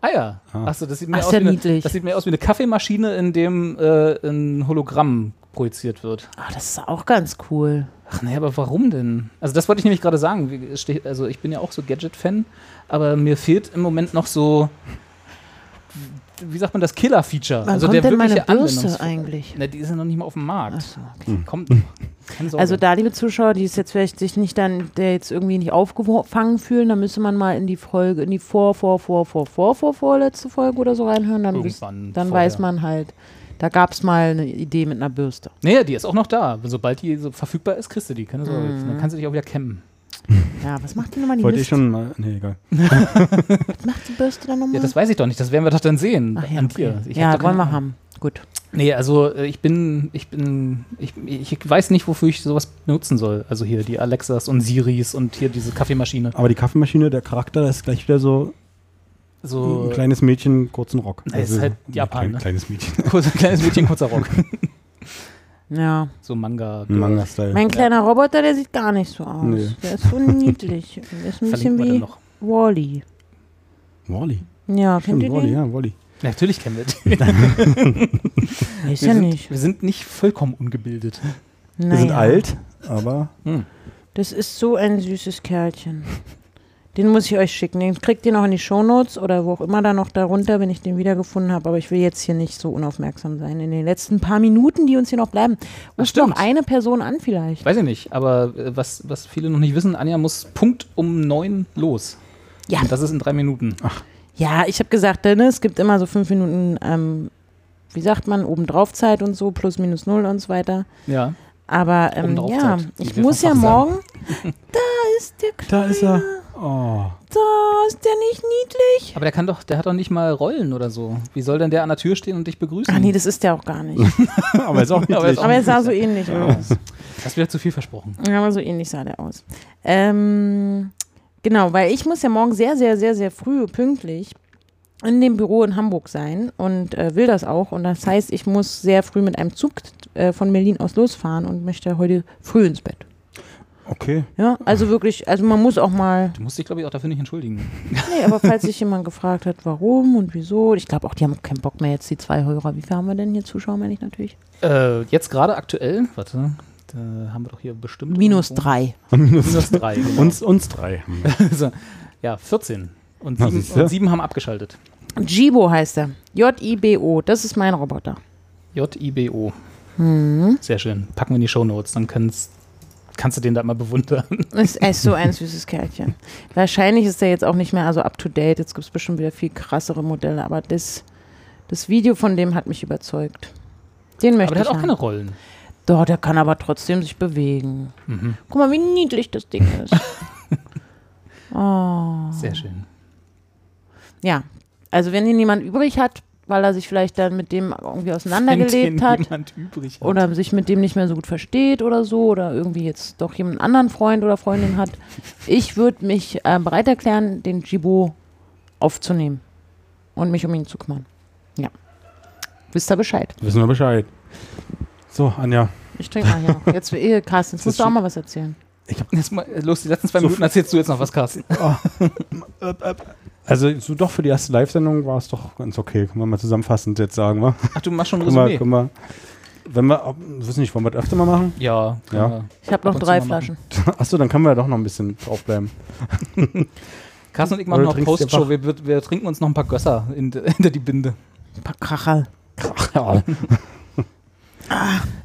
Speaker 2: Ah ja, achso, das sieht mir
Speaker 1: Ach,
Speaker 2: aus wie
Speaker 1: sehr
Speaker 2: eine,
Speaker 1: niedlich.
Speaker 2: das sieht mir aus wie eine Kaffeemaschine, in dem äh, ein Hologramm projiziert wird.
Speaker 1: Ah, das ist auch ganz cool.
Speaker 2: Ach naja, aber warum denn? Also das wollte ich nämlich gerade sagen. Wie- es steht- Also ich bin ja auch so Gadget-Fan, aber mir fehlt im Moment noch so, wie sagt man das, Killer-Feature.
Speaker 1: Wann
Speaker 2: also
Speaker 1: kommt denn meine
Speaker 2: wirkliche
Speaker 1: Bürste
Speaker 2: Anwendungs-
Speaker 1: eigentlich?
Speaker 2: Na, die ist ja noch nicht mal auf dem Markt. Hm.
Speaker 1: Achso, okay.
Speaker 2: Kommt noch. Keine Sorge.
Speaker 1: Also da, liebe Zuschauer, die es jetzt vielleicht sich nicht dann, der jetzt irgendwie nicht aufgefangen fühlen, dann müsste man mal in die Folge, in die vor, vor, vor, vor, vor, vor, vorletzte Folge oder so reinhören, dann, wisst-
Speaker 2: Irgendwann
Speaker 1: dann
Speaker 2: vorher.
Speaker 1: weiß man halt, da gab es mal eine Idee mit einer Bürste.
Speaker 2: naja, die ist auch noch da. Sobald die so verfügbar ist, kriegst du die. Keine Sorge.
Speaker 1: Hm.
Speaker 2: Dann kannst du dich auch wieder kämmen.
Speaker 1: Ja, was macht die nochmal die,
Speaker 3: Wollte
Speaker 1: Mist-
Speaker 3: ich schon mal. Nee, egal.
Speaker 1: was macht die Bürste dann nochmal?
Speaker 2: Ja, das weiß ich doch nicht. Das werden wir doch dann sehen.
Speaker 1: Ach ja,
Speaker 2: an
Speaker 1: okay.
Speaker 2: dir. Ich hab
Speaker 1: ja
Speaker 2: doch
Speaker 1: wollen
Speaker 2: keine
Speaker 1: wir haben. Gut.
Speaker 2: Nee, also äh, ich bin, ich bin, ich, ich weiß nicht, wofür ich sowas benutzen soll. Also hier die Alexas und Siris und hier diese Kaffeemaschine.
Speaker 3: Aber die Kaffeemaschine, der Charakter, das ist gleich wieder so
Speaker 2: So äh,
Speaker 3: ein kleines Mädchen, kurzen Rock. Also,
Speaker 2: Na, ist halt Japan,
Speaker 3: Ein
Speaker 2: ne?
Speaker 3: klein- kleines Mädchen.
Speaker 2: kurz, kleines Mädchen, kurzer Rock.
Speaker 1: Ja.
Speaker 2: So Manga.
Speaker 3: Ein Manga-Style.
Speaker 1: Mein kleiner Roboter, der sieht gar nicht so aus.
Speaker 3: Nee.
Speaker 1: Der ist so niedlich. Der ist ein
Speaker 2: Verlinken wir dann
Speaker 1: bisschen
Speaker 2: noch.
Speaker 1: wie Wally.
Speaker 3: Wally.
Speaker 1: Ja, kennt
Speaker 3: Stimmt,
Speaker 1: ihr
Speaker 3: Wally,
Speaker 1: den?
Speaker 3: ja, Wally.
Speaker 2: Natürlich kennen wir die.
Speaker 1: Weiß
Speaker 2: Wir
Speaker 1: ja
Speaker 2: sind,
Speaker 1: nicht.
Speaker 2: wir sind nicht vollkommen ungebildet.
Speaker 3: Wir sind
Speaker 1: Naja.
Speaker 3: alt, aber
Speaker 1: Das ist so ein süßes Kerlchen. Den muss ich euch schicken. Den kriegt ihr noch in die Shownotes oder wo auch immer da noch darunter, wenn ich den wiedergefunden habe. Aber ich will jetzt hier nicht so unaufmerksam sein. In den letzten paar Minuten, die uns hier noch bleiben, ruft noch
Speaker 2: stimmt.
Speaker 1: eine Person an vielleicht.
Speaker 2: Weiß ich nicht, aber äh, was, was viele noch nicht wissen, Anja muss Punkt um neun los.
Speaker 1: Ja.
Speaker 2: Und das ist in drei Minuten.
Speaker 1: Ja, ich habe gesagt, ne, es gibt immer so fünf Minuten, ähm, wie sagt man, obendrauf Zeit und so, plus minus null und so weiter.
Speaker 2: Ja.
Speaker 1: Aber ähm,
Speaker 2: Obendrauf
Speaker 1: ja,
Speaker 2: Zeit, wie
Speaker 1: ich
Speaker 2: wir
Speaker 1: muss
Speaker 2: vom
Speaker 1: ja
Speaker 2: Fach sagen.
Speaker 1: morgen. Da ist der Kleine.
Speaker 3: Da ist er. Oh.
Speaker 1: Da ist der nicht niedlich.
Speaker 2: Aber der kann doch, der hat doch nicht mal Rollen oder so. Wie soll denn der an der Tür stehen und dich begrüßen?
Speaker 1: Ah nee, das ist der auch gar nicht.
Speaker 3: Aber ist auch niedlich.
Speaker 2: Aber ist auch-
Speaker 1: Aber er sah so ähnlich aus.
Speaker 2: Hast wieder zu viel versprochen.
Speaker 1: Ja, aber so ähnlich sah der aus. Ähm, genau, weil ich muss ja morgen sehr, sehr, sehr, sehr früh pünktlich in dem Büro in Hamburg sein und äh, will das auch. Und das heißt, ich muss sehr früh mit einem Zug äh, von Berlin aus losfahren und möchte heute früh ins Bett.
Speaker 2: Oh.
Speaker 3: okay.
Speaker 1: Ja, also wirklich, also man muss auch mal.
Speaker 2: Du musst dich, glaube ich, auch dafür nicht entschuldigen.
Speaker 1: Nee, aber falls sich jemand gefragt hat, warum und wieso, ich glaube auch, die haben keinen Bock mehr jetzt, die zwei Hörer. Wie viel haben wir denn hier Zuschauer, meine ich natürlich?
Speaker 2: Äh, jetzt gerade aktuell, warte, da haben wir doch hier bestimmt.
Speaker 1: Minus
Speaker 2: irgendwo-
Speaker 1: drei.
Speaker 2: Minus drei. genau.
Speaker 3: Uns, uns drei. haben wir.
Speaker 2: Also, ja, 14. Und
Speaker 3: Na,
Speaker 2: sieben,
Speaker 3: siehste.
Speaker 2: und sieben haben abgeschaltet.
Speaker 1: Jibo heißt er. J-I-B-O. Das ist mein Roboter.
Speaker 2: J-I-B-O. Sehr schön. Packen wir in die Shownotes, dann kannst, kannst du den da mal bewundern.
Speaker 1: Ist echt so ein süßes Kerlchen. Wahrscheinlich ist er jetzt auch nicht mehr so up to date. Jetzt gibt es bestimmt wieder viel krassere Modelle, aber das, das Video von dem hat mich überzeugt. Den
Speaker 2: Aber
Speaker 1: möchte
Speaker 2: der
Speaker 1: ich.
Speaker 2: hat auch keine
Speaker 1: haben.
Speaker 2: Rollen.
Speaker 1: Doch, der kann aber trotzdem sich bewegen. Guck mal, wie niedlich das Ding ist. oh.
Speaker 2: Sehr schön.
Speaker 1: Ja. Also wenn ihn jemand übrig hat, weil er sich vielleicht dann mit dem irgendwie
Speaker 2: Wenn
Speaker 1: auseinandergelebt
Speaker 2: den
Speaker 1: hat
Speaker 2: jemand übrig hat.
Speaker 1: oder sich mit dem nicht mehr so gut versteht oder so oder irgendwie jetzt doch jemand anderen Freund oder Freundin hat. Ich würde mich äh, bereit erklären, den Jibo aufzunehmen und mich um ihn zu kümmern. Ja. Wisst ihr Bescheid?
Speaker 3: Wissen wir Bescheid. So, Anja.
Speaker 1: Ich trinke mal hier noch. Jetzt, eh, Carsten, jetzt
Speaker 3: Das ist
Speaker 1: musst du auch
Speaker 3: schon-
Speaker 1: mal was erzählen.
Speaker 2: Jetzt mal, äh, los, die letzten zwei
Speaker 3: So
Speaker 2: Minuten erzählst du jetzt noch was, Carsten.
Speaker 3: Also so doch für die erste Live-Sendung war es doch ganz okay. Können wir mal zusammenfassend jetzt sagen, wa?
Speaker 2: Ach, du machst schon ein
Speaker 3: Können wir,
Speaker 2: Resümee.
Speaker 3: können wir, wenn wir, ob- wissen nicht, wollen wir das öfter mal machen?
Speaker 2: Ja,
Speaker 3: Ja.
Speaker 2: ja.
Speaker 1: Ich habe noch
Speaker 2: und zu
Speaker 1: drei
Speaker 2: mal
Speaker 1: Flaschen.
Speaker 3: Achso, dann können wir ja doch noch ein bisschen draufbleiben.
Speaker 2: Carsten und ich
Speaker 3: Oder
Speaker 2: machen noch
Speaker 3: trinkst du
Speaker 2: Postshow.
Speaker 3: einfach-
Speaker 2: Wir, wir, wir trinken uns noch ein paar Gösser in- hinter die Binde.
Speaker 1: Ein paar Kracher.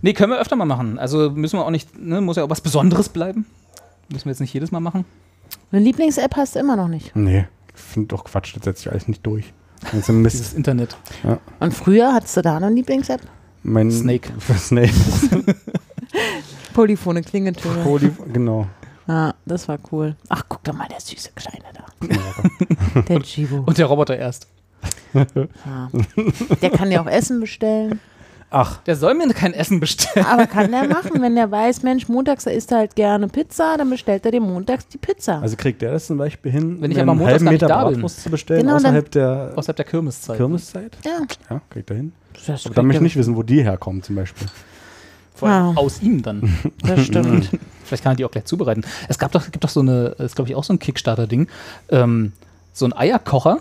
Speaker 2: Nee, können wir öfter mal machen. Also müssen wir auch nicht, ne, muss ja auch was Besonderes bleiben. Müssen wir jetzt nicht jedes Mal machen.
Speaker 1: Eine Lieblings-App hast du immer noch nicht.
Speaker 3: Nee, ich finde doch Quatsch, das setzt sich alles nicht durch. Das ist ein Mist.
Speaker 2: Dieses Internet.
Speaker 1: Und früher hattest du da eine Lieblings-App?
Speaker 3: Mein
Speaker 2: Snake.
Speaker 3: Snake.
Speaker 1: Polyphone Klingeltöne.
Speaker 3: Poly genau.
Speaker 1: Ja, das war cool. Ach, guck doch mal, der süße Kleine da. Der Chibo.
Speaker 2: Und der Roboter erst.
Speaker 1: Ja. Der kann ja auch Essen bestellen.
Speaker 3: Ach,
Speaker 2: Der soll mir kein Essen bestellen.
Speaker 1: Aber kann der machen, wenn der weiß, Mensch, montags da isst er halt gerne Pizza, dann bestellt er dir montags die Pizza.
Speaker 3: also kriegt der das zum Beispiel hin,
Speaker 2: Wenn ich
Speaker 3: mir
Speaker 2: aber
Speaker 3: einen
Speaker 2: montags
Speaker 3: halben
Speaker 2: gar nicht
Speaker 3: Meter
Speaker 2: da bin.
Speaker 3: Bratwurst zu bestellen
Speaker 1: Genau, dann-
Speaker 3: außerhalb der
Speaker 2: Außerhalb der Kirmeszeit.
Speaker 3: Kirmeszeit?
Speaker 1: ja.
Speaker 3: Ja, kriegt er hin.
Speaker 1: Das,
Speaker 3: Aber dann möchte ich nicht wissen, wo die herkommen zum Beispiel.
Speaker 2: Vor allem
Speaker 1: Wow.
Speaker 2: aus ihm dann.
Speaker 1: das stimmt.
Speaker 2: Vielleicht kann er die auch gleich zubereiten. Es gab doch, gibt doch so eine, ist glaube ich auch so ein Kickstarter-Ding. Ähm, so ein Eierkocher,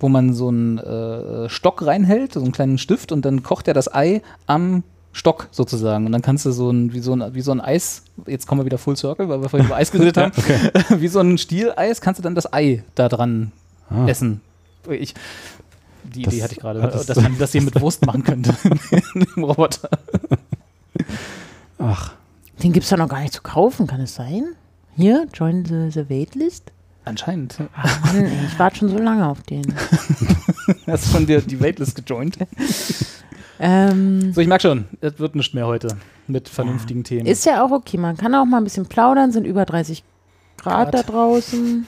Speaker 2: wo man so einen äh, Stock reinhält, so einen kleinen Stift und dann kocht er das Ei am Stock sozusagen. Und dann kannst du so ein, wie so ein, wie so ein Eis, jetzt kommen wir wieder Full Circle, weil wir vorhin über Eis geredet haben, wie so ein Stieleis kannst du dann das Ei da dran
Speaker 3: Ah.
Speaker 2: essen. Ich, die
Speaker 3: Das-
Speaker 2: Idee hatte ich gerade,
Speaker 3: ah, das-
Speaker 2: dass man das hier mit Wurst machen könnte. Im Roboter.
Speaker 3: Ach,
Speaker 1: Den gibt's ja noch gar nicht zu kaufen, kann es sein? Hier, join the, the waitlist.
Speaker 2: Anscheinend.
Speaker 1: Mann, ey, ich warte schon so lange auf den.
Speaker 2: Hast von dir die Waitlist gejoint.
Speaker 1: Ähm,
Speaker 2: So, ich merke schon, es wird nicht mehr heute mit vernünftigen Themen.
Speaker 1: ist ja auch okay, man kann auch mal ein bisschen plaudern, sind über 30 Grad, da
Speaker 2: Grad.
Speaker 1: draußen.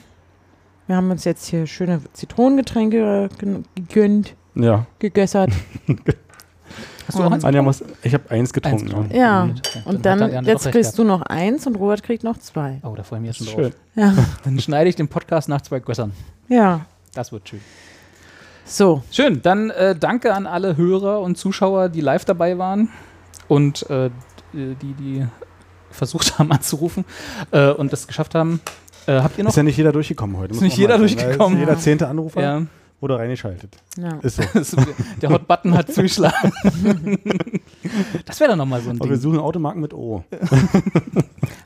Speaker 1: Wir haben uns jetzt hier schöne Zitronengetränke äh, gen- gegönnt,
Speaker 3: ja.
Speaker 1: gegössert.
Speaker 2: Hast du auch eins?
Speaker 3: Anja muss, ich habe eins getrunken.
Speaker 2: getrunken.
Speaker 1: Ja,
Speaker 3: ja.
Speaker 2: Ja,
Speaker 1: und
Speaker 2: dann
Speaker 1: dann,
Speaker 2: hat er doch
Speaker 1: jetzt
Speaker 2: recht
Speaker 1: kriegst du noch eins und Robert kriegt noch zwei.
Speaker 2: Oh, da freue ich mich jetzt schon
Speaker 3: Schön.
Speaker 2: drauf.
Speaker 1: Ja.
Speaker 2: Dann schneide ich den Podcast nach zwei Gössern.
Speaker 1: ja.
Speaker 2: Das wird schön.
Speaker 1: So,
Speaker 2: Schön, dann äh, danke an alle Hörer und Zuschauer, die live dabei waren und äh, die, die versucht haben anzurufen äh, und das geschafft haben. Äh, habt ihr noch?
Speaker 3: Ist ja nicht jeder durchgekommen
Speaker 2: Ist
Speaker 3: heute. muss
Speaker 2: nicht
Speaker 3: man
Speaker 2: jeder
Speaker 3: mal sagen. Da
Speaker 2: durchgekommen.
Speaker 3: Ist jeder zehnte Anrufer
Speaker 2: Ja,
Speaker 3: wurde reingeschaltet.
Speaker 1: ja.
Speaker 3: Ist so.
Speaker 2: das, der Hot Button hat zugeschlagen. das wäre dann nochmal so ein
Speaker 3: Und wir
Speaker 2: Ding.
Speaker 3: suchen Automarken mit O.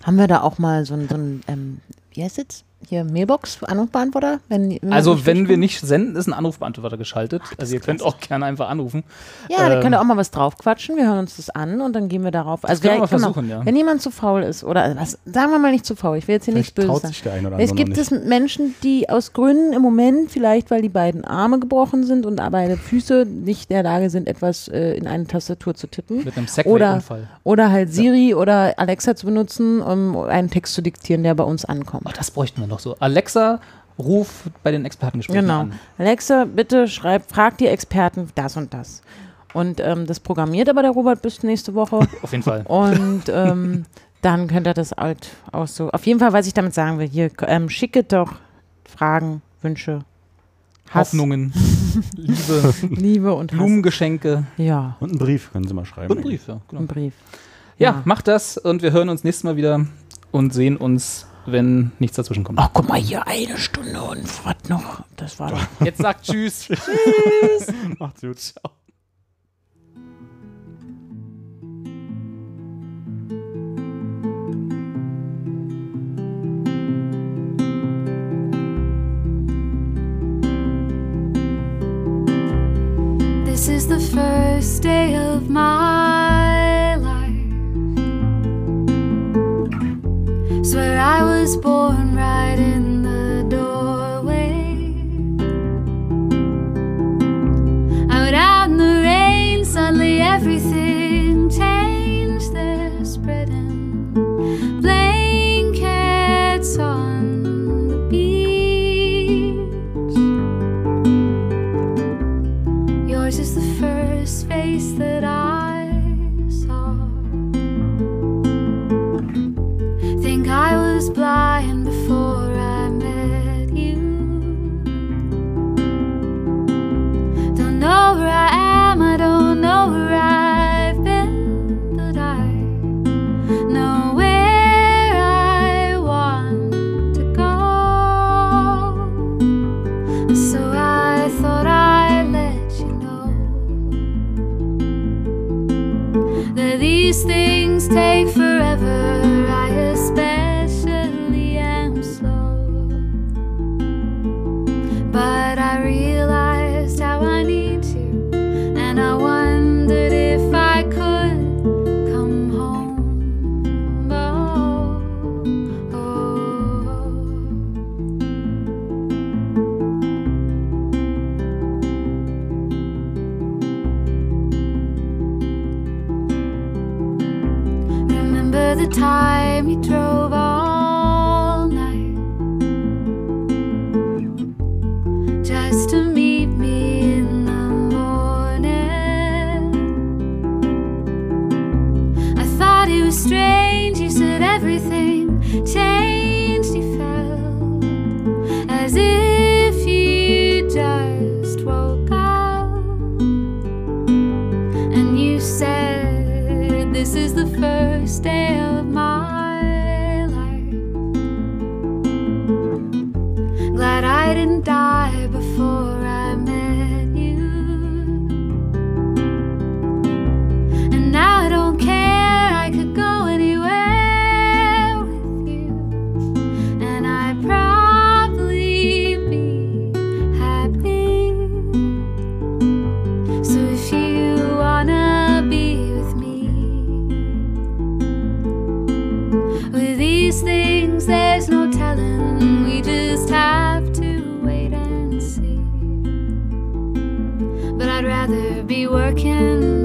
Speaker 1: haben wir da auch mal so ein, so ein ähm, wie heißt es?
Speaker 7: hier Mailbox, Anrufbeantworter? Wenn, wenn
Speaker 2: Also
Speaker 7: das
Speaker 2: wenn wir
Speaker 7: verstehen?
Speaker 2: nicht senden, ist ein Anrufbeantworter geschaltet. also ihr könnt auch gerne einfach anrufen.
Speaker 7: Ja, da
Speaker 2: ähm,
Speaker 7: könnt ihr auch mal was draufquatschen. Wir hören uns das an und dann gehen wir darauf. Also
Speaker 2: können wir
Speaker 7: wer-
Speaker 2: mal
Speaker 7: genau,
Speaker 2: versuchen, ja.
Speaker 7: Wenn jemand zu faul ist oder also was, sagen wir mal nicht zu faul, ich will jetzt hier
Speaker 3: Vielleicht
Speaker 7: nichts
Speaker 3: traut sich
Speaker 7: Böses sagen.
Speaker 3: der eine oder
Speaker 7: Es
Speaker 3: andere
Speaker 7: gibt
Speaker 3: noch
Speaker 7: es Menschen, die aus Gründen im Moment, vielleicht weil die beiden Arme gebrochen sind und beide Füße nicht in der Lage sind, etwas äh, in eine Tastatur zu tippen.
Speaker 2: Mit einem
Speaker 7: oder,
Speaker 2: Segway-Unfall.
Speaker 7: oder halt Siri oder Alexa zu benutzen, um einen Text zu diktieren, der bei uns
Speaker 2: Oh,
Speaker 7: ankommt.
Speaker 2: das bräuchten wir noch so. Alexa, ruf bei den Expertengesprächen
Speaker 7: Genau.
Speaker 2: an.
Speaker 7: Alexa, bitte schreib, frag die Experten das und das. Und ähm, das programmiert aber der Robert bis nächste Woche.
Speaker 2: Auf jeden Fall.
Speaker 7: Und ähm, dann könnt ihr das alt auch so. Auf jeden Fall, was ich damit sagen will, hier ähm, schicket doch Fragen, Wünsche, Hass,
Speaker 2: Hoffnungen, Liebe,
Speaker 7: Liebe und Hass.
Speaker 2: Blumengeschenke
Speaker 7: Ja,
Speaker 3: Und einen Brief können Sie mal schreiben.
Speaker 2: und einen Brief. Ja, genau.
Speaker 7: ein Brief.
Speaker 2: ja,
Speaker 7: Ja.
Speaker 2: macht das und wir hören uns nächstes Mal wieder und sehen uns, wenn nichts dazwischen kommt.
Speaker 7: Ach, guck mal hier, eine Stunde und was noch. Das war doch.
Speaker 2: Jetzt sagt Tschüss.
Speaker 3: Macht's gut.
Speaker 8: This is the first day of my life. Swear I was born right in the doorway. I went out in the rain, suddenly everything changed. They're spreading blankets on the beach. Yours is the first face that I saw. Think I was blind before I met you. Don't know where I am, I don't know where I've been, but I know where I want to go. So I thought I'd let you know that these things take forever. I especially am slow, but I realized how I need you, and I wondered if I could come home. Oh, oh. Remember the time you drove all night just to meet me in the morning. I thought it was strange. You said everything changed. You felt as if you just woke up. And you said, This is the first day of my life. Glad I didn't die before I met you. And now I don't care, I could go anywhere with you. And I'd probably be happy. So if you wanna be with me, with these things there's no telling, we just have to wait and see. But I'd rather be working